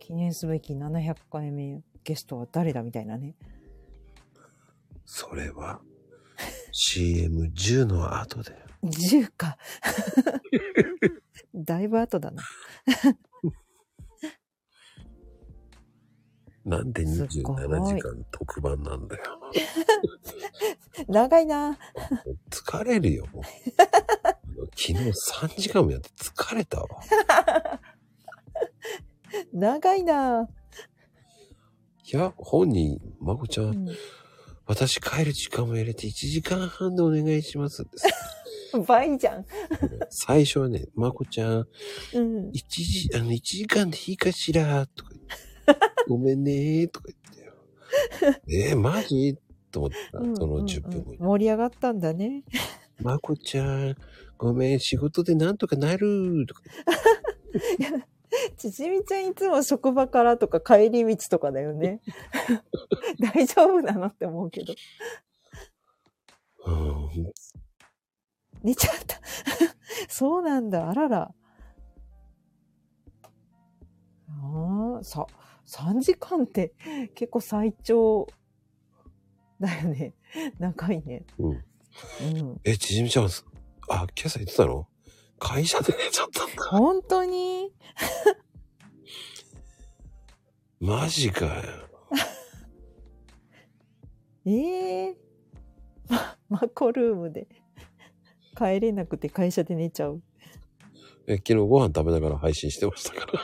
Speaker 4: 記念すべき700回目ゲストは誰だみたいなね。
Speaker 3: それ
Speaker 4: <laughs>
Speaker 3: は、CM10 の後で。
Speaker 4: 10か。
Speaker 3: <laughs>
Speaker 4: だいぶ後だな。
Speaker 3: なんです27
Speaker 4: っ
Speaker 3: 時
Speaker 4: ごい
Speaker 3: 間特番なんだよ。
Speaker 4: 長いな。
Speaker 3: もう疲れるよ、もう。 <laughs> 昨日3時間もやって疲れたわ。
Speaker 4: 長いな。
Speaker 3: いや、本人、まこちゃ、
Speaker 4: うんん
Speaker 3: 私帰る時間も入れて1時間半でお願いしますって。
Speaker 4: 倍じゃん。
Speaker 3: 最初はね、まこちゃん、
Speaker 4: うん。
Speaker 3: 1時、あの、1時間でいいかしらとか言って、ごめんねーとか言ってよ。えー、マジと思った、その10分後
Speaker 4: うんうん
Speaker 3: に。
Speaker 4: 盛り上がったんだね。
Speaker 3: まこちゃん、ごめん、仕事でなんとかなるとか。
Speaker 4: ちちみちゃんいつも職場からとか帰り道とかだ
Speaker 3: <laughs>
Speaker 4: よね。大丈夫なのって思うけど。
Speaker 3: うん、
Speaker 4: 寝ちゃった。 <laughs> そうなんだ。あらら。ああ、さ、3時間って結構最長だよね。 <laughs> 長いね。
Speaker 3: うん。
Speaker 4: うん。
Speaker 3: え、ちじみちゃん、あ、今朝言ってたの会社で寝ちゃったんだ。
Speaker 4: 本当に
Speaker 3: マジかよ。
Speaker 4: ええま、マコルームで。帰れなくて会社で寝ちゃう。 <laughs>
Speaker 3: え、昨日ご飯食べながら配信してましたから。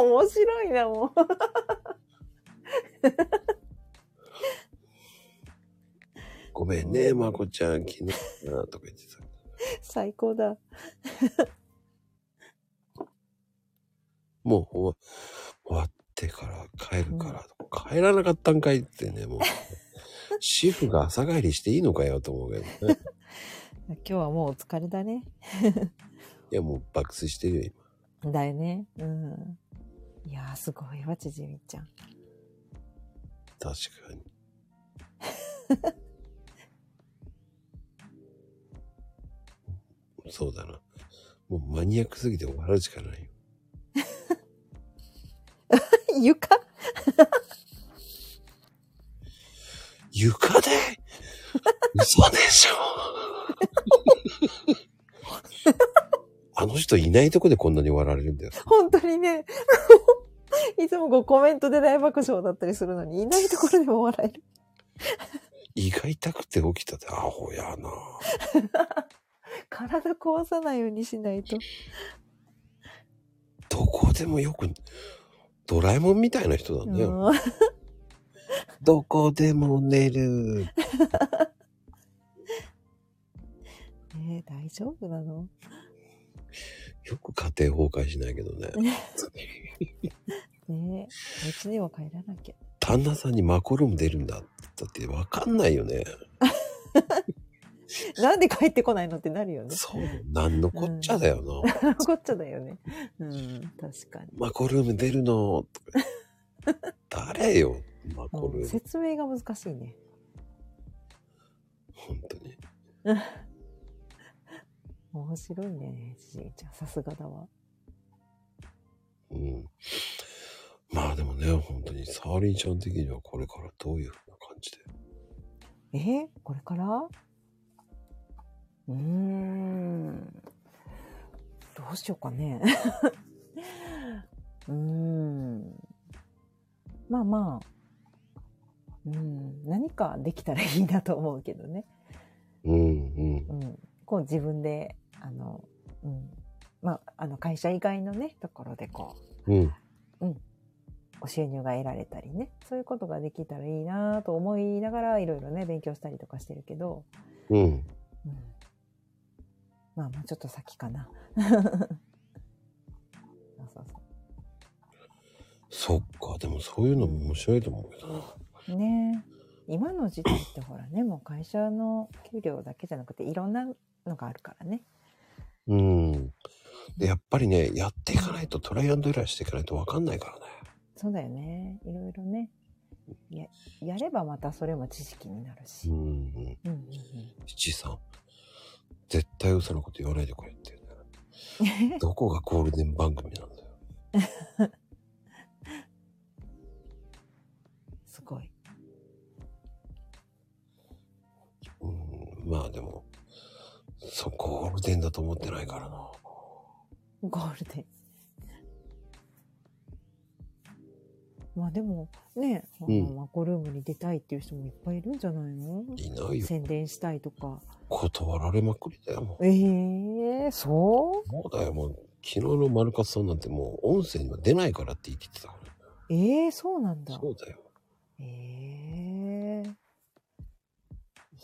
Speaker 4: 面白いな、もう。 <laughs>
Speaker 3: ごめんね、まこちゃん、昨日な、とか言ってた。
Speaker 4: 最高だ。
Speaker 3: もう終わ終わってから帰るから、帰らなかったんかいってね、もう。主婦が朝帰りしていいのかよと思うけどね。
Speaker 4: 今日はもうお疲れだね。
Speaker 3: いや、もう爆睡してるよ、
Speaker 4: だよね。うん。いやー、すごいわ、ちじみちゃん。 <laughs>
Speaker 3: 今。確かに。 <laughs> そうだな。もうマニアックすぎて終わるしかないよ。
Speaker 4: 床
Speaker 3: 床
Speaker 4: <laughs>
Speaker 3: で嘘でしょあの人いないとこでこんなに笑われるんだよ。
Speaker 4: 本当にね。 <laughs> いつもこうコメントで大爆笑だったりするのに、いないところでも笑える。
Speaker 3: 胃が痛くて起きたってアホやな
Speaker 4: 体壊さないようにしないと。
Speaker 3: どこでもよくドラえもんみたいな人だね、
Speaker 4: うん
Speaker 3: どこでも寝る
Speaker 4: ねえ大丈夫なの
Speaker 3: よく家庭崩壊しないけどね
Speaker 4: ねえ、お家には帰らなきゃ。
Speaker 3: 旦那さんにマコルーム出るんだってわかんないよね
Speaker 4: なんで帰ってこないのってなるよね。
Speaker 3: そうなんのこっちゃだよな、
Speaker 4: こっちゃだよね。うん、 <laughs> 確かに。
Speaker 3: マコルーム出るのとか誰よマコル
Speaker 4: うん
Speaker 3: ーム
Speaker 4: 説明が難しいね。
Speaker 3: 本当に
Speaker 4: 面白いね、ちじみちゃん。さすがだわ。
Speaker 3: うんまあでもね本当にサーリンちゃん的にはこれからどういうふうな感じで
Speaker 4: えーこれからうーん。どうしようかね。 <laughs> うーん。まあまあ。うん、何かできたらいいなと思うけどね。
Speaker 3: うんうん
Speaker 4: うん。こう自分で、あの、うん。まあ、あの会社以外のね、ところでこ
Speaker 3: うん
Speaker 4: う、お収入が得られたりね。そういうことができたらいいなと思いながら、いろいろね、勉強したりとかしてるけど。
Speaker 3: うん。
Speaker 4: うんまあもうちょっと先かな。 <laughs> そうそうそ
Speaker 3: そっか、でもそういうのも面白いと思うけどな。
Speaker 4: うねえ今の時代ってほらね、もう会社の給料だけじゃなくていろんなのがあるからね。
Speaker 3: うん。で、やっぱりね、やっていかないと、トライアンドエラーしていかないと分かんないからね。
Speaker 4: そうだよね。いろいろね。ややればまたそれも知識になるし。
Speaker 3: うんうん。
Speaker 4: うんうん
Speaker 3: 七三。絶対嘘のこと言わないでくれっていうね。
Speaker 4: うん、
Speaker 3: どこがゴールデン番組なんだよ。
Speaker 4: すごい。
Speaker 3: うん。まあでも、そう、ゴールデンだと思ってないからな。
Speaker 4: ゴールデン。まあでもね、あ
Speaker 3: う
Speaker 4: の
Speaker 3: ん
Speaker 4: マコルームに出たいっていう人もいっぱいいるんじゃないの
Speaker 3: いないよ。
Speaker 4: 宣伝したいとか。
Speaker 3: 断られまくりだよ、も
Speaker 4: ええそう
Speaker 3: う。もうだよ、もう。昨日の丸勝さんなんてもう音声には出ないからって言い切ってたから。
Speaker 4: ええそうなんだ。
Speaker 3: そうだよ。
Speaker 4: ええ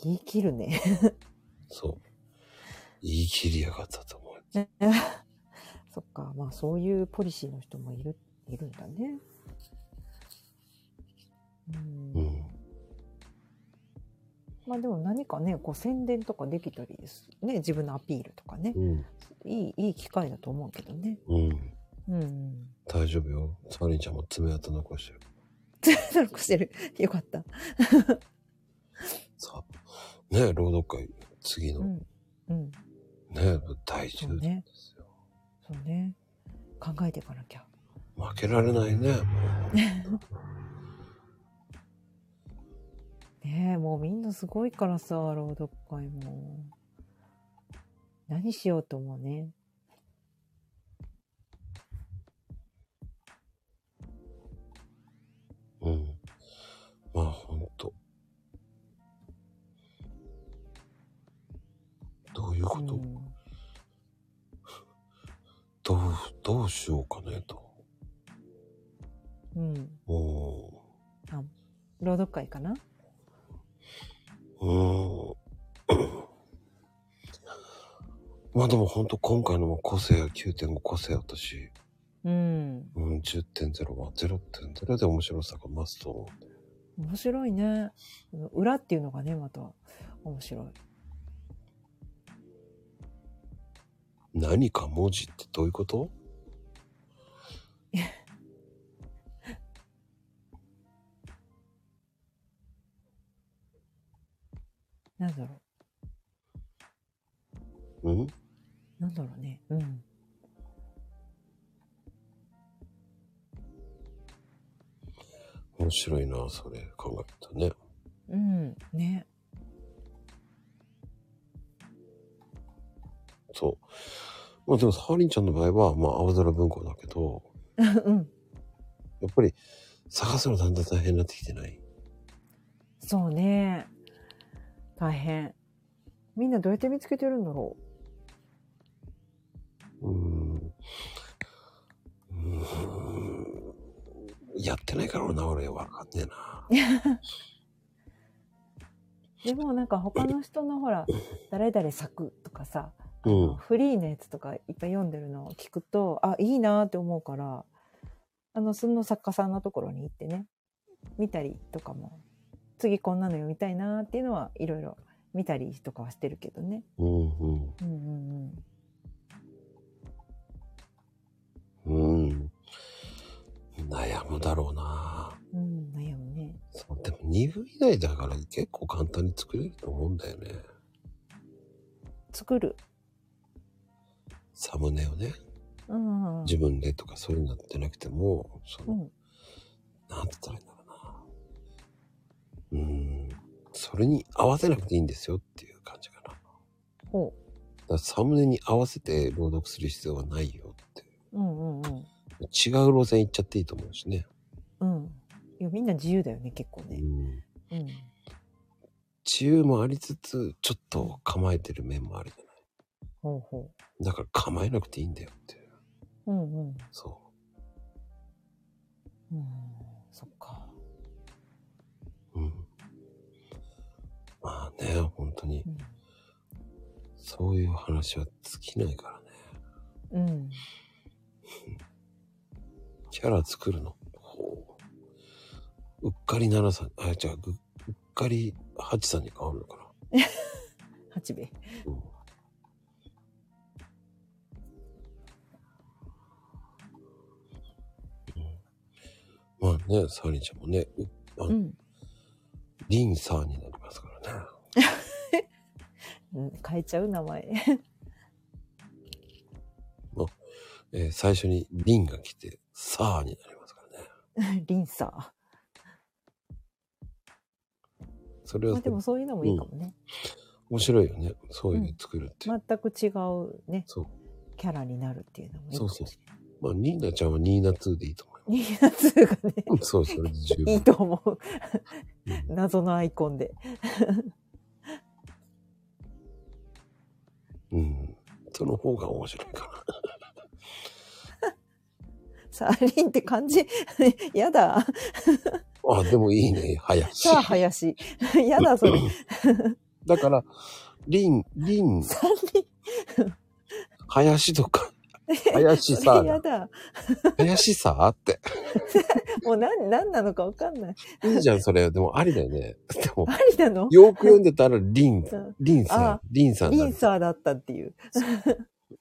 Speaker 4: 言い切るね。 <laughs>
Speaker 3: そう。言い切りやがったと思う。
Speaker 4: そっか、まあそういうポリシーの人もいる、いるんだね。うん。
Speaker 3: うん。
Speaker 4: まあでも何かね、こう宣伝とかできたりですね、自分のアピールとかね。
Speaker 3: うん。
Speaker 4: いい、いい機会だと思うけどね。
Speaker 3: うん。
Speaker 4: うん。
Speaker 3: 大丈夫よ。サリンちゃんも爪痕残してる。
Speaker 4: <laughs> 努力してる。よかった。
Speaker 3: さあ、ね朗読会、次の、
Speaker 4: う
Speaker 3: ね
Speaker 4: ん。うん。
Speaker 3: 大事
Speaker 4: そうね
Speaker 3: ですよ。
Speaker 4: そうね。考えていかなきゃ。
Speaker 3: 負けられないね。
Speaker 4: ねえ、もうみんなすごいからさ、朗読会も。何しようと思うね。
Speaker 3: うん。まあ、ほんと。どういう
Speaker 4: う
Speaker 3: こと、
Speaker 4: ん。
Speaker 3: どう、どうしようかねと。
Speaker 4: うん。
Speaker 3: も
Speaker 4: 朗読会かな
Speaker 3: う、うーん。まあでもほんと今回のも個性や9.5個性やったし、
Speaker 4: うん。
Speaker 3: うん、10.0は0.0で面白さが増すと思うんで。
Speaker 4: 面白いね。裏っていうのがね、また面白い。
Speaker 3: 何か文字ってどういうこと
Speaker 4: なんだろ
Speaker 3: うん
Speaker 4: う。なんだろうね。うん。
Speaker 3: 面白いな、それ考えたね。
Speaker 4: うん。ね。 <laughs>
Speaker 3: そう。まあでも、サーリンちゃんの場合は、まあ、青空文庫だけど、
Speaker 4: うん。
Speaker 3: やっぱり、探すのだんだん大変になってきてない。
Speaker 4: そうね。大変。みんなどうやって見つけてるんだろ
Speaker 3: うーん。うーん。やってないからな、俺、わかんねえな。
Speaker 4: う。でもなんか他の人のほら、誰々作とかさ、
Speaker 3: う
Speaker 4: あ
Speaker 3: ん
Speaker 4: のフリーのやつとかいっぱい読んでるのを聞くと、あ、いいなーって思うから、あの、その作家さんのところに行ってね、見たりとかも、次こんなの読みたいなーっていうのはいろいろ見たりとかはしてるけどね。
Speaker 3: うん、うん
Speaker 4: うんうんうん。。
Speaker 3: うん。悩むだろうな。
Speaker 4: うん、悩むね。
Speaker 3: そう、でも2分以内だから結構簡単に作れると思うんだよね。
Speaker 4: 作る。
Speaker 3: サムネをね、
Speaker 4: うんうんうん。
Speaker 3: 自分でとかそういうのってなくても、その
Speaker 4: う、ん。
Speaker 3: なんて言ったらいいんだろうな。うーん。それに合わせなくていいんですよっていう感じかな。だか
Speaker 4: ほ
Speaker 3: らサムネに合わせて朗読する必要はないよっていう
Speaker 4: う。うんうんうん。
Speaker 3: 違う路線行っちゃっていいと思うしね。
Speaker 4: うん。いや、みんな自由だよね、結構
Speaker 3: う
Speaker 4: ね。
Speaker 3: ん。
Speaker 4: うん。
Speaker 3: 自由もありつつ、ちょっと構えてる面もあるじゃない。
Speaker 4: ほうほ
Speaker 3: だから構えなくていいんだよっていう。
Speaker 4: う。うんうん。
Speaker 3: そ
Speaker 4: うん。そっか。
Speaker 3: う。うん。まあね、本当に
Speaker 4: う、ん。
Speaker 3: そういう話は尽きないからね。
Speaker 4: うん。
Speaker 3: キャラ作るの。ほう。うっかり奈々さん、あ、じゃあ、ぐうっかりハチさんに変わるのかな。
Speaker 4: 八兵衛。
Speaker 3: うん。うん、まあね、サーリンちゃんもね、うあ
Speaker 4: うん。
Speaker 3: リンサーになりますからね。
Speaker 4: うん変えちゃう名前。 <laughs>
Speaker 3: えー最初にリンが来て、サーになりますからね。
Speaker 4: リンサ
Speaker 3: それ
Speaker 4: ー。
Speaker 3: は
Speaker 4: まあでもそういうのもいいかもね。
Speaker 3: 面白いよね。そういうの作るっていう。
Speaker 4: 全く違うね、
Speaker 3: そう。
Speaker 4: キャラになるっていうのもいいか
Speaker 3: そう
Speaker 4: も
Speaker 3: そ
Speaker 4: し
Speaker 3: う
Speaker 4: れない。
Speaker 3: まあ、ニーナちゃんはニーナ2でいいと思うよ。
Speaker 4: 2月がね、
Speaker 3: そう、それで十
Speaker 4: いい
Speaker 3: 分。
Speaker 4: と思う。
Speaker 3: う
Speaker 4: 謎のアイコンで。
Speaker 3: うん。その方が面白いか
Speaker 4: サーリンって感じ。 <laughs> やだ。
Speaker 3: な。あ、でもいいね、林
Speaker 4: さ。あ、林。 <laughs> やだ、それ。
Speaker 3: だから、リン、リン、
Speaker 4: サーリン。
Speaker 3: 林とか、林さ、
Speaker 4: やだ。
Speaker 3: 林さって。
Speaker 4: もう何、何なのかわかんない。
Speaker 3: いいじゃん、それ。でもありだよね。でも、
Speaker 4: ありなの
Speaker 3: よく読んでたら、リン
Speaker 4: うん、
Speaker 3: リンさん
Speaker 4: あ、
Speaker 3: リンさん
Speaker 4: リ
Speaker 3: だ
Speaker 4: ン。サーだったっていう。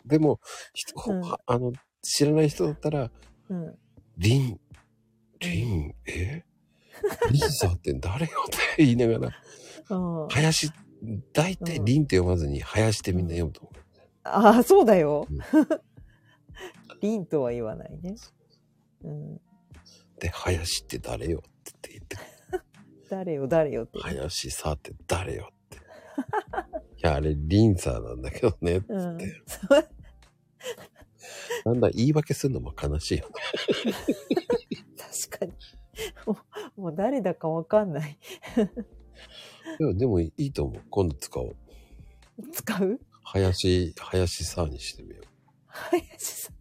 Speaker 3: でも、人
Speaker 4: うん
Speaker 3: あの、知らない人だったら、
Speaker 4: うん。
Speaker 3: リン、リン、えリンさんって誰よって言いながら、
Speaker 4: うん、
Speaker 3: 林、大体リンって読まずに、林ってみんな読むと思う。
Speaker 4: ああ、そうだよ
Speaker 3: うん。
Speaker 4: <laughs> リンとは言わないね。うん、
Speaker 3: で、林って誰よって言って、
Speaker 4: 誰よ、誰よって。
Speaker 3: 林さって誰よって。いや、あれ、リンさんなんだけどね。
Speaker 4: うん、
Speaker 3: だんだん言い訳するのも悲しいよね。
Speaker 4: 確かに。 <laughs> もうもう誰だかわかんない。 <laughs>
Speaker 3: でも、でもいいと思う。今度使おう。
Speaker 4: 使う
Speaker 3: 林、林さんにしてみよう。
Speaker 4: 林さん。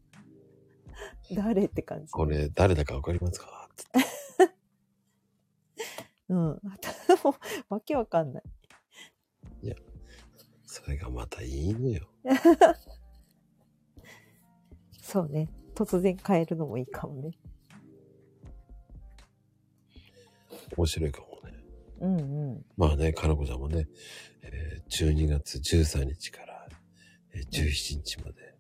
Speaker 4: <laughs> 誰って感じ。
Speaker 3: これ、誰だかわかりますかつって
Speaker 4: うん。 <laughs> もうわけわかんない。
Speaker 3: それがまたいいのよ。
Speaker 4: そうね。突然変えるのもいいかもね。
Speaker 3: 面白いかもね。
Speaker 4: うんうん。
Speaker 3: まあね、かなこちゃんもね、えー12月13日から、えー17日まで、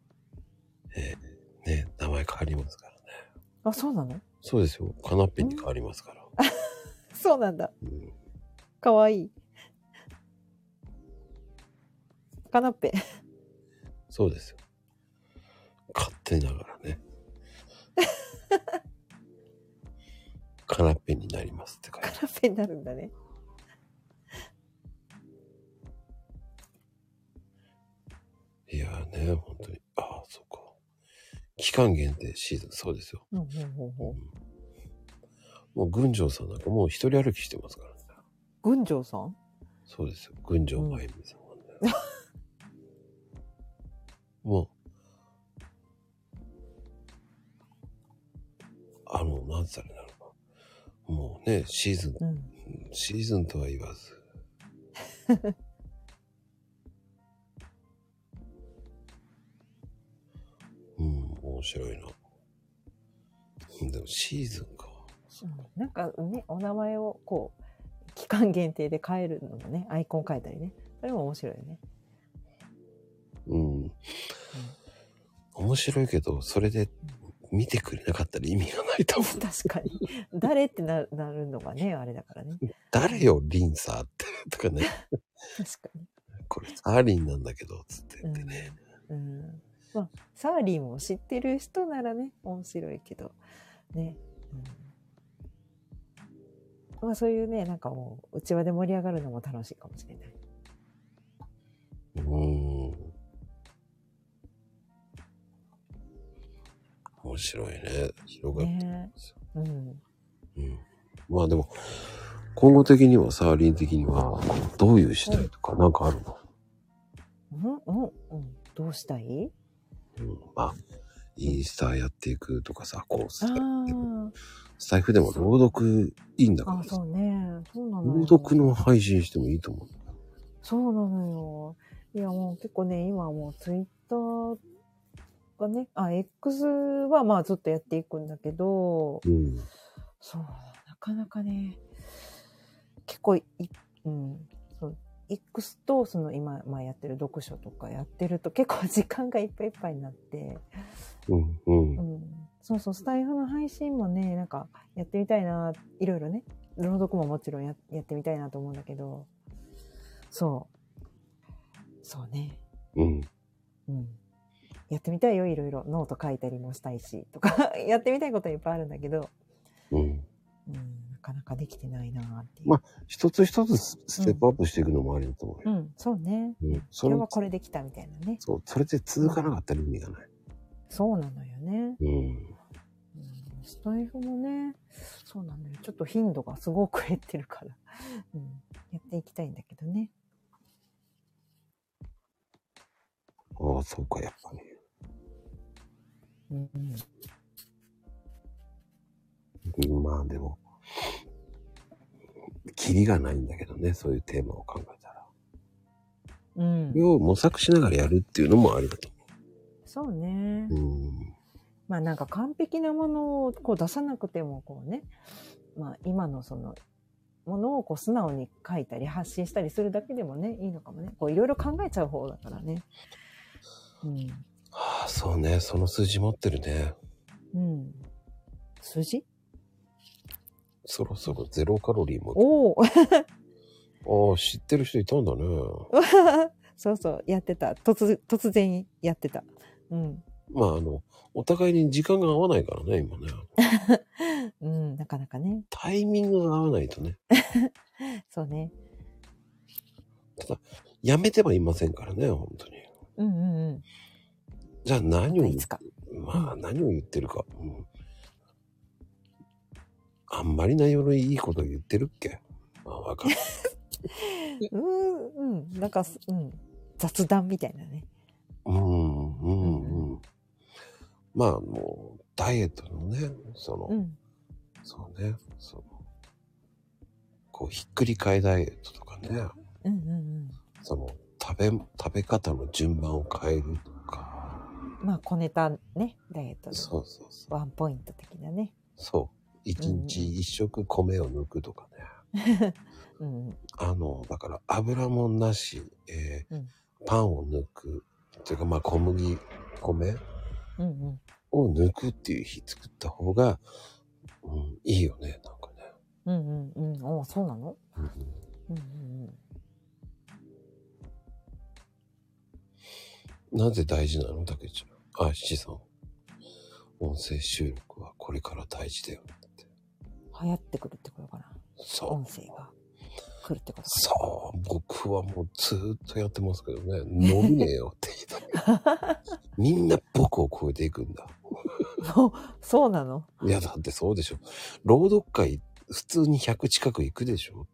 Speaker 3: えーね、名前変わりますからね。
Speaker 4: あ、そうなの
Speaker 3: そうですよ。カナッピンに変わりますから。
Speaker 4: そうなんだ。
Speaker 3: うん
Speaker 4: かわいい。カナッペ。 <laughs>
Speaker 3: そうですよ。勝手ながらね。カナッピンになりますって書いてある
Speaker 4: カナッペになるんだね。
Speaker 3: いやーね、本当に。ああ、そっか。期間限定シーズン、そうですよ。
Speaker 4: うんうんうんうん。
Speaker 3: もう群青さんなんかもう一人歩きしてますからね。
Speaker 4: 群青さん
Speaker 3: そうですよ。群青まゆみさんはね。 <laughs> もう、あの、何歳になるのもうね、シーズン、
Speaker 4: うん。
Speaker 3: シーズンとは言わず。 <laughs> うん、面白いな。うんでもシーズンか。
Speaker 4: なんかね、お名前をこう、期間限定で変えるのもね、アイコン変えたりね。それも面白いよね。
Speaker 3: うん。面白いけど、それで見てくれなかったら意味がないと思う。
Speaker 4: 確かに。誰ってななるのがね、あれだからね。
Speaker 3: 誰よ、リンさんって。とかね、
Speaker 4: 確かに。
Speaker 3: これ、サーリンなんだけど、つって言ってね。
Speaker 4: うん。まあ、サーリンを知ってる人ならね、面白いけど、ね。うん、まあ、そういうね、なんかもう、うちわで盛り上がるのも楽しいかもしれない。
Speaker 3: うーん。面白いね。広がってるん
Speaker 4: ね
Speaker 3: ですよ。
Speaker 4: うん。
Speaker 3: うんまあでも、今後的にはさ、リン的には、どういう次第とかなんかあるの、
Speaker 4: うん、うん、うん。どうしたい
Speaker 3: うん、まあ、インスタやっていくとかさ、こう、ス
Speaker 4: あ
Speaker 3: タイフ
Speaker 4: ー
Speaker 3: スタイフでも朗読いいんだか
Speaker 4: あ、
Speaker 3: らさ
Speaker 4: そうね。そうなのよ
Speaker 3: 朗読の配信してもいいと思う。
Speaker 4: そうなのよ。いや、もう結構ね、今はもうツイッターがね、あ、X はまあずっとやっていくんだけど、
Speaker 3: うん。
Speaker 4: そう、なかなかね、結構い、うん、そう、X とその今、まあやってる読書とかやってると結構時間がいっぱいいっぱいになって、
Speaker 3: うん、うん
Speaker 4: う。ん、そうそう、スタイフの配信もね、なんかやってみたいな、いろいろね、朗読ももちろんややってみたいなと思うんだけど、そう、そうね、
Speaker 3: うん。
Speaker 4: うん。やってみたいよ、いろいろ。ノート書いたりもしたいし、とか、 <laughs> やってみたいことはいっぱいあるんだけど、
Speaker 3: うん。
Speaker 4: うん、なかなかできてないなっていう。
Speaker 3: まあ一つ一つスステップアップしていくのもありだと思う
Speaker 4: う
Speaker 3: よ。
Speaker 4: ん、そうね。
Speaker 3: うん。それ
Speaker 4: 今日はこれできたみたいなね。
Speaker 3: そう、それで続かなかったら意味がない。
Speaker 4: そうなのよね。
Speaker 3: うん。
Speaker 4: うん、スタイフもね、そうなんだよ。ちょっと頻度がすごく減ってるから、うん、やっていきたいんだけどね。
Speaker 3: ああ、そうか、やっぱり。
Speaker 4: うん、
Speaker 3: うんまあでも、キリがないんだけどね、そういうテーマを考えたら。
Speaker 4: うん
Speaker 3: それ、を模索しながらやるっていうのもありだと
Speaker 4: そうね。
Speaker 3: 思う。うん。
Speaker 4: まあなんか完璧なものをこう出さなくてもこうね、まあ今のそのものをこう素直に書いたり発信したりするだけでもね、いいのかもね。こういろいろ考えちゃう方だからね。
Speaker 3: はあ、そうね、その数字持ってるね。
Speaker 4: うん。うん。筋
Speaker 3: そろそろゼロカロリーも。
Speaker 4: おお
Speaker 3: ああ、知ってる人いたんだね。
Speaker 4: <laughs> そうそう、やってた。突突然やってた。うん。
Speaker 3: まああの、お互いに時間が合わないからね、今ね。
Speaker 4: うん、なかなかね。
Speaker 3: タイミングが合わないとね。
Speaker 4: そうね。
Speaker 3: やめてはいませんからね、本当に。
Speaker 4: うんうんうん。
Speaker 3: じゃあ何を
Speaker 4: まあ
Speaker 3: 言
Speaker 4: いうつか。
Speaker 3: まあ、何を言ってるか。うん。あんまり内容のいいこと言ってるっけまあ、わかる。
Speaker 4: うん、うん。なんかす、うん。雑談みたいなね。
Speaker 3: うん、うん、うん。まあ、もう、ダイエットのね、その、
Speaker 4: うん。
Speaker 3: そうね、その、こう、ひっくり返りダイエットとかね、
Speaker 4: うんうん
Speaker 3: その、食べ、食べ方の順番を変えるとか、
Speaker 4: うん。まあ、小ネタね、ダイエットの
Speaker 3: そうそうそう、
Speaker 4: ワンポイント的なね。
Speaker 3: そう、一日一食米を抜くとかね。
Speaker 4: うん。
Speaker 3: あの、だから油もんなし、えー
Speaker 4: うん
Speaker 3: パンを抜く、というかまあ小麦、米
Speaker 4: うんうん。
Speaker 3: を抜くっていう日作った方が、うん、いいよね、なんかね。
Speaker 4: うんうんうん。おそうなの
Speaker 3: うん
Speaker 4: うんうんうん。
Speaker 3: なぜ大事なのたけちゃん。あ、七さん。音声収録はこれから大事だよって。
Speaker 4: 流行ってくるってことかな。
Speaker 3: そう
Speaker 4: 音。声が来るってことか
Speaker 3: そう、僕はもうずーっとやってますけどね、伸びねえよって言いたい。
Speaker 4: <laughs>
Speaker 3: みんな僕を超えていくんだ。
Speaker 4: な。そう、そうなの
Speaker 3: いや、だってそうでしょ。朗読会、普通に100近く行くでしょっ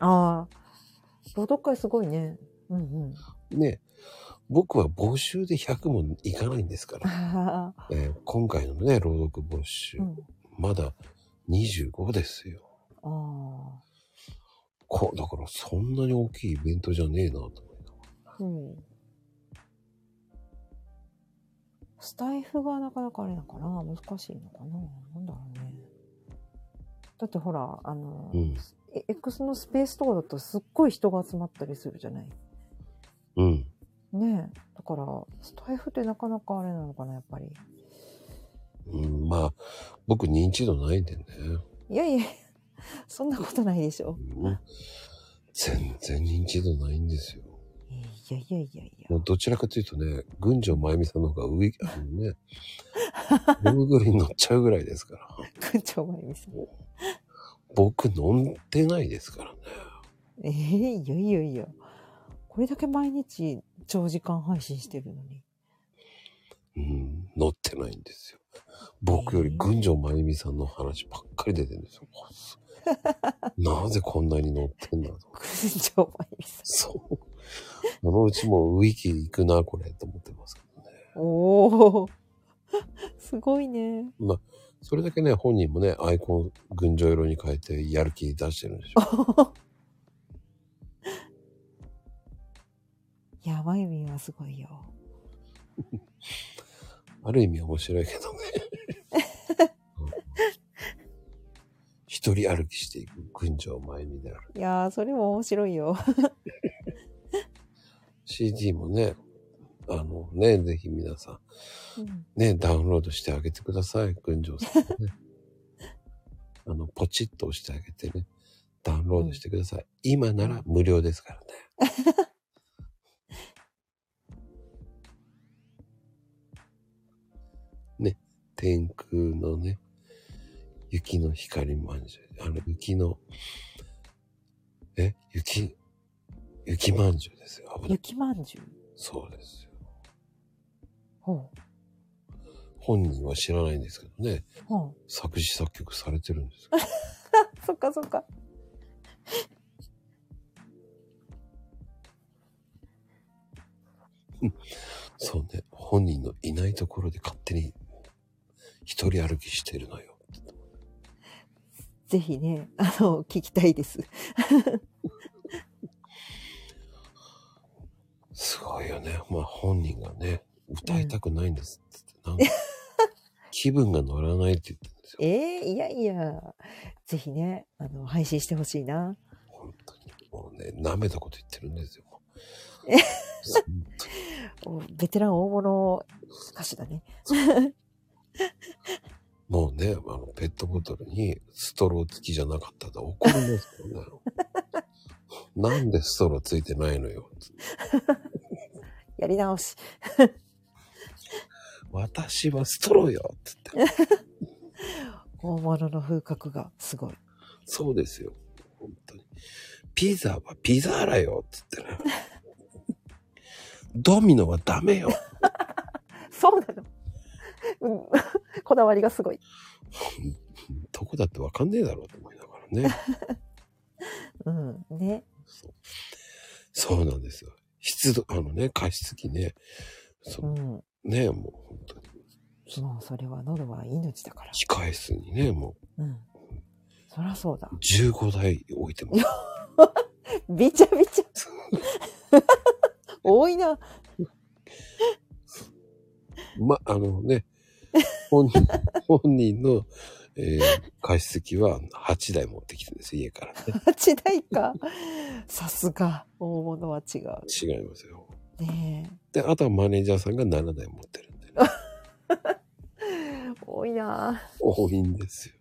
Speaker 4: ああ。朗読会すごいね。うんうん。 <laughs>
Speaker 3: て。ね僕は募集で100も行かないんですから。
Speaker 4: ああ。
Speaker 3: えー今回のね、朗読募集、
Speaker 4: うん。
Speaker 3: まだ25ですよ。
Speaker 4: あ
Speaker 3: こだからそんなに大きいイベントじゃねえなと思いながら。
Speaker 4: あ。うん。スタイフがなかなかあれだから難しいのかな。なんだろうね。だってほら、あの、
Speaker 3: うん。
Speaker 4: え X のスペースとかだとすっごい人が集まったりするじゃない
Speaker 3: うん。
Speaker 4: ねえ。だから、スタイフってなかなかあれなのかな、やっぱり。
Speaker 3: うん、まあ、僕認知度ないんでね。
Speaker 4: いやいや、そんなことないでしょ。
Speaker 3: うん全然認知度ないんですよ。
Speaker 4: いやいやいやいや
Speaker 3: も。うどちらかというとね、群青まゆみさんの方が上、あの
Speaker 4: <laughs>
Speaker 3: ね、Google に乗っちゃうぐらいですから。
Speaker 4: くんちょまゆみさん。
Speaker 3: 僕飲んでないですからね。
Speaker 4: ええいやいやいや。これだけ毎日長時間配信してるのに。
Speaker 3: うん、乗ってないんですよ。僕より群青まゆみさんの話ばっかり出てるんですよ。なぜこんなに乗ってんだと。
Speaker 4: <laughs> くんちょまゆみさ
Speaker 3: そう。そのうちもうウィキ行くな、これ、と思ってますけどね。
Speaker 4: ん。おお。すごいね。
Speaker 3: それだけね、本人もね、アイコン群青色に変えてやる気出してるんでしょ。
Speaker 4: いや、まゆみはすごいよ。
Speaker 3: ある意味面白いけどね。うん一人歩きしていく群青まゆみである。
Speaker 4: いやー、それも面白いよ。
Speaker 3: CD もね、あのね、ぜひ皆さん、
Speaker 4: うん
Speaker 3: ね、ダウンロードしてあげてください、群青さん、ね。 <laughs> あの、ポチッと押してあげてね、ダウンロードしてください。今なら無料ですからね。 <laughs> ね、天空のね、雪の光まんじゅう。あの、雪の、え、雪、雪まんじゅうですよ。危ない。
Speaker 4: 雪まんじゅう。
Speaker 3: そうですよ。
Speaker 4: ほう。
Speaker 3: 本人は知らないんですけどね、
Speaker 4: は
Speaker 3: 作詞作曲されてるんです。
Speaker 4: あ、そっかそっか。
Speaker 3: そうね、本人のいないところで勝手に一人歩きしてるのよ。
Speaker 4: ぜひね、あの、聞きたいです。
Speaker 3: すごいよね。まあ本人がね、歌いたくないんですって言って、なんか気分が乗らないって言ってるんですよ。
Speaker 4: ええいやいや、ぜひね、あの、配信してほしいな。
Speaker 3: 本当に。もうね、舐めたこと言ってるんですよ。もう本当に
Speaker 4: おベテラン大物歌手だね。
Speaker 3: <laughs> もうね、あの、ペットボトルにストロー付きじゃなかったら怒りますからね。なんでストローついてないのよ。
Speaker 4: やり直し。
Speaker 3: 私はストローよつって。
Speaker 4: 大物の風格がすごい。
Speaker 3: そうですよ。本当に。ピザはピザーラよつってね。ドミノはダメよ。
Speaker 4: そうなの。うん <laughs> こだわりがすごい。
Speaker 3: どこだってわかんねえだろうと思いながらね。
Speaker 4: うん。ね。
Speaker 3: そうなんですよ。湿度、あのね、加湿器ね。
Speaker 4: う
Speaker 3: そ
Speaker 4: ん。も
Speaker 3: ね、もう本当に。
Speaker 4: うそれは喉は命だから。
Speaker 3: 控え室にね、も
Speaker 4: うん。そらそうだ
Speaker 3: う。15台置いてます。
Speaker 4: <laughs> びちゃびちゃ。 <laughs> 多いな。
Speaker 3: ま、あのね、本人、本人の、えー、加湿器は8台持ってきてるんですよ、家からね。
Speaker 4: 8台か。さすが。大物は違う。
Speaker 3: 違いますよ。
Speaker 4: ね
Speaker 3: で、あとはマネージャーさんが7台持ってるんで、ね、
Speaker 4: え。多いな。
Speaker 3: 多いんです
Speaker 4: <laughs>
Speaker 3: よ。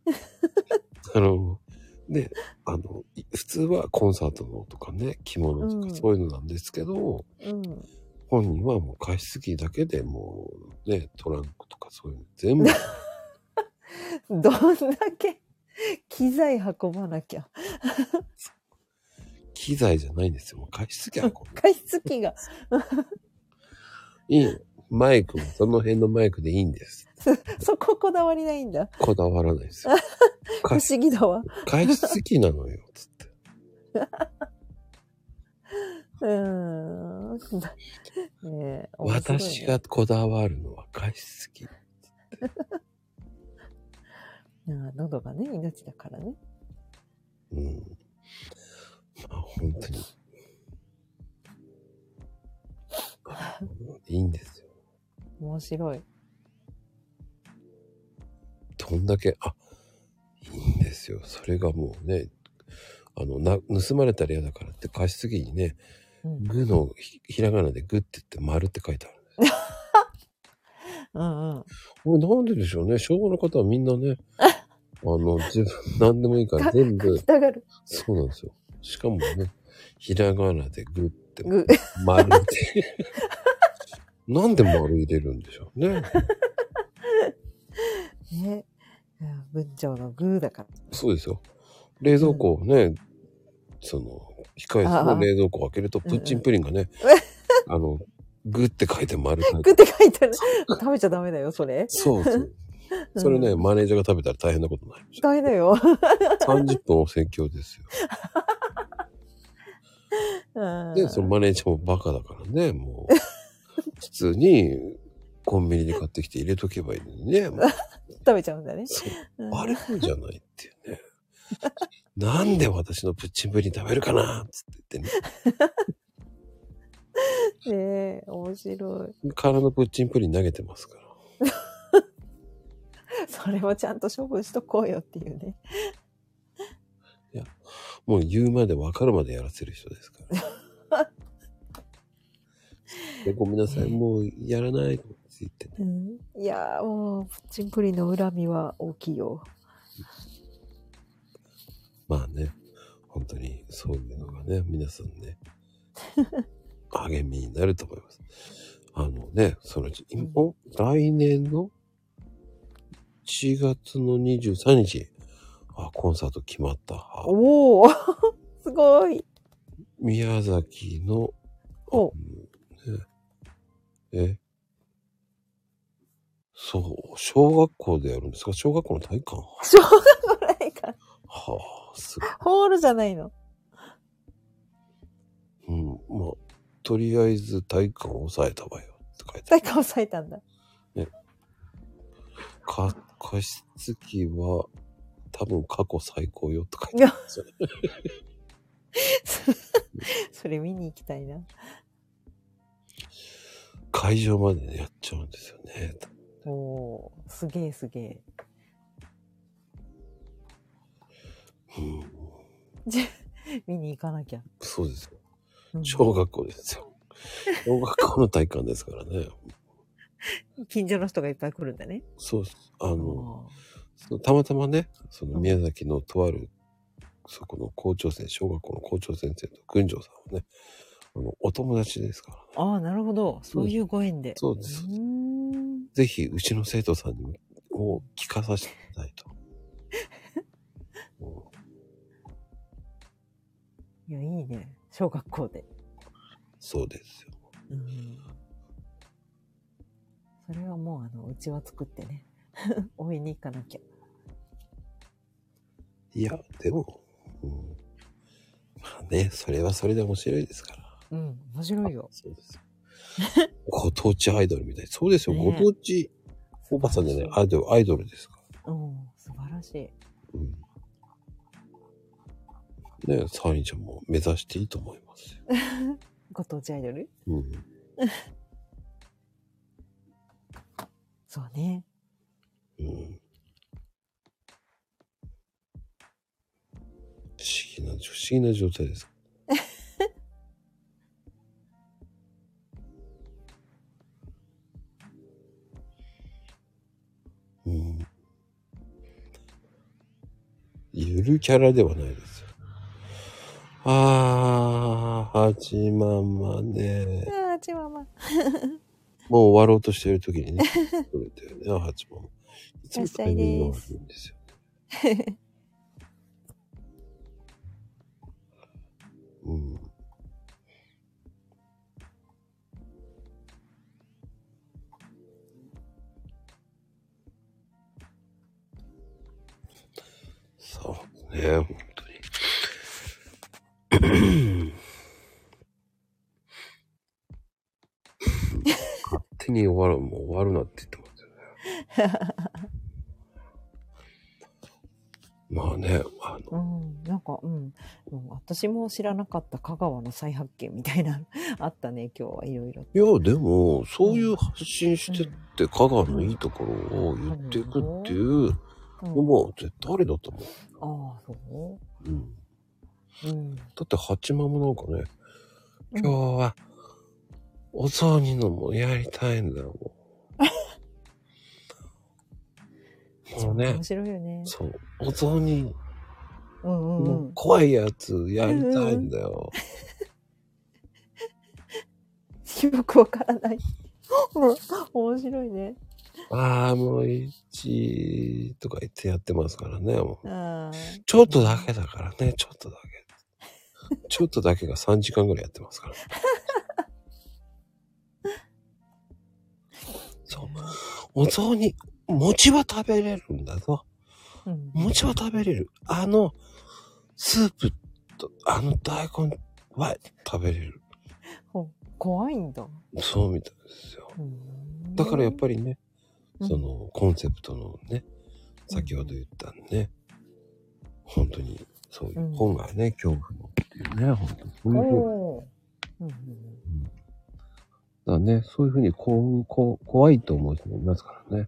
Speaker 3: あの、ね、あの、い普通はコンサートのとかね、着物と
Speaker 4: う
Speaker 3: か
Speaker 4: ん
Speaker 3: そういうのなんですけど、
Speaker 4: うん。
Speaker 3: 本人はもう加湿器だけでもうね、トランクとかそういうの全部
Speaker 4: どんだけ機材運ばなきゃ。
Speaker 3: 機材じゃないんですよ。もう加湿器はこう
Speaker 4: 加湿器が。
Speaker 3: いいよマイクもその辺のマイクでいいんです。
Speaker 4: そここだわりないんだ。
Speaker 3: こだわらない
Speaker 4: <laughs>
Speaker 3: ですよ。
Speaker 4: 不
Speaker 3: 加
Speaker 4: 思議だわ。
Speaker 3: 加湿器なのよ、つって。
Speaker 4: うーん。ねえ。面白いね
Speaker 3: 私。がこだわるのは加湿器。
Speaker 4: うん喉がね、命だからね。
Speaker 3: うん。まあ、本当に。いいんですよ。
Speaker 4: 面白い。
Speaker 3: どんだけ、あ、いいんですよ。それがもうね、あの、な、盗まれたら嫌だからって加湿器にね、
Speaker 4: うん。
Speaker 3: グのひひらがなでグって言って丸って書いてある。
Speaker 4: うんうん。
Speaker 3: これなんででしょうね。昭和の方はみんなね、あの、自分、なんでもいいから全
Speaker 4: 書
Speaker 3: 部
Speaker 4: き、たがる。
Speaker 3: そうなんですよ。しかもね、ひらがなでグって
Speaker 4: ぐ、
Speaker 3: 丸っ
Speaker 4: <laughs>
Speaker 3: て。なんで丸入れるんでしょうね。
Speaker 4: ね。うん文章のグーだから。
Speaker 3: そうですよ。冷蔵庫をね、その、控え室
Speaker 4: あ
Speaker 3: の
Speaker 4: あ
Speaker 3: 冷蔵庫を開けると、
Speaker 4: うんう
Speaker 3: プ
Speaker 4: ん
Speaker 3: ッチンプリンが
Speaker 4: <laughs>
Speaker 3: ね、あの、グって書いて丸書いて。
Speaker 4: グーって書いてある。食べちゃダメだよ、それ。
Speaker 3: そうそう。それね、マネージャーが食べたら大変なことになりました。
Speaker 4: 大変だよ。
Speaker 3: 30分お説教ですよ。
Speaker 4: うん
Speaker 3: で、そのマネージャーもバカだからね、もう、普通にコンビニで買ってきて入れとけばいいのにね、もう
Speaker 4: 食べちゃうんだね。
Speaker 3: そう
Speaker 4: うん
Speaker 3: あれなんじゃないっていうね。なんで私のプッチンプリン食べるかなっつって言ってね。
Speaker 4: ねえ、面白い。
Speaker 3: 空のプッチンプリン投げてますから。
Speaker 4: それはちゃんと処分しとこうよっていうね。
Speaker 3: もう言うまで分かるまでやらせる人ですから。でごめんなさい、もうやらないって言ってね。
Speaker 4: うん、いやーもう、プッチンプリンの恨みは大きいよ。
Speaker 3: まあね、本当にそういうのがね、皆さんね、励みになると思います。あのね、そのうち、今、来年の4月の23日、あ、コンサート決まった。あ
Speaker 4: おお <laughs> すごい
Speaker 3: 宮崎の、あ
Speaker 4: お
Speaker 3: ねえ、そう、小学校でやるんですか小学校の体育館は
Speaker 4: しょうがぐらいか。
Speaker 3: あ、すごい。
Speaker 4: ホールじゃないの。
Speaker 3: うん、まあ、とりあえず体育館を抑えたわよって書いてある。
Speaker 4: 誰か押さえたんだ。 <laughs>
Speaker 3: か、加湿器は多分過去最高よって書いてあるんですよね。
Speaker 4: それ見に行きたいな。
Speaker 3: 会場までやっちゃうんですよね。
Speaker 4: おおー、すげえすげえ。
Speaker 3: うん、
Speaker 4: 見に行かなきゃ。
Speaker 3: そうですよ。
Speaker 4: うん
Speaker 3: 小学校ですよ。小学校の体育館ですからね。
Speaker 4: 近所の人がいっぱい来るんだね。
Speaker 3: そうです。あ
Speaker 4: お
Speaker 3: の、
Speaker 4: お
Speaker 3: そのたまたまね、その宮崎のとある、そこの校長先生、小学校の校長先生と群青さんはね、あの、お友達ですからね。
Speaker 4: ー。ああ、なるほど。そういうご縁で。
Speaker 3: そうです
Speaker 4: うーん。
Speaker 3: ぜひ、うちの生徒さんにも、を聞かさせていただきたいと。うん
Speaker 4: いや、いいね。小学校で。
Speaker 3: そうですよ。
Speaker 4: うん。それはもう、あの、うちは作ってね。 <laughs> 追いに行かなきゃ。
Speaker 3: いや、でも、うん、まあね、それはそれで面白いですから。
Speaker 4: うん、面白いよ。
Speaker 3: そうです。ご当地アイドルみたい。そうですよ。
Speaker 4: ね
Speaker 3: ご当地おばさんじゃない、アイドル、アイドルですか
Speaker 4: うん、素晴らしい。
Speaker 3: ら。うん。ねサーリンちゃんも目指していいと思いますよ。
Speaker 4: ご当地アイドル
Speaker 3: うん。
Speaker 4: そうね。
Speaker 3: うん。不思議な、不思議な状態です。 <laughs> うん。ゆるキャラではないですよ。ああ、はちまんまね。
Speaker 4: ああ、チワワ。
Speaker 3: もう終わろうとしてる時にね、取れたよね、あ八番。いつもタイミングが悪いんですよ。うん。そうね、本当に。勝手に終わる、もう終わるなって言ってますよね。まあね、あの、
Speaker 4: うん、なんか、うん、うん私も知らなかった香川の再発見みたいな、 <laughs> あったね、今日はいろいろ。
Speaker 3: いや、でも、そういう発信してって、香川のいいところを言っていくっていう
Speaker 4: うん
Speaker 3: のも、絶対ありだと思。
Speaker 4: ああ、そう
Speaker 3: うん。
Speaker 4: ううん。
Speaker 3: だって、八マもなんかね、
Speaker 4: うん
Speaker 3: 今日は、お雑煮のもやりたいんだ
Speaker 4: <laughs>
Speaker 3: よ、もう。もうね
Speaker 4: 面、白いよね。
Speaker 3: そう、お雑煮
Speaker 4: うんうん
Speaker 3: の
Speaker 4: うん。
Speaker 3: 怖いやつやりたいんだよ。
Speaker 4: よくわからない。 <laughs> うん面白いね。
Speaker 3: ああ、もう一とか言ってやってますからね、もう。
Speaker 4: ああ、
Speaker 3: ちょっとだけだからね、ちょっとだけ。ちょっとだけが3時間ぐらいやってますから。そう。お雑煮、餅は食べれるんだぞ。
Speaker 4: うん。
Speaker 3: 餅は食べれる。あの、スープと、あの大根は食べれる。
Speaker 4: ほ怖いんだ。
Speaker 3: そうみたいですよ。
Speaker 4: うん
Speaker 3: だからやっぱりね、
Speaker 4: うん
Speaker 3: そのコンセプトのね、先ほど言ったね、本当にそういう本がね、恐怖のっていうね、本当にそう
Speaker 4: お
Speaker 3: いう本
Speaker 4: おー。うんうん
Speaker 3: だね、そういうふうにこう、こう、怖いと思う人もいますからね。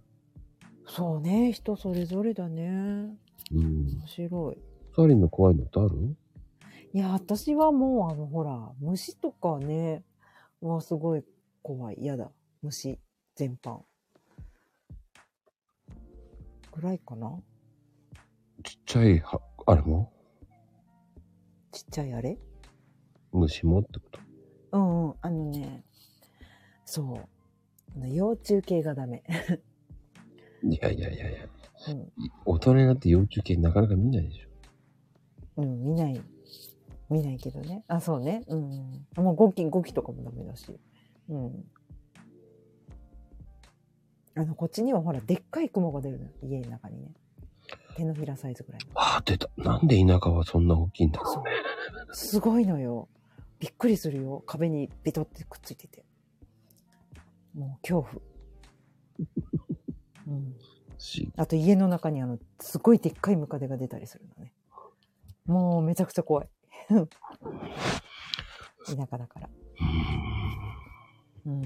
Speaker 4: そうね、人それぞれだね。
Speaker 3: うん。
Speaker 4: 面白い。
Speaker 3: サリンの怖いのってある
Speaker 4: いや、私はもう、あの、ほら、虫とかね、はすごい怖い。嫌だ。虫、全般。ぐらいかな
Speaker 3: ちっちゃいは、あれも
Speaker 4: ちっちゃいあれ
Speaker 3: 虫もってこと
Speaker 4: うんうん、あのね、そう。あの幼虫系がダメ。
Speaker 3: いやいやいやいや。
Speaker 4: うん
Speaker 3: 大人になって幼虫系なかなか見ないでしょ。
Speaker 4: うん、見ない。見ないけどね。あ、そうね。うん。もう5期、5期とかもダメだし。うん。あの、こっちにはほら、でっかい雲が出るのよ。家の中にね。手のひらサイズぐらいの。
Speaker 3: ああ、出た。なんで田舎はそんな大きいんだろうね。
Speaker 4: すごいのよ。びっくりするよ。壁にベトってくっついてて。もう恐怖。うん、
Speaker 3: し
Speaker 4: あと家の中にあの、すごいでっかいムカデが出たりするのね。もうめちゃくちゃ怖い。 <laughs> 田舎だから。うん。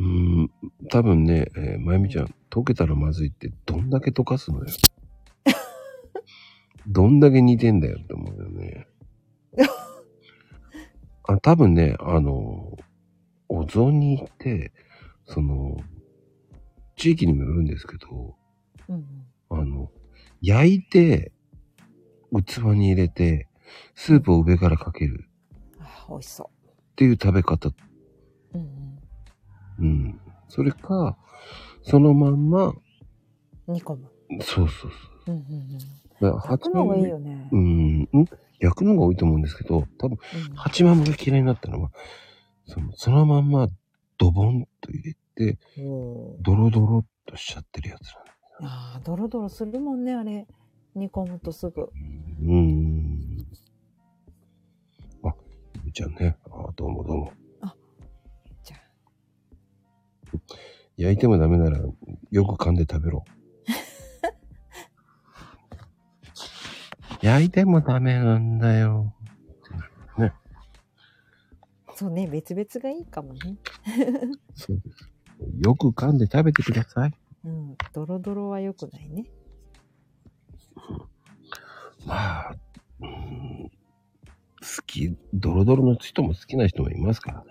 Speaker 3: うーん、うーん多分ね、えーまゆみちゃん、溶けたらまずいって、どんだけ溶かすのよ。どんだけ似てんだよって思うよね。あ多分ね、あの、お雑煮って、その、地域にもよるんですけど、
Speaker 4: うん。
Speaker 3: あの、焼いて、器に入れて、スープを上からかける
Speaker 4: あー美味しそ
Speaker 3: っていう食べ方。
Speaker 4: う。うん、
Speaker 3: うん。それか、そのまんま、
Speaker 4: うん。煮込む。
Speaker 3: そうそう
Speaker 4: うんうんうん。
Speaker 3: そう。だ
Speaker 4: 炊くのがいいよね。
Speaker 3: う
Speaker 4: うん
Speaker 3: ん、ん焼くのが多いと思うんですけど、多分、八幡が嫌いになったのは、そのそのまんま、ドボンと入れて、
Speaker 4: おー
Speaker 3: ドロドロっとしちゃってるやつなんだ。
Speaker 4: ああ、ドロドロするもんね、あれ。煮込むとすぐ。
Speaker 3: うん。あ、ゆみちゃんね。あ、どうもどうも。
Speaker 4: じゃあ
Speaker 3: 焼いてもダメならよく噛んで食
Speaker 4: <laughs>
Speaker 3: べろ。焼いてもダメなんだよ。
Speaker 4: そうね、別々がいいかもね。
Speaker 3: そうです。よく噛んで食べてください。
Speaker 4: うん。ドロドロは良くないね。
Speaker 3: まあ、うーん、好き、ドロドロの人も好きな人もいますからね。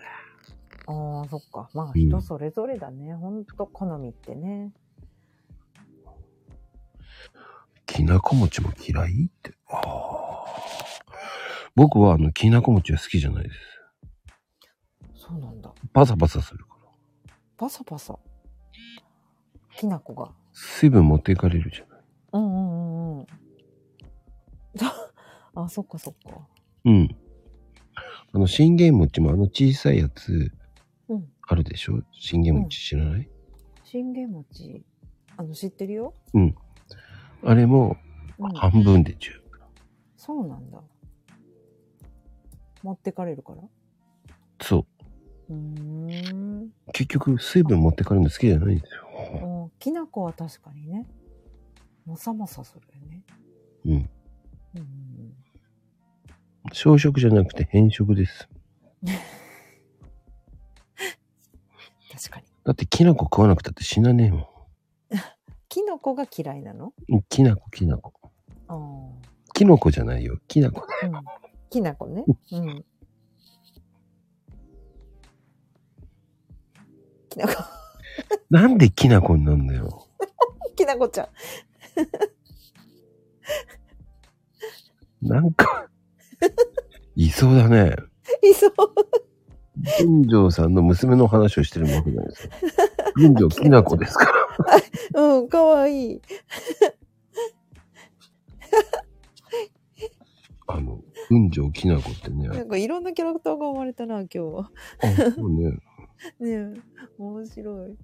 Speaker 4: ああ、そっか。まあ、
Speaker 3: うん
Speaker 4: 人それぞれだね。ほんと、好みってね。
Speaker 3: きなこ餅も嫌いって。あー僕はあの、きなこ餅は好きじゃないです。
Speaker 4: そうなんだ。
Speaker 3: パサパサするから。
Speaker 4: パサパサ。きな粉が。
Speaker 3: 水分持っていかれるじゃない。
Speaker 4: うんうん <laughs> うんうん。あ、そっかそっか。
Speaker 3: うん。あの、信玄餅もあの小さいやつ、
Speaker 4: うん。
Speaker 3: あるでしょ信玄餅知らない、
Speaker 4: 信玄餅。あの、知ってるよ。
Speaker 3: あれも
Speaker 4: うん。
Speaker 3: 半分で十分。
Speaker 4: そうなんだ。持ってかれるから。
Speaker 3: そう
Speaker 4: ーん。
Speaker 3: う。結局、水分持ってかれるの好きじゃないんですよ。
Speaker 4: うんきな粉は確かにね。もさもさするよね。
Speaker 3: うん。
Speaker 4: うんうん
Speaker 3: 小食じゃなくて変食です。
Speaker 4: うん。確かに。
Speaker 3: だって、きなこ食わなくたって死なねえも
Speaker 4: きのこが嫌いなの
Speaker 3: ん。きなこ、きなこ。
Speaker 4: ああ。
Speaker 3: きのこじゃないよ。きなこ。
Speaker 4: うんきなこね。うん。きなこ、
Speaker 3: なんできなこになるんだよ。
Speaker 4: きなこちゃん。
Speaker 3: なんか、いそうだね。
Speaker 4: いそう。
Speaker 3: 群青さんの娘の話をしてるわけじゃないですか。群青きなこですから。
Speaker 4: うん、かわいい。
Speaker 3: あの、群青きなこってね。
Speaker 4: なんかいろんなキャラクターが生まれたな、今日は。 <laughs>
Speaker 3: あ、そうね。
Speaker 4: ねえ面白い。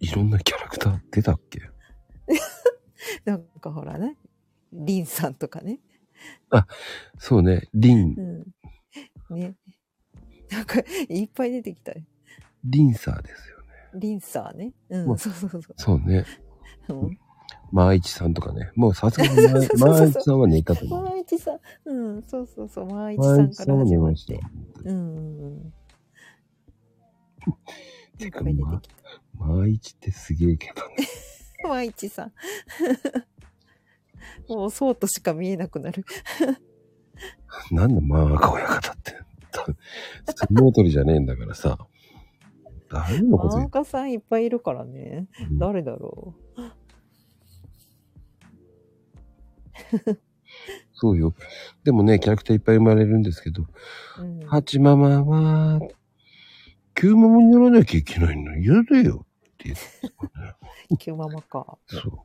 Speaker 3: いろんなキャラクター出たっけ
Speaker 4: なんかほらね、りんさんとかね。
Speaker 3: そうね。リン
Speaker 4: う、ん。ね。なんか、いっぱい出てきたよ。
Speaker 3: リンサーですよね。
Speaker 4: りんさーね。う
Speaker 3: まあ
Speaker 4: ん、そうそうそ
Speaker 3: そうね。
Speaker 4: う。うん
Speaker 3: マーイチさんとかね。もうさすがにマーマーイチさんは寝たと思。
Speaker 4: まあいちさん、うん、そうそうそう、まあいうち
Speaker 3: マ
Speaker 4: さ
Speaker 3: ーイ
Speaker 4: ん
Speaker 3: チ
Speaker 4: か
Speaker 3: さ
Speaker 4: ら
Speaker 3: んは
Speaker 4: 始
Speaker 3: 寝
Speaker 4: ま
Speaker 3: ま
Speaker 4: っ
Speaker 3: してた。。
Speaker 4: うんうんうん。
Speaker 3: てか
Speaker 4: いっぱい出てき
Speaker 3: マーイチってすげえけどね。 <laughs>
Speaker 4: た。まあいちさん。 <laughs> もうそうとしか見えなくなる。
Speaker 3: なんでマーカ親方って。相撲取りじゃねえんだからさ。誰のこと
Speaker 4: マ
Speaker 3: 言っ
Speaker 4: ーカさんいっぱいいるからね。
Speaker 3: てんの
Speaker 4: 誰だろ
Speaker 3: そうよ。でもね、キャラクターいっぱい生まれるんですけど、
Speaker 4: う。うん、
Speaker 3: ハチママは、急ママにならなきゃいけないの嫌だよって言って
Speaker 4: キューママか。
Speaker 3: そ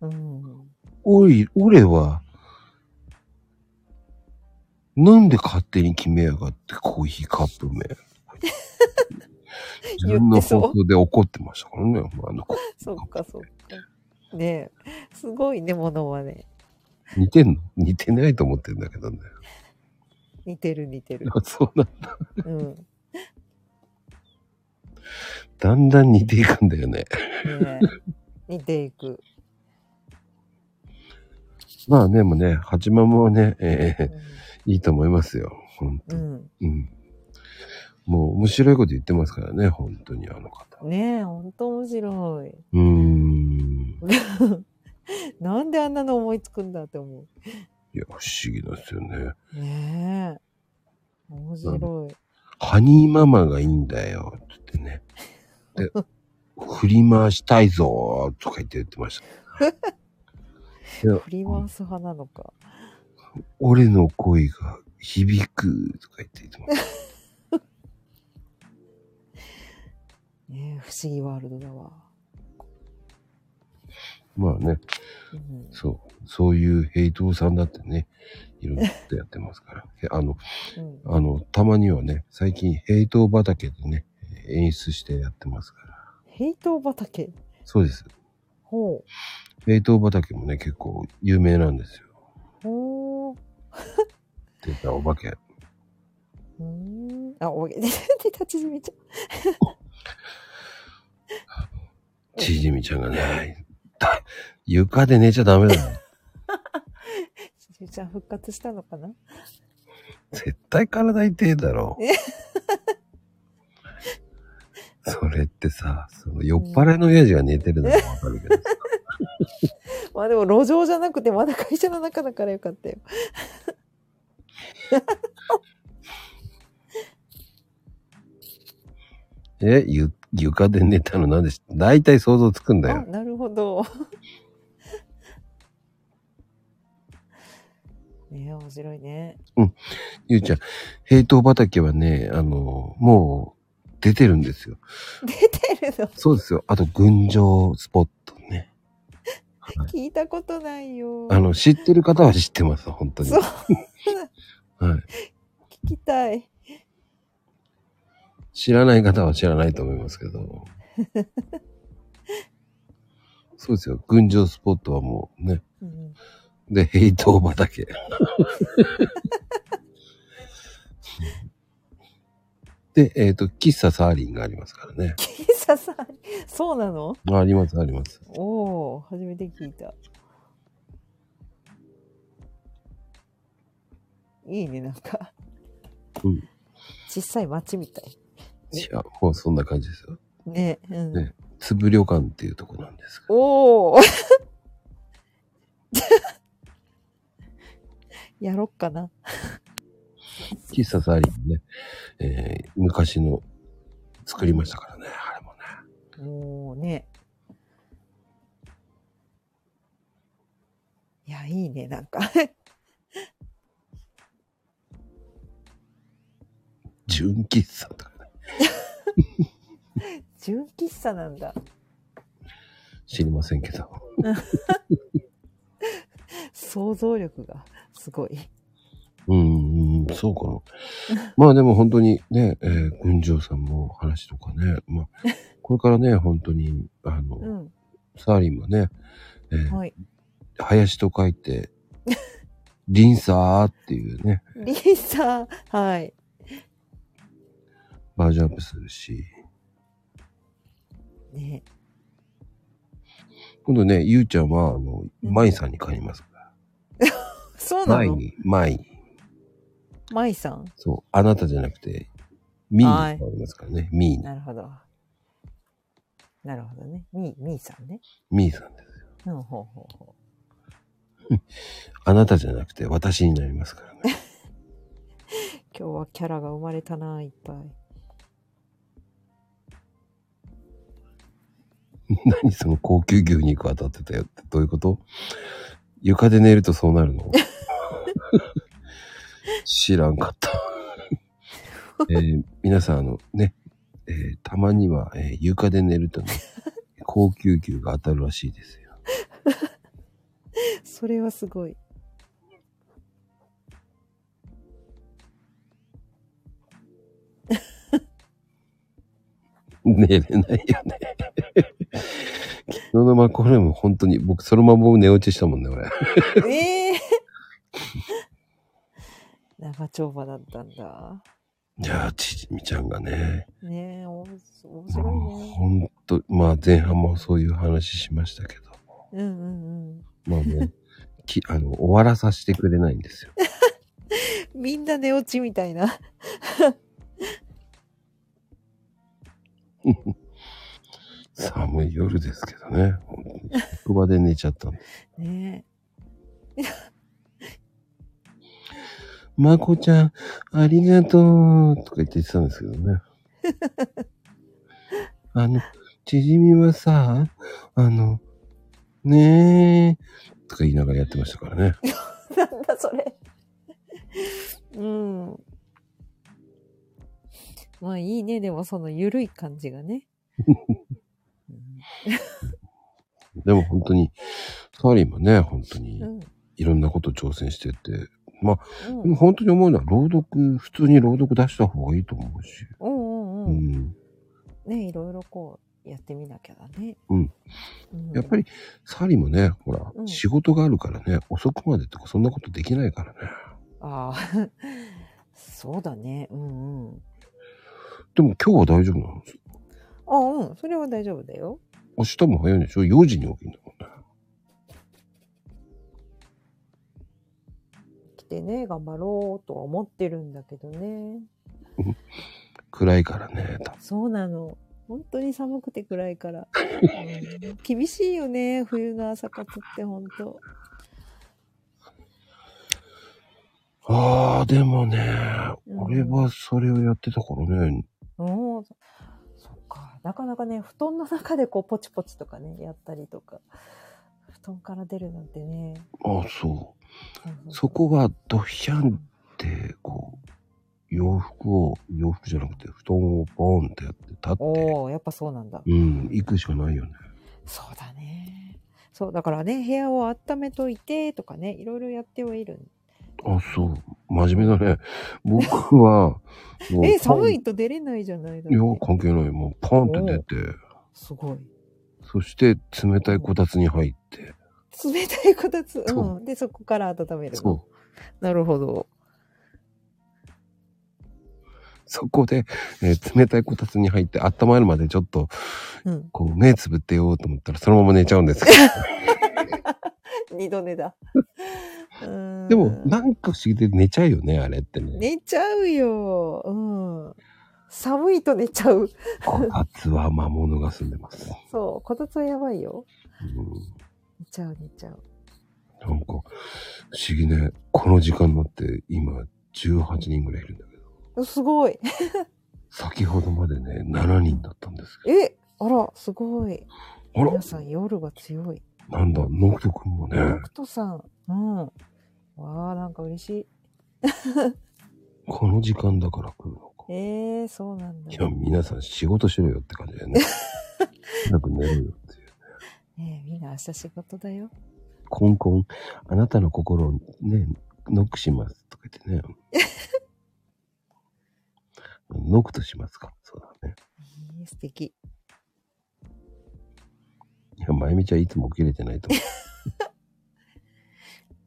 Speaker 3: う。
Speaker 4: うん。
Speaker 3: おい、俺は、 <laughs> なんで勝手に決めやがってコーヒーカップ麺。自分の放送で怒ってましたからね。あの子
Speaker 4: そっかそっか。ねえ、すごいね、ものはね。
Speaker 3: 似てんの似てないと思ってんだけどね。
Speaker 4: 似てる似てる。
Speaker 3: あそうなん
Speaker 4: うん。ね
Speaker 3: だんだん似ていくんだよね。
Speaker 4: え似ていく。
Speaker 3: まあね、もうね、八ママはね、え
Speaker 4: う
Speaker 3: えいいと思いますよ。本当に。
Speaker 4: ん。
Speaker 3: うん。もう面白いこと言ってますからね、本当にあの方。
Speaker 4: うんねえ、ほんと面白い。
Speaker 3: うーん。
Speaker 4: なんであんなの思いつくんだって思
Speaker 3: いや、不思議ですよね。
Speaker 4: う。ねえ。面白い。
Speaker 3: ハニーママがいいんだよ、つってね。で、振り回したいぞー、とか言って言ってました。
Speaker 4: 振り回す派なのか。
Speaker 3: 俺の声が響く、とか言って言ってました。
Speaker 4: ねえ、不思議ワールドだわ。
Speaker 3: まあね、
Speaker 4: うん、
Speaker 3: そう、そういうヘイトさんだってね、いろんなことやってますから。 <laughs> であの、
Speaker 4: うん
Speaker 3: あの、たまにはね、最近ヘイト畑でね、演出してやってますから。
Speaker 4: ヘイト畑。
Speaker 3: そうです。
Speaker 4: ほう。
Speaker 3: ヘイト畑もね、結構有名なんですよ。
Speaker 4: ほう。
Speaker 3: 出たお化け。
Speaker 4: うーん。あ、おげ、 <laughs> 手縮めちゃ
Speaker 3: ちじみちゃんがね、だ床で寝ちゃダメだよ。
Speaker 4: う。ちじみちゃん復活したのかな
Speaker 3: 絶対体痛いだろ。それってさ、その酔っ払いの親父が寝てるのもわかるけどさ、
Speaker 4: まあでも路上じゃなくてまだ会社の中だからよかったよ。
Speaker 3: え、ゆ床で寝たのなんでし、大体想像つくんだ
Speaker 4: あ、
Speaker 3: よ。
Speaker 4: なるほど。 <laughs> ねえ、面白いね。
Speaker 3: ゆうちゃん、平等畑はね、あの、もう出てるんですよ。
Speaker 4: 出てるの
Speaker 3: そうですよ。あと、群青スポットね。
Speaker 4: 聞いたことないよ。
Speaker 3: あの、知ってる方は知ってます、本当に。
Speaker 4: そ
Speaker 3: <laughs>
Speaker 4: う
Speaker 3: はい。
Speaker 4: 聞きたい。
Speaker 3: 知らない方は知らないと思いますけど。そうですよ。群青スポットはもうね。
Speaker 4: うん、
Speaker 3: で、ヘイト畑。 <laughs> で、えっ、と、喫茶サーリンがありますからね。
Speaker 4: キサさん、そうなの
Speaker 3: あります、あります。
Speaker 4: おお、初めて聞いた。いいね、なんか。
Speaker 3: うん
Speaker 4: 小さい町みたい。
Speaker 3: いや、もうそんな感じですよ。
Speaker 4: ね、うん。
Speaker 3: ねつぶ旅館っていうとこなんですけど。
Speaker 4: おお <laughs> やろっかな。
Speaker 3: 喫茶サーリンね、えー昔の作りましたからね、あれもね。
Speaker 4: もうね。いや、いいね、なんか。 <laughs>
Speaker 3: 純喫茶とかね。
Speaker 4: 純喫茶なんだ。
Speaker 3: 知りませんけど。
Speaker 4: 想像力がすごい。
Speaker 3: うん、うんそうかな。まあでも本当にね、えー、群青さんも話とかね、まあ、これからね、本当に、あの、
Speaker 4: うん。
Speaker 3: サーリンもね、えー
Speaker 4: はい。
Speaker 3: 林と書い
Speaker 4: <laughs>
Speaker 3: て、リンサーっていうね、
Speaker 4: リーサー、はい。
Speaker 3: バージョンアップするし、
Speaker 4: ね。
Speaker 3: 今度ね、ゆうちゃんは、あの、
Speaker 4: うん
Speaker 3: マイさんに借りますから。
Speaker 4: そうな
Speaker 3: マイ
Speaker 4: の
Speaker 3: に、マイに。
Speaker 4: マイさん。
Speaker 3: そう、あなたじゃなくて、ミーに借りますからね、ミーに。
Speaker 4: なるほど。なるほどね。ミー、ミーさんね。
Speaker 3: ミーさんです。
Speaker 4: うん、ほうほうほ
Speaker 3: あなたじゃなくて、私になりますからね。
Speaker 4: う。今日はキャラが生まれたな、いっぱい。
Speaker 3: 何その高級牛肉当たってたよってどういうこと床で寝るとそうなる
Speaker 4: <laughs>
Speaker 3: の知らんか
Speaker 4: <laughs>
Speaker 3: った、えー皆さんあのね、えーたまには、えー床で寝るとね高級牛が当たるらしいですよ
Speaker 4: それはすごい。
Speaker 3: 寝れないよね。昨日のマコルーム、本当に、僕、そのまま寝落ちしたもんね、俺。
Speaker 4: ええ <laughs> 長丁場だったんだ。
Speaker 3: いやー、ちみちゃんがね、
Speaker 4: ねえ、おも面
Speaker 3: もう
Speaker 4: 白いね。
Speaker 3: 本当、まあ前半もそういう話しましたけど、
Speaker 4: うんうんうん。
Speaker 3: まあもう、き <laughs> あの、終わらさせてくれないんですよ。
Speaker 4: みんな寝落ちみたいな。
Speaker 3: 寒い夜ですけどね、本当に職場で寝ちゃったんで。
Speaker 4: ね
Speaker 3: <laughs> まこちゃん、ありがとうとか言って言ってたんですけどね。 <laughs> あの、チヂミはさ、あの、ねえ、とか言いながらやってましたからね。
Speaker 4: え。なんだそれ。うん。まあいいね。でもそのゆるい感じ
Speaker 3: <laughs>
Speaker 4: がね。
Speaker 3: でも本当に、サリーもね、本当に
Speaker 4: う、ん。
Speaker 3: いろんなこと挑戦してて、
Speaker 4: うん。
Speaker 3: 本当に思うのは朗読、普通に朗読出した方がいいと思うし。
Speaker 4: うんうん
Speaker 3: う
Speaker 4: うん。
Speaker 3: ん。
Speaker 4: ねいろいろこうやってみなきゃだね。
Speaker 3: うん。やっぱ
Speaker 4: り。
Speaker 3: り、サリーもね、ほら、
Speaker 4: うん
Speaker 3: 仕事があるからね、遅くまでとかそんなことできないからね。
Speaker 4: ああ。 <laughs> そうだね。うんうん。
Speaker 3: でも今日は大丈夫なの
Speaker 4: あうん。それは大丈夫だよ。
Speaker 3: 明日も早いんでしょ ?4 時に起きるんだもんね。
Speaker 4: 来てね、頑張ろうとは思ってるんだけどね。
Speaker 3: 暗いからね、多分
Speaker 4: そうなの。本当に寒くて暗いから。うん厳しいよね、冬の朝活って本当。
Speaker 3: ああ、でもね、
Speaker 4: うん
Speaker 3: 俺はそれをやってたからね、
Speaker 4: うん、そっか。なかなかね、布団の中でこうポチポチとかね、やったりとか。布団から出るなんてね。
Speaker 3: ああ、そ
Speaker 4: そうそう
Speaker 3: う。そこはドヒャンって、こう、洋服を、洋服じゃなくて、布団をボーンってやって立って、
Speaker 4: おお、やっぱそうなんだ。
Speaker 3: うん、行くしかないよね。
Speaker 4: そうだね。そう、だからね、部屋を温めといてとかね、いろいろやってはいる。
Speaker 3: あ、そう。真面目だね。僕は、もう
Speaker 4: え、寒
Speaker 3: い
Speaker 4: いと出れないじゃないだっ
Speaker 3: い
Speaker 4: て
Speaker 3: や、関係ない。もうパンって出て、
Speaker 4: すごい。
Speaker 3: そして冷たいこたつに入って、
Speaker 4: 冷たいこたつ。
Speaker 3: そう
Speaker 4: うん。で、そこから温めるの。
Speaker 3: そう。
Speaker 4: なるほど。
Speaker 3: そこで、えー冷たいこたつに入って温まるまでちょっと、 <laughs>
Speaker 4: うん。
Speaker 3: こう、目つぶってようと思ったら、そのまま寝ちゃうんですけど。
Speaker 4: 二度寝だ。 <laughs> うーん
Speaker 3: でも、なんか不思議で寝ちゃうよね、あれってね。
Speaker 4: 寝ちゃうよ。うん。寒いと寝ちゃう。
Speaker 3: こたつは魔物が住んでます。
Speaker 4: そう。こたつはやばいよ。
Speaker 3: うん。
Speaker 4: 寝ちゃう、寝ちゃう。
Speaker 3: なんか、不思議ね。この時間になって、今、18人ぐらいいるんだけど、
Speaker 4: うすごい。
Speaker 3: 先ほどまでね、7人だったんですけ
Speaker 4: え、あら、すごい。
Speaker 3: ど。あら
Speaker 4: 皆、さん夜が強い。
Speaker 3: なんだ、ノクト君もね、
Speaker 4: 北斗さん。うん。わあ、なんか嬉しい。
Speaker 3: この時間だから来るのか。
Speaker 4: えー、そうなんだ
Speaker 3: い。や、皆さん仕事しろよって感じだよ
Speaker 4: <laughs>
Speaker 3: ね。なく寝ろよっていう。
Speaker 4: ねえみんな明日仕事だよ。
Speaker 3: コンコン、あなたの心をね、ノックしますとか言
Speaker 4: <laughs>
Speaker 3: ってね。ノックとしますか。そうだね。
Speaker 4: えー素敵。
Speaker 3: いや、まゆみちゃんいつも起きれてないと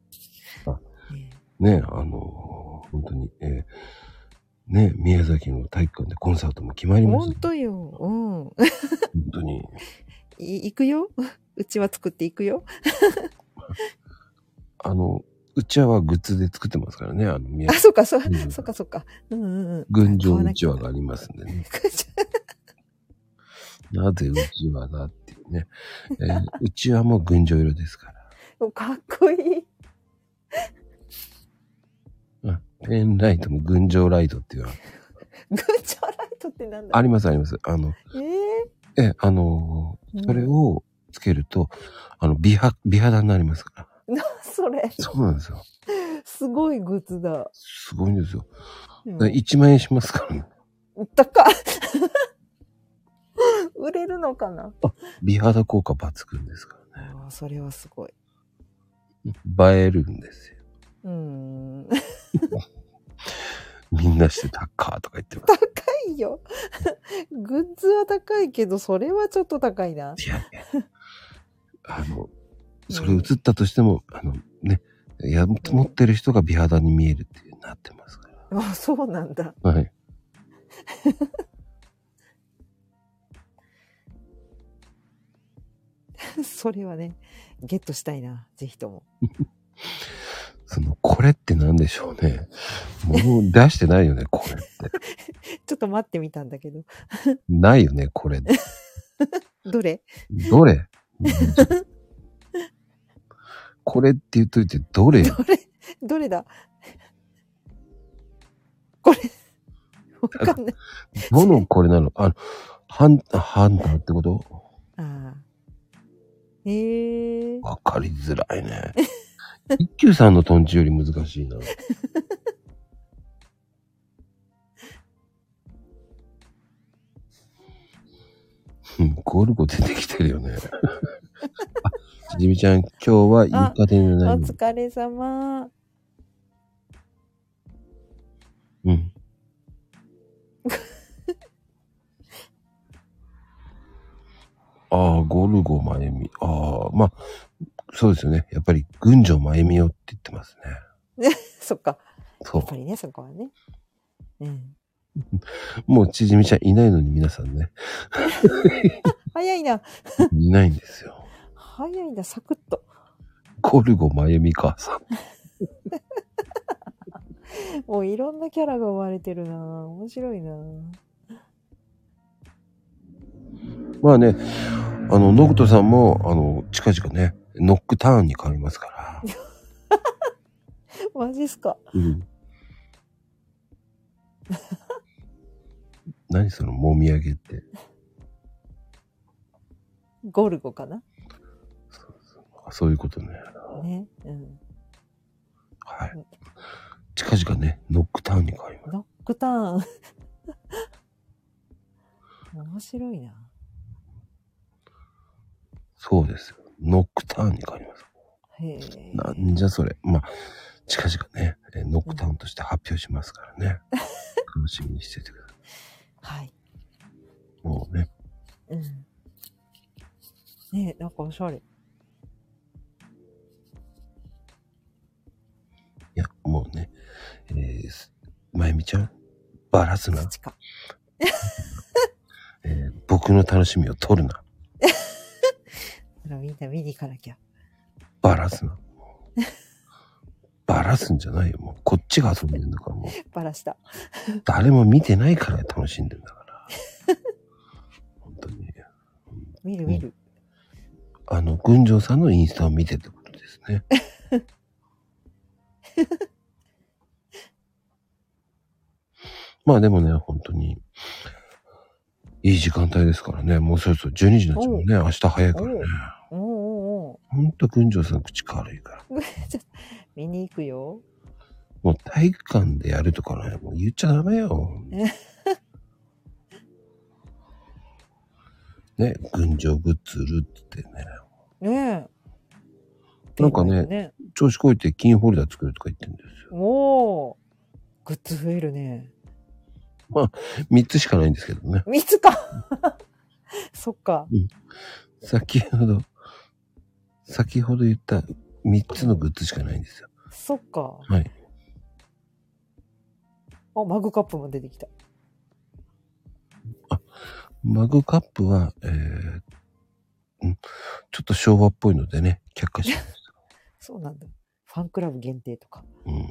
Speaker 3: 思う。
Speaker 4: ね <laughs>
Speaker 3: ね、あのー本当に、えーね、宮崎の体育館でコンサートも決ま
Speaker 4: え
Speaker 3: りまし
Speaker 4: 本
Speaker 3: た。
Speaker 4: 当よ。うん。
Speaker 3: 本当に。
Speaker 4: い行くよ。 <laughs> うちは作っていくよ。
Speaker 3: あの、うちわはグッズで作ってますからね、あの、宮
Speaker 4: あ、そっか、そ、う
Speaker 3: うん
Speaker 4: そっか、そっか。うんうんうん。
Speaker 3: 群青うちわがありますんでね。
Speaker 4: う
Speaker 3: なぜうちわだっていうね。えーうちわも群青色ですから。
Speaker 4: かっこいい。
Speaker 3: あペンライトも群青ライトっていうのは
Speaker 4: グッチョライトってなんだ
Speaker 3: ありますあります。あの、
Speaker 4: え
Speaker 3: え、あの
Speaker 4: え
Speaker 3: ーそれ。をつけると、あの、美肌、美肌になりますから。
Speaker 4: な、それ。
Speaker 3: そうなんですよ。
Speaker 4: すごいグッズだ。
Speaker 3: すごいんですよ。
Speaker 4: うん
Speaker 3: 1万円しますからね。
Speaker 4: 高っ <laughs> 売れるのかな
Speaker 3: 美肌効果抜群ですか
Speaker 4: ああ、それはすごい。
Speaker 3: らね。映えるんですよ。
Speaker 4: うーん。
Speaker 3: みんなしてタッカーとか言ってま
Speaker 4: 高いよ。 <laughs> グッズは高いけど、それはちょっと高いな。
Speaker 3: す。いやね。あの、それ映ったとしても、あのね、や持ってる人が美肌に見えるっていうなってますか
Speaker 4: あ、そうなんだ。
Speaker 3: ら。はい。
Speaker 4: <laughs> それはね、ゲットしたいな。ぜひとも。
Speaker 3: その、これって何でしょうね。もう出してないよね、これって。
Speaker 4: ちょっと待ってみたんだけど。
Speaker 3: ないよね、これ。
Speaker 4: どれ
Speaker 3: どれこれって言っといて、どれ
Speaker 4: どれどれだこれ。わかんない。
Speaker 3: どのこれなのあの、ハン、ハンターってこと
Speaker 4: ああ。ええー。
Speaker 3: わかりづらいね。一休さんのトンチより難しいな。うんゴルゴ出てきてるよね。あじみちゃん、今日はいい家庭じゃ
Speaker 4: お
Speaker 3: ないの。
Speaker 4: 疲れ様。
Speaker 3: うん。ああ、ゴルゴ真由美。ああ、まあ、そうですよね。やっぱり、群青真由美よって言ってますね。
Speaker 4: そっか。
Speaker 3: そ
Speaker 4: や
Speaker 3: う
Speaker 4: っぱ。りね、そこはね。うん。
Speaker 3: もう、ちじみちゃんいないのに皆さんね、 <laughs>
Speaker 4: 早いな。
Speaker 3: いないんですよ。
Speaker 4: 早いな、サクッと。
Speaker 3: ゴルゴ真由美母さん。
Speaker 4: もういろんなキャラが生まれてるな。面白いな。
Speaker 3: まあね、あの、ノクトさんも、あの、近々ね、ノックターンに変わりますから。
Speaker 4: マジっすか。
Speaker 3: <laughs> うん。何その、もみあげって。
Speaker 4: ゴルゴかな
Speaker 3: そういうことね。
Speaker 4: ね。うん。
Speaker 3: はい。近々ね、ノックターンに変わります。
Speaker 4: ノックターン。 <laughs> 面白いな。
Speaker 3: そうですよ。ノックターンに変わります。
Speaker 4: へえ。
Speaker 3: なんじゃそれ。まあ、近々ね、えーノックターンとして発表しますから <laughs> ね。楽しみにしててくださ
Speaker 4: はい。
Speaker 3: い。もうね。
Speaker 4: うん。ねなんかおしゃれ。
Speaker 3: いや、もうね。えーすまゆみちゃん、バラす
Speaker 4: そ
Speaker 3: な
Speaker 4: っ。ちか。
Speaker 3: えー僕の楽しみを取るな。
Speaker 4: ほらみんな見に行かなきゃ。
Speaker 3: バラすな。バラすんじゃないよ。もうこっちが遊んでるんだから、もう
Speaker 4: バラした。
Speaker 3: 誰も見てないから楽しんでんだから。本当に。
Speaker 4: 見る見る。
Speaker 3: あの、群青さんのインスタを見てってことです <laughs> ね。まあでもね、本当に、いい時間帯ですからね。もうそろそろ12時になっちゃうもんね。明日早いからね。
Speaker 4: おうおうおう
Speaker 3: ほんと群青さん口軽いから。
Speaker 4: 見に行くよ。
Speaker 3: もう体育館でやるとかね、もう言っちゃダメ <laughs> よ。ね、群青グッズ売るってね。
Speaker 4: ねえ。
Speaker 3: なんかね
Speaker 4: 店内でね
Speaker 3: 調子こいて金ホルダー作るとか言ってるんですよ。
Speaker 4: おーグッズ増えるね。
Speaker 3: 3つしかないんですけどね。
Speaker 4: 三つか <laughs> そっか。
Speaker 3: 先ほど、先ほど言った3つのグッズしかないんですよ。
Speaker 4: そっか。
Speaker 3: はい。
Speaker 4: あ、マグカップも出てきた。
Speaker 3: マグカップは、えー、んちょっと昭和っぽいのでね、却下しました。
Speaker 4: そうなんだ。ファンクラブ限定とか。
Speaker 3: うん。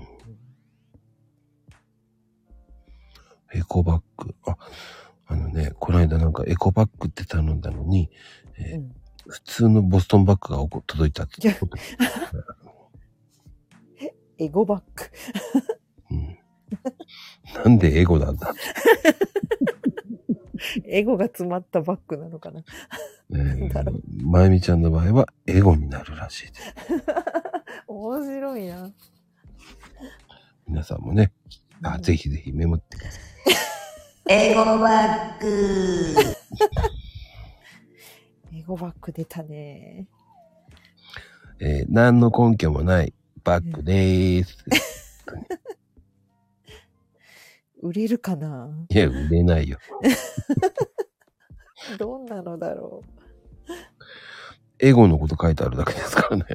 Speaker 3: エコバッグ。あ、あのね、この間なんかエコバッグって頼んだのに、えー
Speaker 4: うん
Speaker 3: 普通のボストンバッグがおこ届いたって。
Speaker 4: <laughs> エゴバッグ。
Speaker 3: うん、なんでエゴなんだ、
Speaker 4: <laughs> エゴが詰まったバッグなのかな。
Speaker 3: え
Speaker 4: んだろ
Speaker 3: ー、まゆみちゃんの場合はエゴになるらしいです。
Speaker 4: 面白いな。
Speaker 3: 皆さんもね、あ、ぜひぜひメモってください。
Speaker 1: エゴバッグ
Speaker 4: エゴバッグ出たね。
Speaker 3: えー何の根拠もないバッグでーす。
Speaker 4: 売れるかない
Speaker 3: や、売れ <laughs> ないよ。
Speaker 4: どんなのだろう
Speaker 3: エゴのこと書いてあるだけですからね。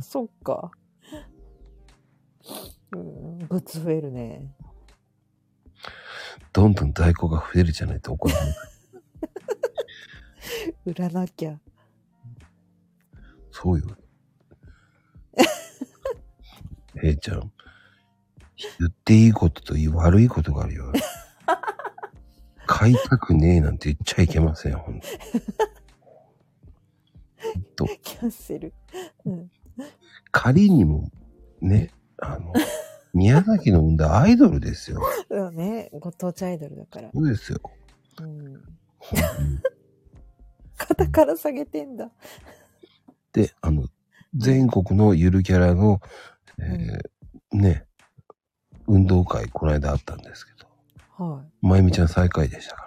Speaker 4: そっか。うん、グッズ増えるね。
Speaker 3: どんどん在庫が増えるじゃないと怒らない。
Speaker 4: 売らなきゃ。
Speaker 3: そうよ。えいちゃん、言っていいことと悪いことがあるよ。買いたくねえなんて言っちゃいけません、ほんと。と
Speaker 4: キャンセル。うん、
Speaker 3: 仮にも、ね、あ <laughs> の、宮崎の生んだアイドルですよ。
Speaker 4: だね。ご当地アイドルだから。
Speaker 3: そうですよ。
Speaker 4: うん。肩から下げてんだ。
Speaker 3: で、あの、全国のゆるキャラの、えーね、運動会、この間あったんですけど、
Speaker 4: は
Speaker 3: まゆみちゃん最下位でしたか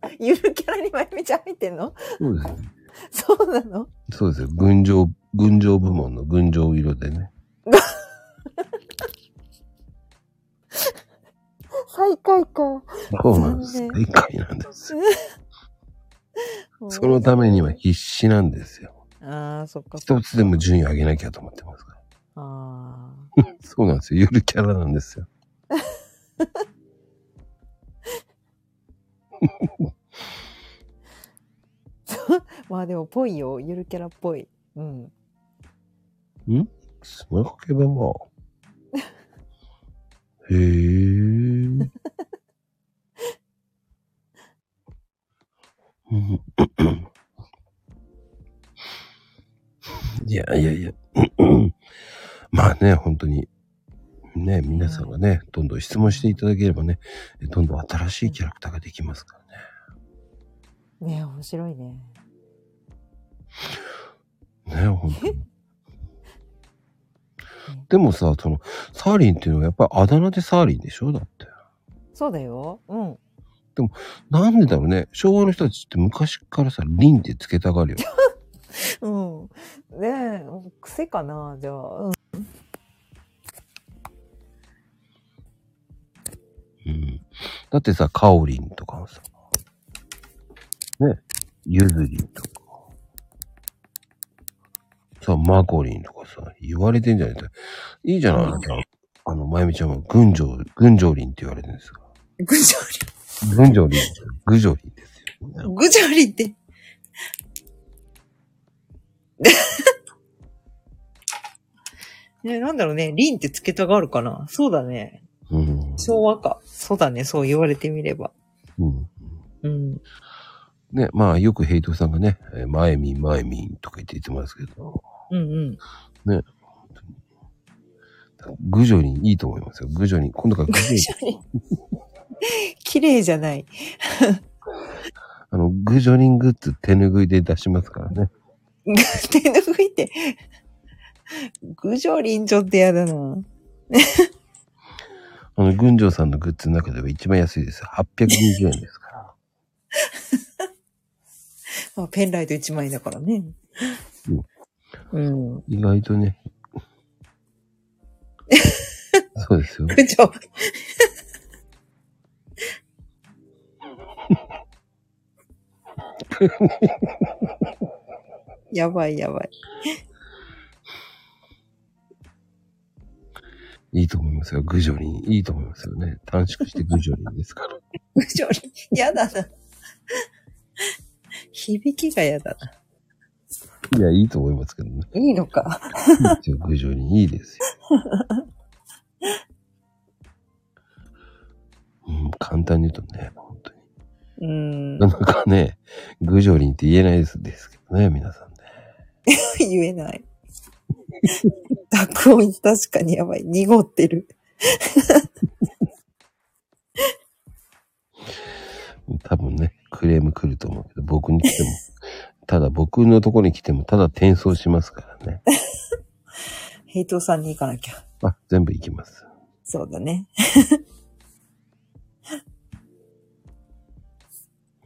Speaker 3: らね。
Speaker 4: い。ゆるキャラにまゆみちゃん入ってんの
Speaker 3: そうですよ。
Speaker 4: そうなの
Speaker 3: そうですよ。群青、群青部門の群青色でね。
Speaker 4: 最下位か。
Speaker 3: そうなんです。
Speaker 4: 残
Speaker 3: 最下位なんです。そのためには必死なんですよ。
Speaker 4: ああ、そっか。
Speaker 3: 一つでも順位上げなきゃと思ってますから。
Speaker 4: ああ。
Speaker 3: そうなんですよ。ゆるキャラなんですよ。
Speaker 4: まあでも、ぽいよ。ゆるキャラっぽい。うん。
Speaker 3: すごい書けばまあ。へえ。うんいやいやいや。まあね、本当に。ね、皆さんがね、どんどん質問していただければね、どんどん新しいキャラクターができますからね。
Speaker 4: ねえ面白いね。
Speaker 3: ね本当に。でもさ、その、サーリンっていうのはやっぱりあだ名でサーリンでしょだって。
Speaker 4: そうだよ。うん。
Speaker 3: なんでだろうね。昭和の人たちって昔からさ、リンってつけたがるよ。
Speaker 4: うん。ねえ、癖かな、じゃあ。うん。
Speaker 3: うん。だってさ、カオリンとかさ、ね、ユズリンとか、さ、マコリンとかさ、言われてんじゃないか。いいじゃない、あなたあの、まゆみちゃんは、群青、群青林って言われてるんですよ。
Speaker 4: ぐじょ
Speaker 3: 群青林、群青林ですよ。
Speaker 4: り、ぐじょりって。 <laughs> ねなんだろうね。りんってつけたがあるかな。そうだね。
Speaker 3: うん。
Speaker 4: 昭和か。そうだね。そう言われてみれば。
Speaker 3: うん。
Speaker 4: うん。
Speaker 3: ね、まあ、よくヘイトさんがね、えーまえみん、まえみんとか言って言ってますけど、
Speaker 4: うんうん。
Speaker 3: グジョリンいいと思いますよ。グジョリン。今度からグジョリン、
Speaker 4: <laughs> 綺麗じゃない。
Speaker 3: あの、グジョリングッズ手拭いで出しますからね。
Speaker 4: 手拭いて。ぐじょりんちょっとやだな。
Speaker 3: あの、群青さんのグッズの中では一番安いです。820円ですから。
Speaker 4: まあ、ペンライト1枚だからね。うん。
Speaker 3: <laughs> 意外と <laughs> ね。そうですよ。
Speaker 4: ぐじょ。やばいやばい。
Speaker 3: いいと思いますよ。グジョリン。いいと思いますよね。短縮してグジョリンですから。
Speaker 4: ぐじょりん。やだな。響きがやだな。
Speaker 3: <laughs> いや、いいと思いますけどね。
Speaker 4: いいのか。
Speaker 3: いいですよ、グジョリン。いい <laughs> ですよ。うん、簡単に言うとね、本当に。
Speaker 4: うん。
Speaker 3: なかなかね、グジョリンって言えないですですけどね、皆さんね。
Speaker 4: 言えない。濁音確かにやばい。濁ってる。
Speaker 3: 多分ね、クレーム来ると思うけど、僕に来ても、 <laughs> ただ僕のところに来ても、ただ転送しますからね。 <laughs>
Speaker 4: ヘイトさんに行かなきゃ。
Speaker 3: あ、全部行きます。
Speaker 4: そうだね。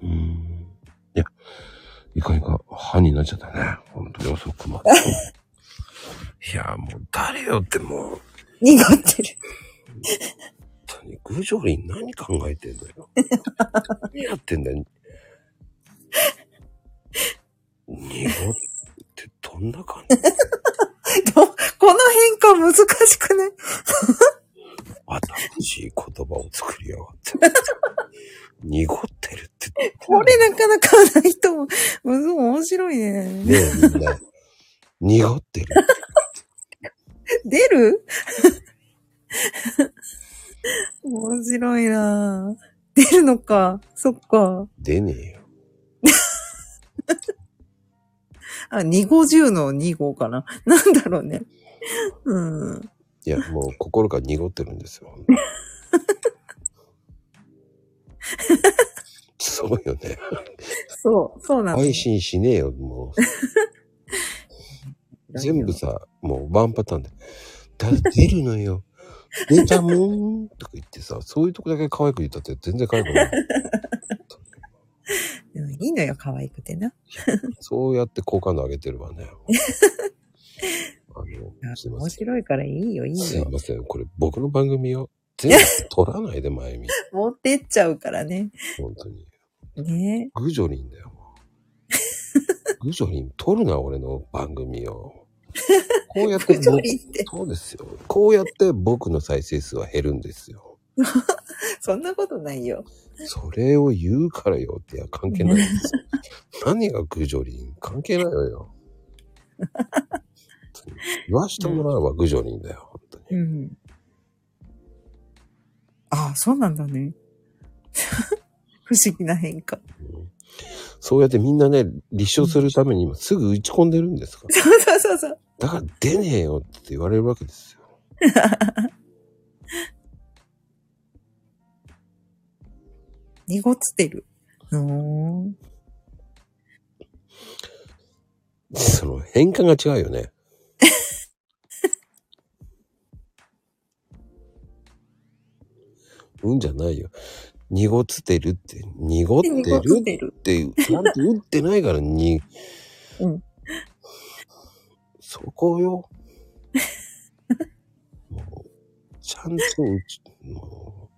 Speaker 3: うーん。いや、いかにか、歯になっちゃったね。本当に遅くまで。 <laughs> いや、もう誰よってもう、
Speaker 4: 濁ってる。
Speaker 3: 不条理何考えてんのよ。 <laughs> 何やってんだよ。 <laughs> 濁ってどんな感じ
Speaker 4: どこの変化難しくない
Speaker 3: 新しい言葉を作りやが
Speaker 4: <laughs>
Speaker 3: って。濁ってるって。
Speaker 4: これなかなかないと、むず面白いね。
Speaker 3: ねえ、みんな。濁ってる。
Speaker 4: 出る面白いなぁ出るのか。そっか。
Speaker 3: 出ねえよ。
Speaker 4: あ、250の2号かな。なんだろうね。うん。
Speaker 3: いや、もう心が濁ってるんですよ。
Speaker 4: <laughs>
Speaker 3: そうよね。
Speaker 4: そう、そうなの。
Speaker 3: 配信しねえよ、もう。全部さ、もうワンパターンで。だ出るのよ。出たもんとか言ってさ、そういうとこだけ可愛く言ったって全然可愛くない。
Speaker 4: うんいいのよ、可愛くてな。
Speaker 3: そうやって好感度上げてるわね。あの、すいま
Speaker 4: 面
Speaker 3: せん。
Speaker 4: 白いからいいよ、いい
Speaker 3: すい
Speaker 4: よ。
Speaker 3: ません。これ僕の番組を全部取らないで、まゆみ。
Speaker 4: 持ってっちゃうからね。
Speaker 3: 本当に。
Speaker 4: ね
Speaker 3: グジョリンだよ。もうグジョリン取るな、俺の番組を。こうやって
Speaker 4: グ
Speaker 3: 僕、
Speaker 4: ジョリンって
Speaker 3: そうですよ。こうやって僕の再生数は減るんですよ。
Speaker 4: そんなことないよ。
Speaker 3: それを言うからよっていや関係ないんですよ。何がグジョリン関係ないわよ。言わしてもらうわ、グジョリンだよ、本当に。
Speaker 4: うん。ああ、そうなんだね。 <laughs> 不思議な変化。
Speaker 3: そうやってみんなね、立証するために今すぐ打ち込んでるんですから。
Speaker 4: そうそうそうそう。
Speaker 3: だから出ねえよって言われるわけですよ。
Speaker 4: 濁ってる。うーん。
Speaker 3: その変化が違うよ
Speaker 4: <laughs>
Speaker 3: ね。うんじゃないよ。濁ってるって、濁って
Speaker 4: 濁
Speaker 3: る
Speaker 4: ってる。
Speaker 3: って、ちゃんと打ってないからに、
Speaker 4: <laughs> うん
Speaker 3: そこよ。もう、ちゃんと打ち、も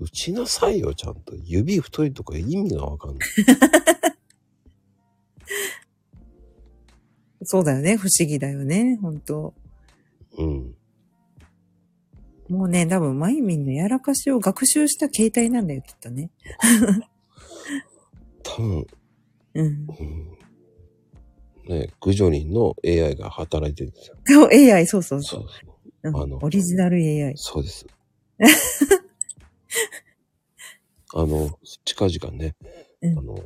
Speaker 3: う、打ちなさいよ、ちゃんと。指太いとか意味がわかんない。
Speaker 4: そうだよね。不思議だよね。本当
Speaker 3: うん。
Speaker 4: もうね、多分、マイミンのやらかしを学習した携帯なんだよ、きっとね。
Speaker 3: 多分、
Speaker 4: うん。
Speaker 3: うん。ね、グジョリンの AI が働いてるんですよ。
Speaker 4: そう、AI、そう <laughs> そう
Speaker 3: そ
Speaker 4: そうう。
Speaker 3: そう。
Speaker 4: うん
Speaker 3: あの
Speaker 4: オリジナル AI。
Speaker 3: そうです。 <laughs> あの、近々ね、
Speaker 4: うん
Speaker 3: あの、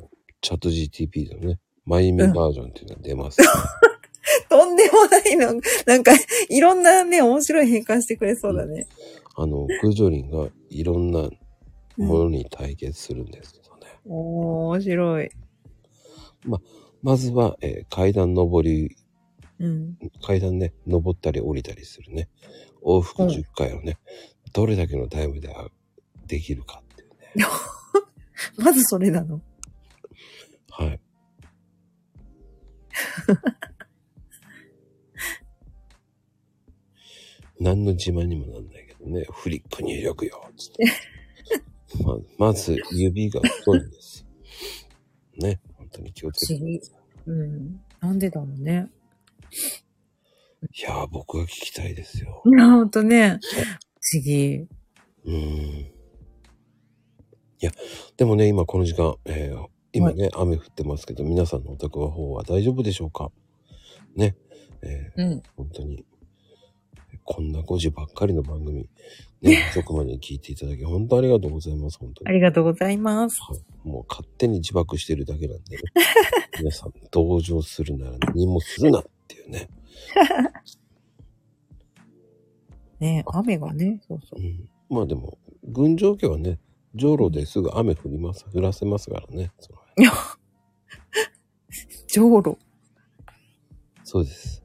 Speaker 3: チャット GTP のね、マイメバージョンっていうのが出ます。
Speaker 4: <laughs>
Speaker 3: <laughs>
Speaker 4: とんでもないの。なんか、いろんなね、面白い変換してくれそうだね。
Speaker 3: あの、グジョリンがいろんなものに対決するんですけどね。
Speaker 4: おー、面白い。
Speaker 3: まずは、えー階段上り、
Speaker 4: うん。
Speaker 3: 階段ね、上ったり降りたりするね。往復10回をね、どれだけのタイムであできるかっていうね。
Speaker 4: まずそれなの。
Speaker 3: はい。何の自慢にもなんないけどね、フリック入力よ、つって。 <laughs> ままず指が太いんです。ね、本当に気をつけてください。
Speaker 4: うん。なんでだろうね。
Speaker 3: いやー、僕が聞きたいですよ。
Speaker 4: いや、ほんとね。不思議。
Speaker 3: うーん。いや、でもね、今この時間、えー今ね、雨降ってますけど、皆さんのお宅の方は大丈夫でしょうかね、えー
Speaker 4: うん。
Speaker 3: 本当に、こんな5時ばっかりの番組、ね、遅くまで聞いていただき、本当ありがとうございます、本当
Speaker 4: あ
Speaker 3: に。
Speaker 4: りがとうございます。
Speaker 3: はい、もう勝手に自爆してるだけなんでね、皆さん、同情するなら何もするなっていうね。
Speaker 4: ね雨がね、そうそう
Speaker 3: う。ん、まあでも軍状況はね上路ですぐ雨降ります降らせますからねその辺
Speaker 4: じょうろ。
Speaker 3: そうです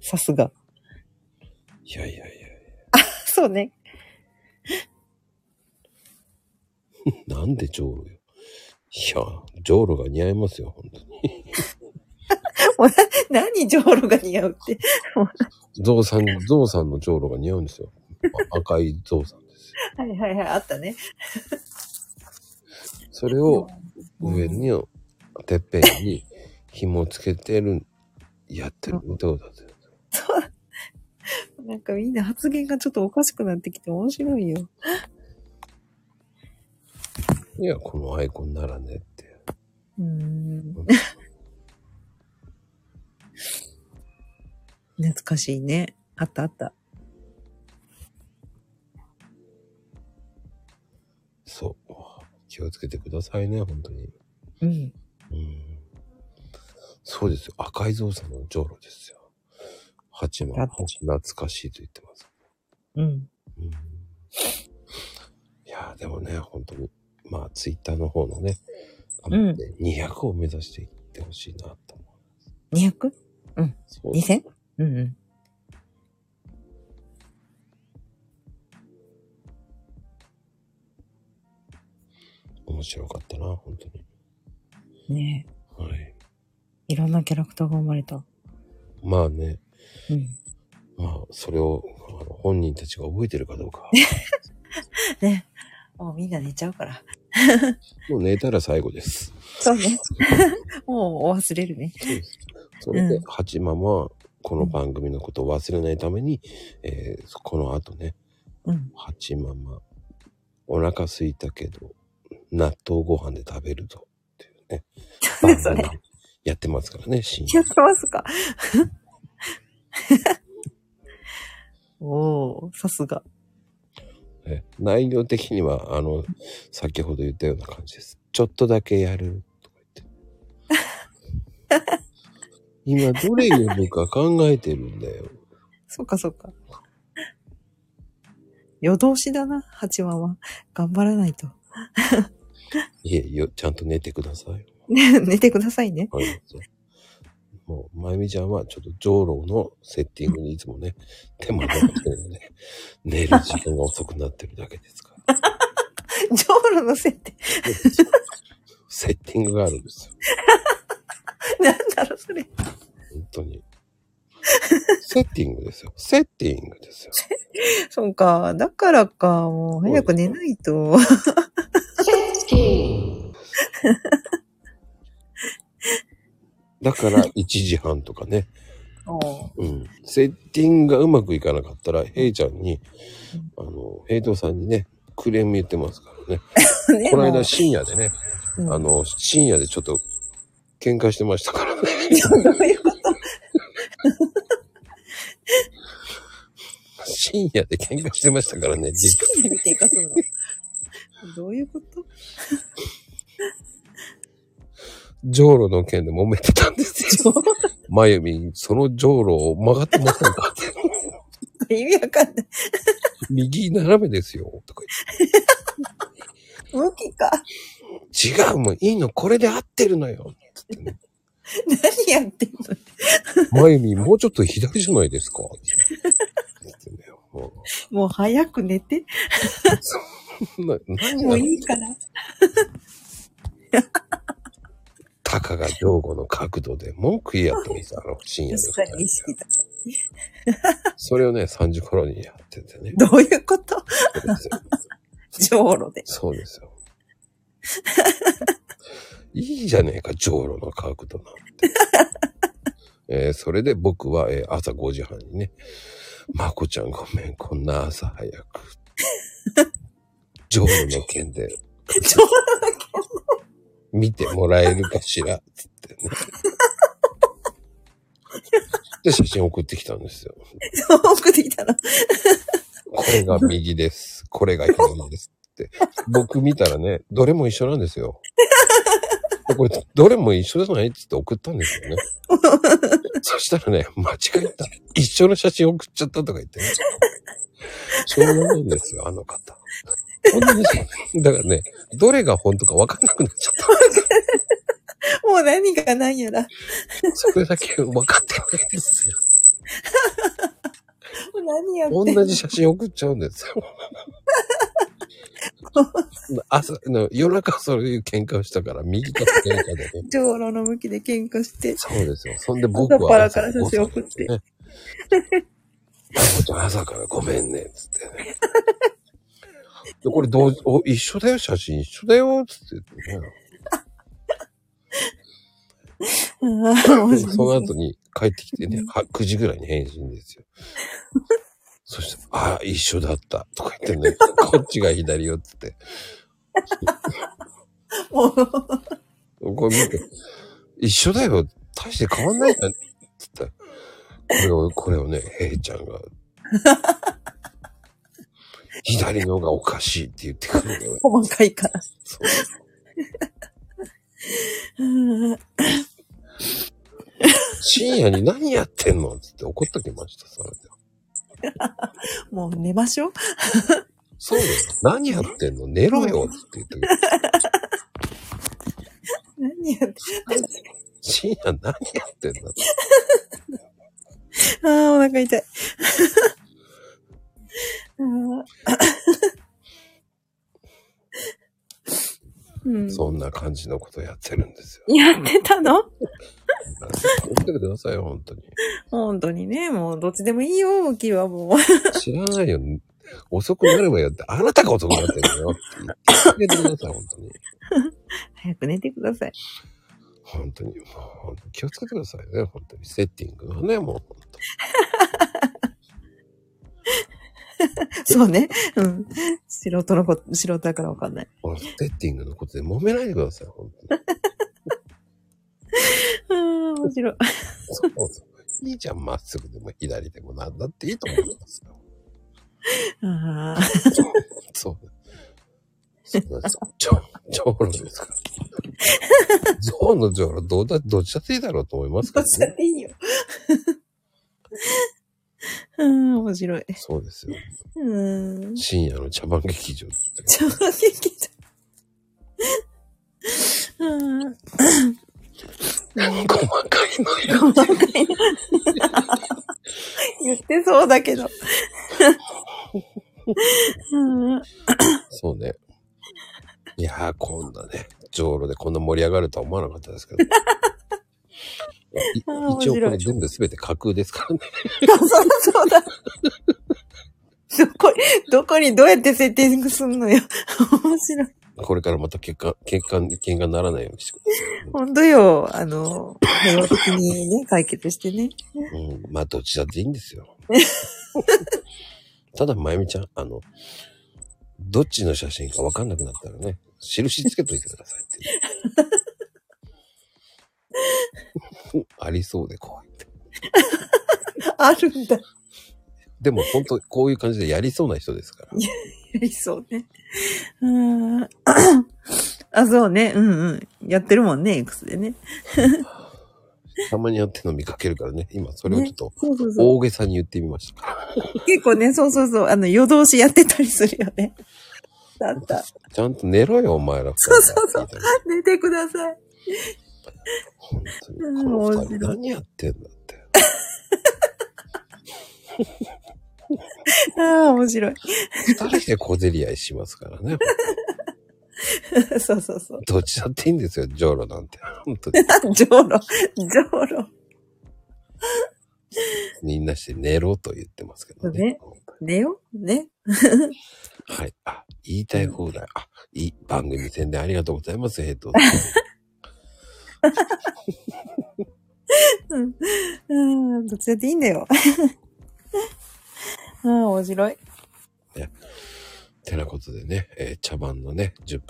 Speaker 4: さすが。 <laughs>
Speaker 3: いやいやい
Speaker 4: そうね。
Speaker 3: やなんで上路よいや上路が似合いますよ本当に
Speaker 4: もうな何、ジョーロが似合うって。 <laughs>
Speaker 3: ゾウさん、ゾウさんのジョーロが似合うんですよ。あ赤いゾウさんですよ。
Speaker 4: はいはいはい、あったね。
Speaker 3: それを上に、てっぺんに紐つけてる、やってるってことだって。
Speaker 4: なんかみんな発言がちょっとおかしくなってきて面白いよ。
Speaker 3: いや、このアイコンならねって。
Speaker 4: うーん。懐かしいね。あったあった。
Speaker 3: そう。気をつけてくださいね、本当に。
Speaker 4: うん。
Speaker 3: うん。そうですよ。赤いゾウさんのジョーロですよ。八幡、懐かしいと言ってます。
Speaker 4: うん。
Speaker 3: うんいやーでもね、本当に、まあ、ツイッターの方のね、あ
Speaker 4: うん
Speaker 3: 200を目指していってほしいなと思う。
Speaker 4: 200?2000?
Speaker 3: そう
Speaker 4: うんうん。
Speaker 3: 面白かったな、本当に。
Speaker 4: ねえ
Speaker 3: はい。
Speaker 4: いろんなキャラクターが生まれた。
Speaker 3: まあね、
Speaker 4: うん。
Speaker 3: まあ、それを、あの本人たちが覚えてるかどう
Speaker 4: <laughs>
Speaker 3: か。
Speaker 4: ね。もうみんな寝ちゃうから。
Speaker 3: もう寝たら最後です。
Speaker 4: そうね。もうお忘れる <laughs> ね。
Speaker 3: それで
Speaker 4: うん、
Speaker 3: 八幡は、この番組のことを忘れないために、えーこの後ね、
Speaker 4: うん。
Speaker 3: 八幡、お腹空いたけど、納豆ご飯で食べるぞっていうね。
Speaker 4: 何 <laughs> それ
Speaker 3: 番組やってますからね、深
Speaker 4: や
Speaker 3: 夜
Speaker 4: っ。てますかおー、さすが。
Speaker 3: え内容的には、あの、先ほど言ったような感じです。ちょっとだけやるとか言って。今、どれ読むか考えてるんだよ。
Speaker 4: そっかそっか。夜通しだな、八話は。頑張らないと。
Speaker 3: いえ、よ、ちゃんと寝てください。
Speaker 4: ね <laughs> 寝てくださいね。
Speaker 3: はい。もう、まゆみちゃんは、ちょっと、上老のセッティングにいつもね、手間がかけてるので、寝る時間が遅くなってるだけですから。
Speaker 4: ジョーロの設定。
Speaker 3: セッティングがあるんですよ。
Speaker 4: なんだろう、それ。
Speaker 3: 本当に。セッティングですよ。セッティングですよ。
Speaker 4: そうか。だからか。もう早く寝ないと。
Speaker 3: だから、1時半とかね。
Speaker 4: <laughs> お
Speaker 3: うん。セッティングがうまくいかなかったら、ヘイちゃんに、あの、ヘイトさんにね、クレーム言ってますからね。
Speaker 4: ー <laughs> ね
Speaker 3: この
Speaker 4: もう
Speaker 3: 間深夜でね、
Speaker 4: うん
Speaker 3: あの、深夜でちょっと喧嘩してましたからね。 <laughs>
Speaker 4: どういうこと
Speaker 3: 深夜で喧嘩してましたからね、実は。
Speaker 4: 深夜に手かすのどういう <laughs> こと
Speaker 3: ジョーロの件で揉めてたんですよ。まゆみ、そのジョーロを曲がって <laughs> ませんか
Speaker 4: 意味わかんない。
Speaker 3: 右斜めですよ。とか
Speaker 4: 向きか。
Speaker 3: 言って違う、もういいの、これで合ってるのよ。つってね
Speaker 4: 何やってんの
Speaker 3: まゆみ、もうちょっと左じゃないですか。つってねも
Speaker 4: もう早く寝て。
Speaker 3: うそんな何
Speaker 4: も
Speaker 3: が
Speaker 4: ういいから。
Speaker 3: たかが上後の角度で文句言い合ってみたの、深夜
Speaker 4: うっ
Speaker 3: の
Speaker 4: さり意識だ。
Speaker 3: それをね、3時頃にやってて
Speaker 4: <laughs>
Speaker 3: ね。
Speaker 4: どういうこと
Speaker 3: そうですよ
Speaker 4: 上路で。
Speaker 3: そうですよ。いいじゃねえか、上路の角度なんて。 <laughs> えーそれで僕は、えー朝5時半にね、まこちゃんごめん、こんな朝早く。上路の件で
Speaker 4: 上路
Speaker 3: 見てもらえるかしら、つってね。で、写真送ってきたんですよ。
Speaker 4: 送ってきたの。
Speaker 3: これが右です。これが左です。って。僕見たらね、どれも一緒なんですよ。でこれ、どれも一緒じゃないっつって送ったんですよね。そしたらね、間違えた。一緒の写真送っちゃったとか言ってね。しょうがないんですよ、あの方。本当に、だからね、どれが本当か分かんなくなっちゃった。
Speaker 4: もう何が何やら。も
Speaker 3: それだけ分かってないんですよ。
Speaker 4: う何やってんの。
Speaker 3: 同じ写真送っちゃうんですよ。朝の、夜中そういう喧嘩をしたから、右と左かでね
Speaker 4: 上路の向きで喧嘩して、
Speaker 3: そうですよ。そんで僕
Speaker 4: 朝
Speaker 3: は。
Speaker 4: っぱらから写真送って。
Speaker 3: あこちゃん朝からごめんね、つってね。でこれ同時お、一緒だよ、写真一緒だよ、つって言って
Speaker 4: うん
Speaker 3: ね。その後に帰ってきてね、は9時ぐらいに返信です
Speaker 4: <laughs>
Speaker 3: よ。そして、ああ、一緒だった、とか言ってね、こっちが左よ、つって。
Speaker 4: もう、
Speaker 3: これ見て、一緒だよ、大して変わんないじゃん、つって。これを、これをね、 <laughs> 平ちゃんが。左のがおかしいって言ってくるのよ。
Speaker 4: 細かいから。
Speaker 3: そう
Speaker 4: うん
Speaker 3: 深夜に何やってんのつって怒っときました、それで。
Speaker 4: もう寝ましょう。
Speaker 3: そうだよ。何やってんの寝ろよって言って。
Speaker 4: 何やって。
Speaker 3: 深夜何やってんの
Speaker 4: ああ、お腹痛い。あーうん、
Speaker 3: そんな感じのことやってるんですよ。
Speaker 4: やってたの
Speaker 3: <laughs> 気をつけてくださいよ、本当に。
Speaker 4: 本当にね、もうどっちでもいいよ、向きはもう。
Speaker 3: 知らないよ。遅くなればよって、あなたが遅くなってるのよ。気をつけてください、本当に。
Speaker 4: 早く寝てください。
Speaker 3: 本当に、もう本当に気をつけてくださいね、本当に。セッティングがね、もう本当に。
Speaker 4: そうね。うん。素人のこ、素人だからわかんない。
Speaker 3: このセッティングのことで揉めないでください、本当に。
Speaker 4: ああ、面白い。
Speaker 3: そうそう。いいじゃん、まっすぐでも左でもなんだっていいと思います <laughs> よ。
Speaker 4: ああ、
Speaker 3: そう。そうです。ちょ、ちょろですから。ゾウのジョロどうだ、どっちだっていいだろうと思いますけど
Speaker 4: どっちだ
Speaker 3: ね
Speaker 4: っ。ていいよ。ああ、面白い。
Speaker 3: そうですよ。
Speaker 4: うん。
Speaker 3: 深夜の茶番劇場 <laughs> って。
Speaker 4: ちょっと待ってうん。
Speaker 3: 細かいのよ。
Speaker 4: 細かいな。言ってそうだけど。うん。
Speaker 3: そうね。いやー、こんなね、ジョロでこんな盛り上がるとは思わなかったですけど。い
Speaker 4: <laughs> あー
Speaker 3: 一応これ
Speaker 4: 面白い
Speaker 3: 全部全て架空ですからね。
Speaker 4: そうだそうだ。どこ、どこにどうやってセッティングすんのよ。面白い。
Speaker 3: これからまた結果、結果、喧嘩にならないようにしてくださ
Speaker 4: ほんとよ。あの、平和的にね、解決してね。
Speaker 3: い。うん。まあ、どっちだっていいんですよ。 <laughs> ただ、まゆみちゃん、あの、どっちの写真かわかんなくなったらね、印つけといてくださいって。ありそうで <laughs> 怖いって。
Speaker 4: あるんだ。や
Speaker 3: でも本当こういう感じでやりそうな人ですから。
Speaker 4: りそうね。うん。あ、そうね。うんうん。やってるもんね、X でね。
Speaker 3: たまにやってるの見かけるからね、今それをちょっと
Speaker 4: そうそうそう。
Speaker 3: 大げさに言ってみましたから。
Speaker 4: 結構ね、そうそうそう。あの、夜通しやってたりするよね。だった。
Speaker 3: ちゃんと寝ろよ、お前ら。
Speaker 4: そうそうそう
Speaker 3: みたいな。
Speaker 4: 寝てください。
Speaker 3: 本当に。
Speaker 4: うん
Speaker 3: この
Speaker 4: 面白
Speaker 3: 二
Speaker 4: い
Speaker 3: 人何やってんだって。
Speaker 4: ああ、面白い。 <laughs>
Speaker 3: 二人で小競り合いしますからね。
Speaker 4: そうそうそう。
Speaker 3: どっちだっていいんですよ、ジョロなんて。本当に。
Speaker 4: ジョロ、ジョロ。
Speaker 3: みんなして寝ろと言ってますけどね。
Speaker 4: 寝ようね。
Speaker 3: はい。あ、言いたい放題。あ、いい番組宣伝ありがとうございます、ヘッド。
Speaker 4: うん。うん、どっちだっていいんだよ。 <laughs> うん、面白い。
Speaker 3: てなことでね、えー茶番のね、10分。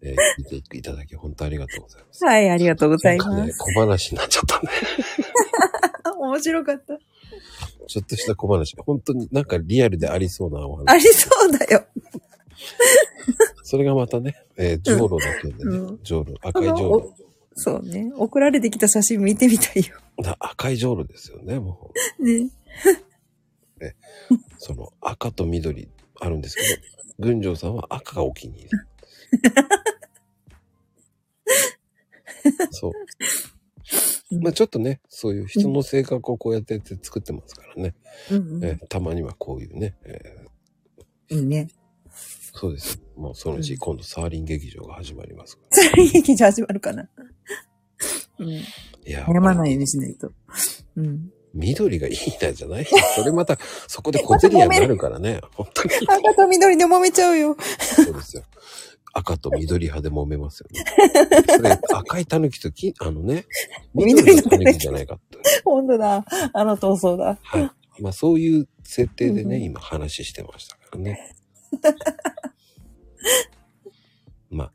Speaker 3: えー聞いていただき、本当ありがとうございます。
Speaker 4: はい、ありがとうござい
Speaker 3: なんか
Speaker 4: ま
Speaker 3: ね
Speaker 4: す。
Speaker 3: 小話になっちゃったね。
Speaker 4: あ面白かった。
Speaker 3: ちょっとした小話。本当になんかリアルでありそうなお
Speaker 4: あ
Speaker 3: 話。
Speaker 4: りそうだよ。
Speaker 3: それがまたね、えー、ジョーロだけでね、
Speaker 4: う
Speaker 3: ジョーロ、赤いジョーロ。
Speaker 4: そうね。送られてきた写真見てみたいよ。
Speaker 3: だ赤いジョーロですよね、もう。
Speaker 4: <laughs> ね。
Speaker 3: その赤と緑あるんですけど、群青さんは赤がお気に入り。そう。まあちょっとね、そういう人の性格をこうやってやって作ってますからね。
Speaker 4: うん、
Speaker 3: えーたまにはこういうね、え
Speaker 4: うん。いいね。
Speaker 3: ーそうです。もうそのうち今度サーリン劇場が始まりますか
Speaker 4: それ劇場始まるかな。うん。
Speaker 3: ら。いや、
Speaker 4: 悩まないようにしないと。うん。
Speaker 3: 緑がいいなじゃ
Speaker 4: <laughs>
Speaker 3: ないそれまた、そこで小競り合いになるからね。本当に。
Speaker 4: 赤と緑で揉めちゃうよ。
Speaker 3: そうですよ。赤と緑派で揉めますよね。それ赤い狸とき、あの
Speaker 4: <laughs>
Speaker 3: ね、緑
Speaker 4: 緑
Speaker 3: の
Speaker 4: の
Speaker 3: 狸じゃないかって。
Speaker 4: 本当だ。あの闘争だ。
Speaker 3: はい。まあそういう設定でね、
Speaker 4: うんうん
Speaker 3: 今話してましたから
Speaker 4: <laughs>
Speaker 3: ね。まあ、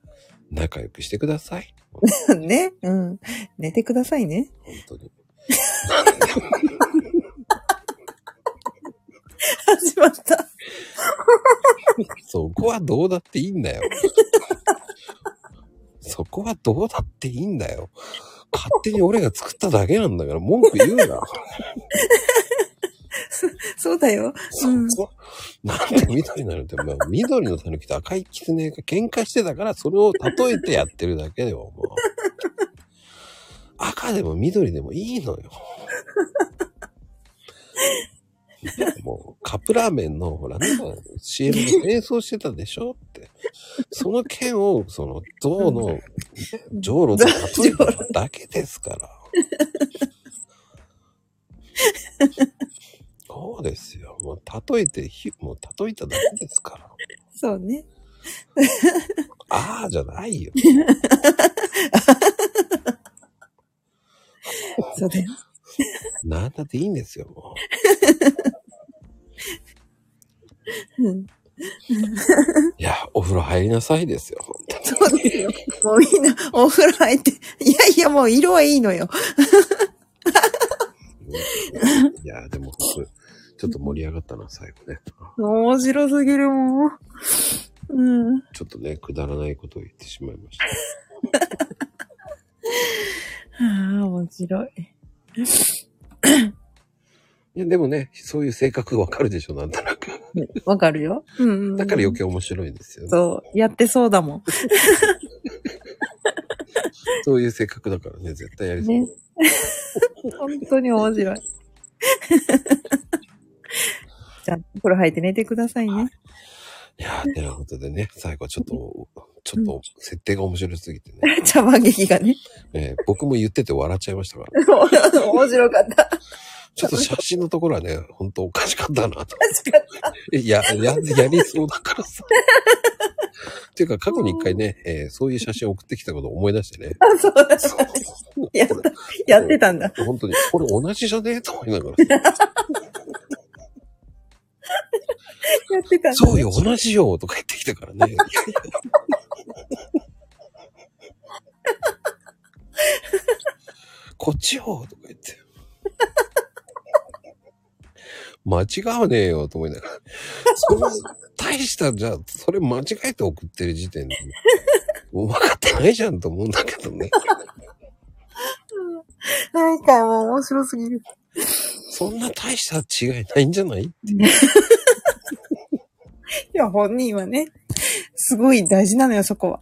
Speaker 3: 仲良くしてくださ
Speaker 4: <laughs>
Speaker 3: い。
Speaker 4: <laughs> ね。うん。寝てくださいね。
Speaker 3: 本当に。
Speaker 4: 始まった。
Speaker 3: そこはどうだっていいんだよ。そこはどうだっていいんだよ。勝手に俺が作っただけなんだから文句言うな。
Speaker 4: そうだよ。
Speaker 3: そ
Speaker 4: うん。
Speaker 3: こは、なんで緑なのって、まあ、緑の狸と赤い狐が喧嘩してたから、それを例えてやってるだけでも、 <laughs> もう。赤でも緑でもいいのよ。もう、カップラーメンの、ほらね、CM で演奏してたでしょって。その剣を、その、銅の、じょうろと例えただけですから。そうですよ。もう、例えて、ひもう、例えただけですから。
Speaker 4: そうね。
Speaker 3: ああじゃない
Speaker 4: <laughs>
Speaker 3: よ。
Speaker 4: そうだよ。
Speaker 3: なんだっていいんですよ、も
Speaker 4: うん。
Speaker 3: う。いや、お風呂入りなさいですよ、本当に
Speaker 4: そうですよ。もうみんなお風呂入って。いやいや、もう色はいいのよ。 <laughs>
Speaker 3: いや、でも、これちょっと盛り上がったな、最後ね。
Speaker 4: 面白すぎるもん。うん。
Speaker 3: ちょっとね、くだらないことを言ってしまいました。
Speaker 4: ああ、面白い。
Speaker 3: いや、でもね、そういう性格わかるでしょ、なんとなく。
Speaker 4: わかるよ。うんうんうん。
Speaker 3: だから余計面白いんですよね。
Speaker 4: そう。やってそうだもん。
Speaker 3: そういう性格だからね、絶対やりそう。
Speaker 4: ね。本当に面白い。 <laughs> じゃあ、お風呂入って寝てくださいね。
Speaker 3: いやー、てなことでね、最後はちょっと、ちょっと、設定が面白すぎてね、
Speaker 4: 茶番劇がね。
Speaker 3: えー僕も言ってて笑っちゃいました
Speaker 4: <laughs>
Speaker 3: から。
Speaker 4: 面白かった。
Speaker 3: ちょっと写真のところはね、ほんとおかしかったなと。
Speaker 4: 確か
Speaker 3: いや、や、やりそうだからさ。っていうか、過去に一回ね、えーそういう写真送ってきたことを思い出してね。
Speaker 4: に。そうだやった
Speaker 3: <laughs> これ
Speaker 4: やってたんだ。
Speaker 3: 本当に、これ同じじゃねえと思いながら。
Speaker 4: やってたんだ
Speaker 3: そうよ、同じよ、とか言ってきたからね。こっちよ、とか言って。間違わねえよ、と思いながら。それ、大した、じゃあ、それ間違えて送ってる時点で、分かってないじゃんと思うんだけどね。
Speaker 4: なんかもう面白すぎる。
Speaker 3: そんな大した違いないんじゃない
Speaker 4: いや、本人はね、すごい大事なのよ、そこは。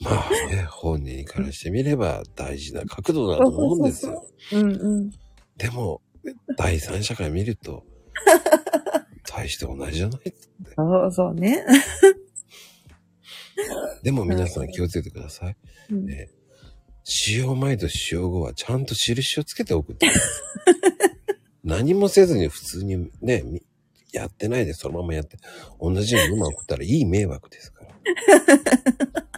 Speaker 3: まあね、本人からしてみれば大事な角度だと思うんですよ。
Speaker 4: うんうん。
Speaker 3: でも、第三者から見る
Speaker 4: <laughs>
Speaker 3: と、大して同じじゃない
Speaker 4: そうそうね。
Speaker 3: でも皆さん気をつけてください。
Speaker 4: うん
Speaker 3: ね使用前と使用後はちゃんと印をつけておく
Speaker 4: <laughs>
Speaker 3: って。何もせずに普通にね、みやってないでそのままやって、同じように今送ったらいい迷惑です
Speaker 4: <laughs>
Speaker 3: から。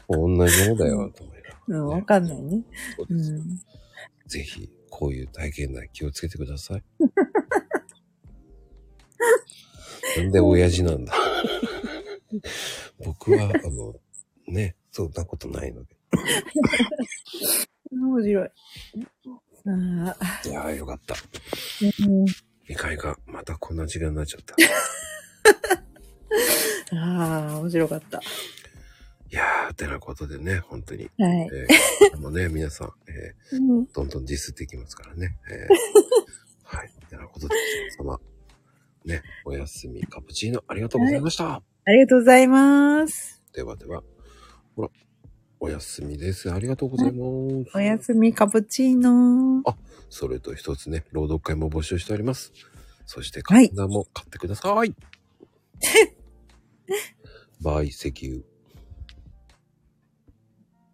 Speaker 3: 同じのだよ、と思いながら
Speaker 4: うん、わかんないね。
Speaker 3: そう
Speaker 4: う
Speaker 3: ですよ
Speaker 4: ん。
Speaker 3: ぜひ、こういう体験談気をつけてくだ
Speaker 4: <laughs>
Speaker 3: さい。なんで親父なんだ。僕は、あの、ね、そんなことないので。
Speaker 4: 面白い。ああ、
Speaker 3: いやーよかった。
Speaker 4: う
Speaker 3: 2回がまたこんな時間になっちゃった。
Speaker 4: ん、ああ、面白かった。
Speaker 3: いやー、てなことでね、本当に。
Speaker 4: はい。
Speaker 3: えー、でもね、皆さん、え
Speaker 4: うん
Speaker 3: ーどんどんディスっていきますからね。えー
Speaker 4: <laughs>
Speaker 3: はい。てなことで、皆様、ね、おやすみ、カプチーノ、ありがとうございました。
Speaker 4: ありがとうございます。
Speaker 3: ではでは。ほら、おやすみです。ありがとうございます。
Speaker 4: おやすみ、カプチーノ。
Speaker 3: それと一つね、朗読会も募集しております。そして、カ
Speaker 4: はい
Speaker 3: レ
Speaker 4: <laughs>
Speaker 3: ンダーも買ってください。バイ石油。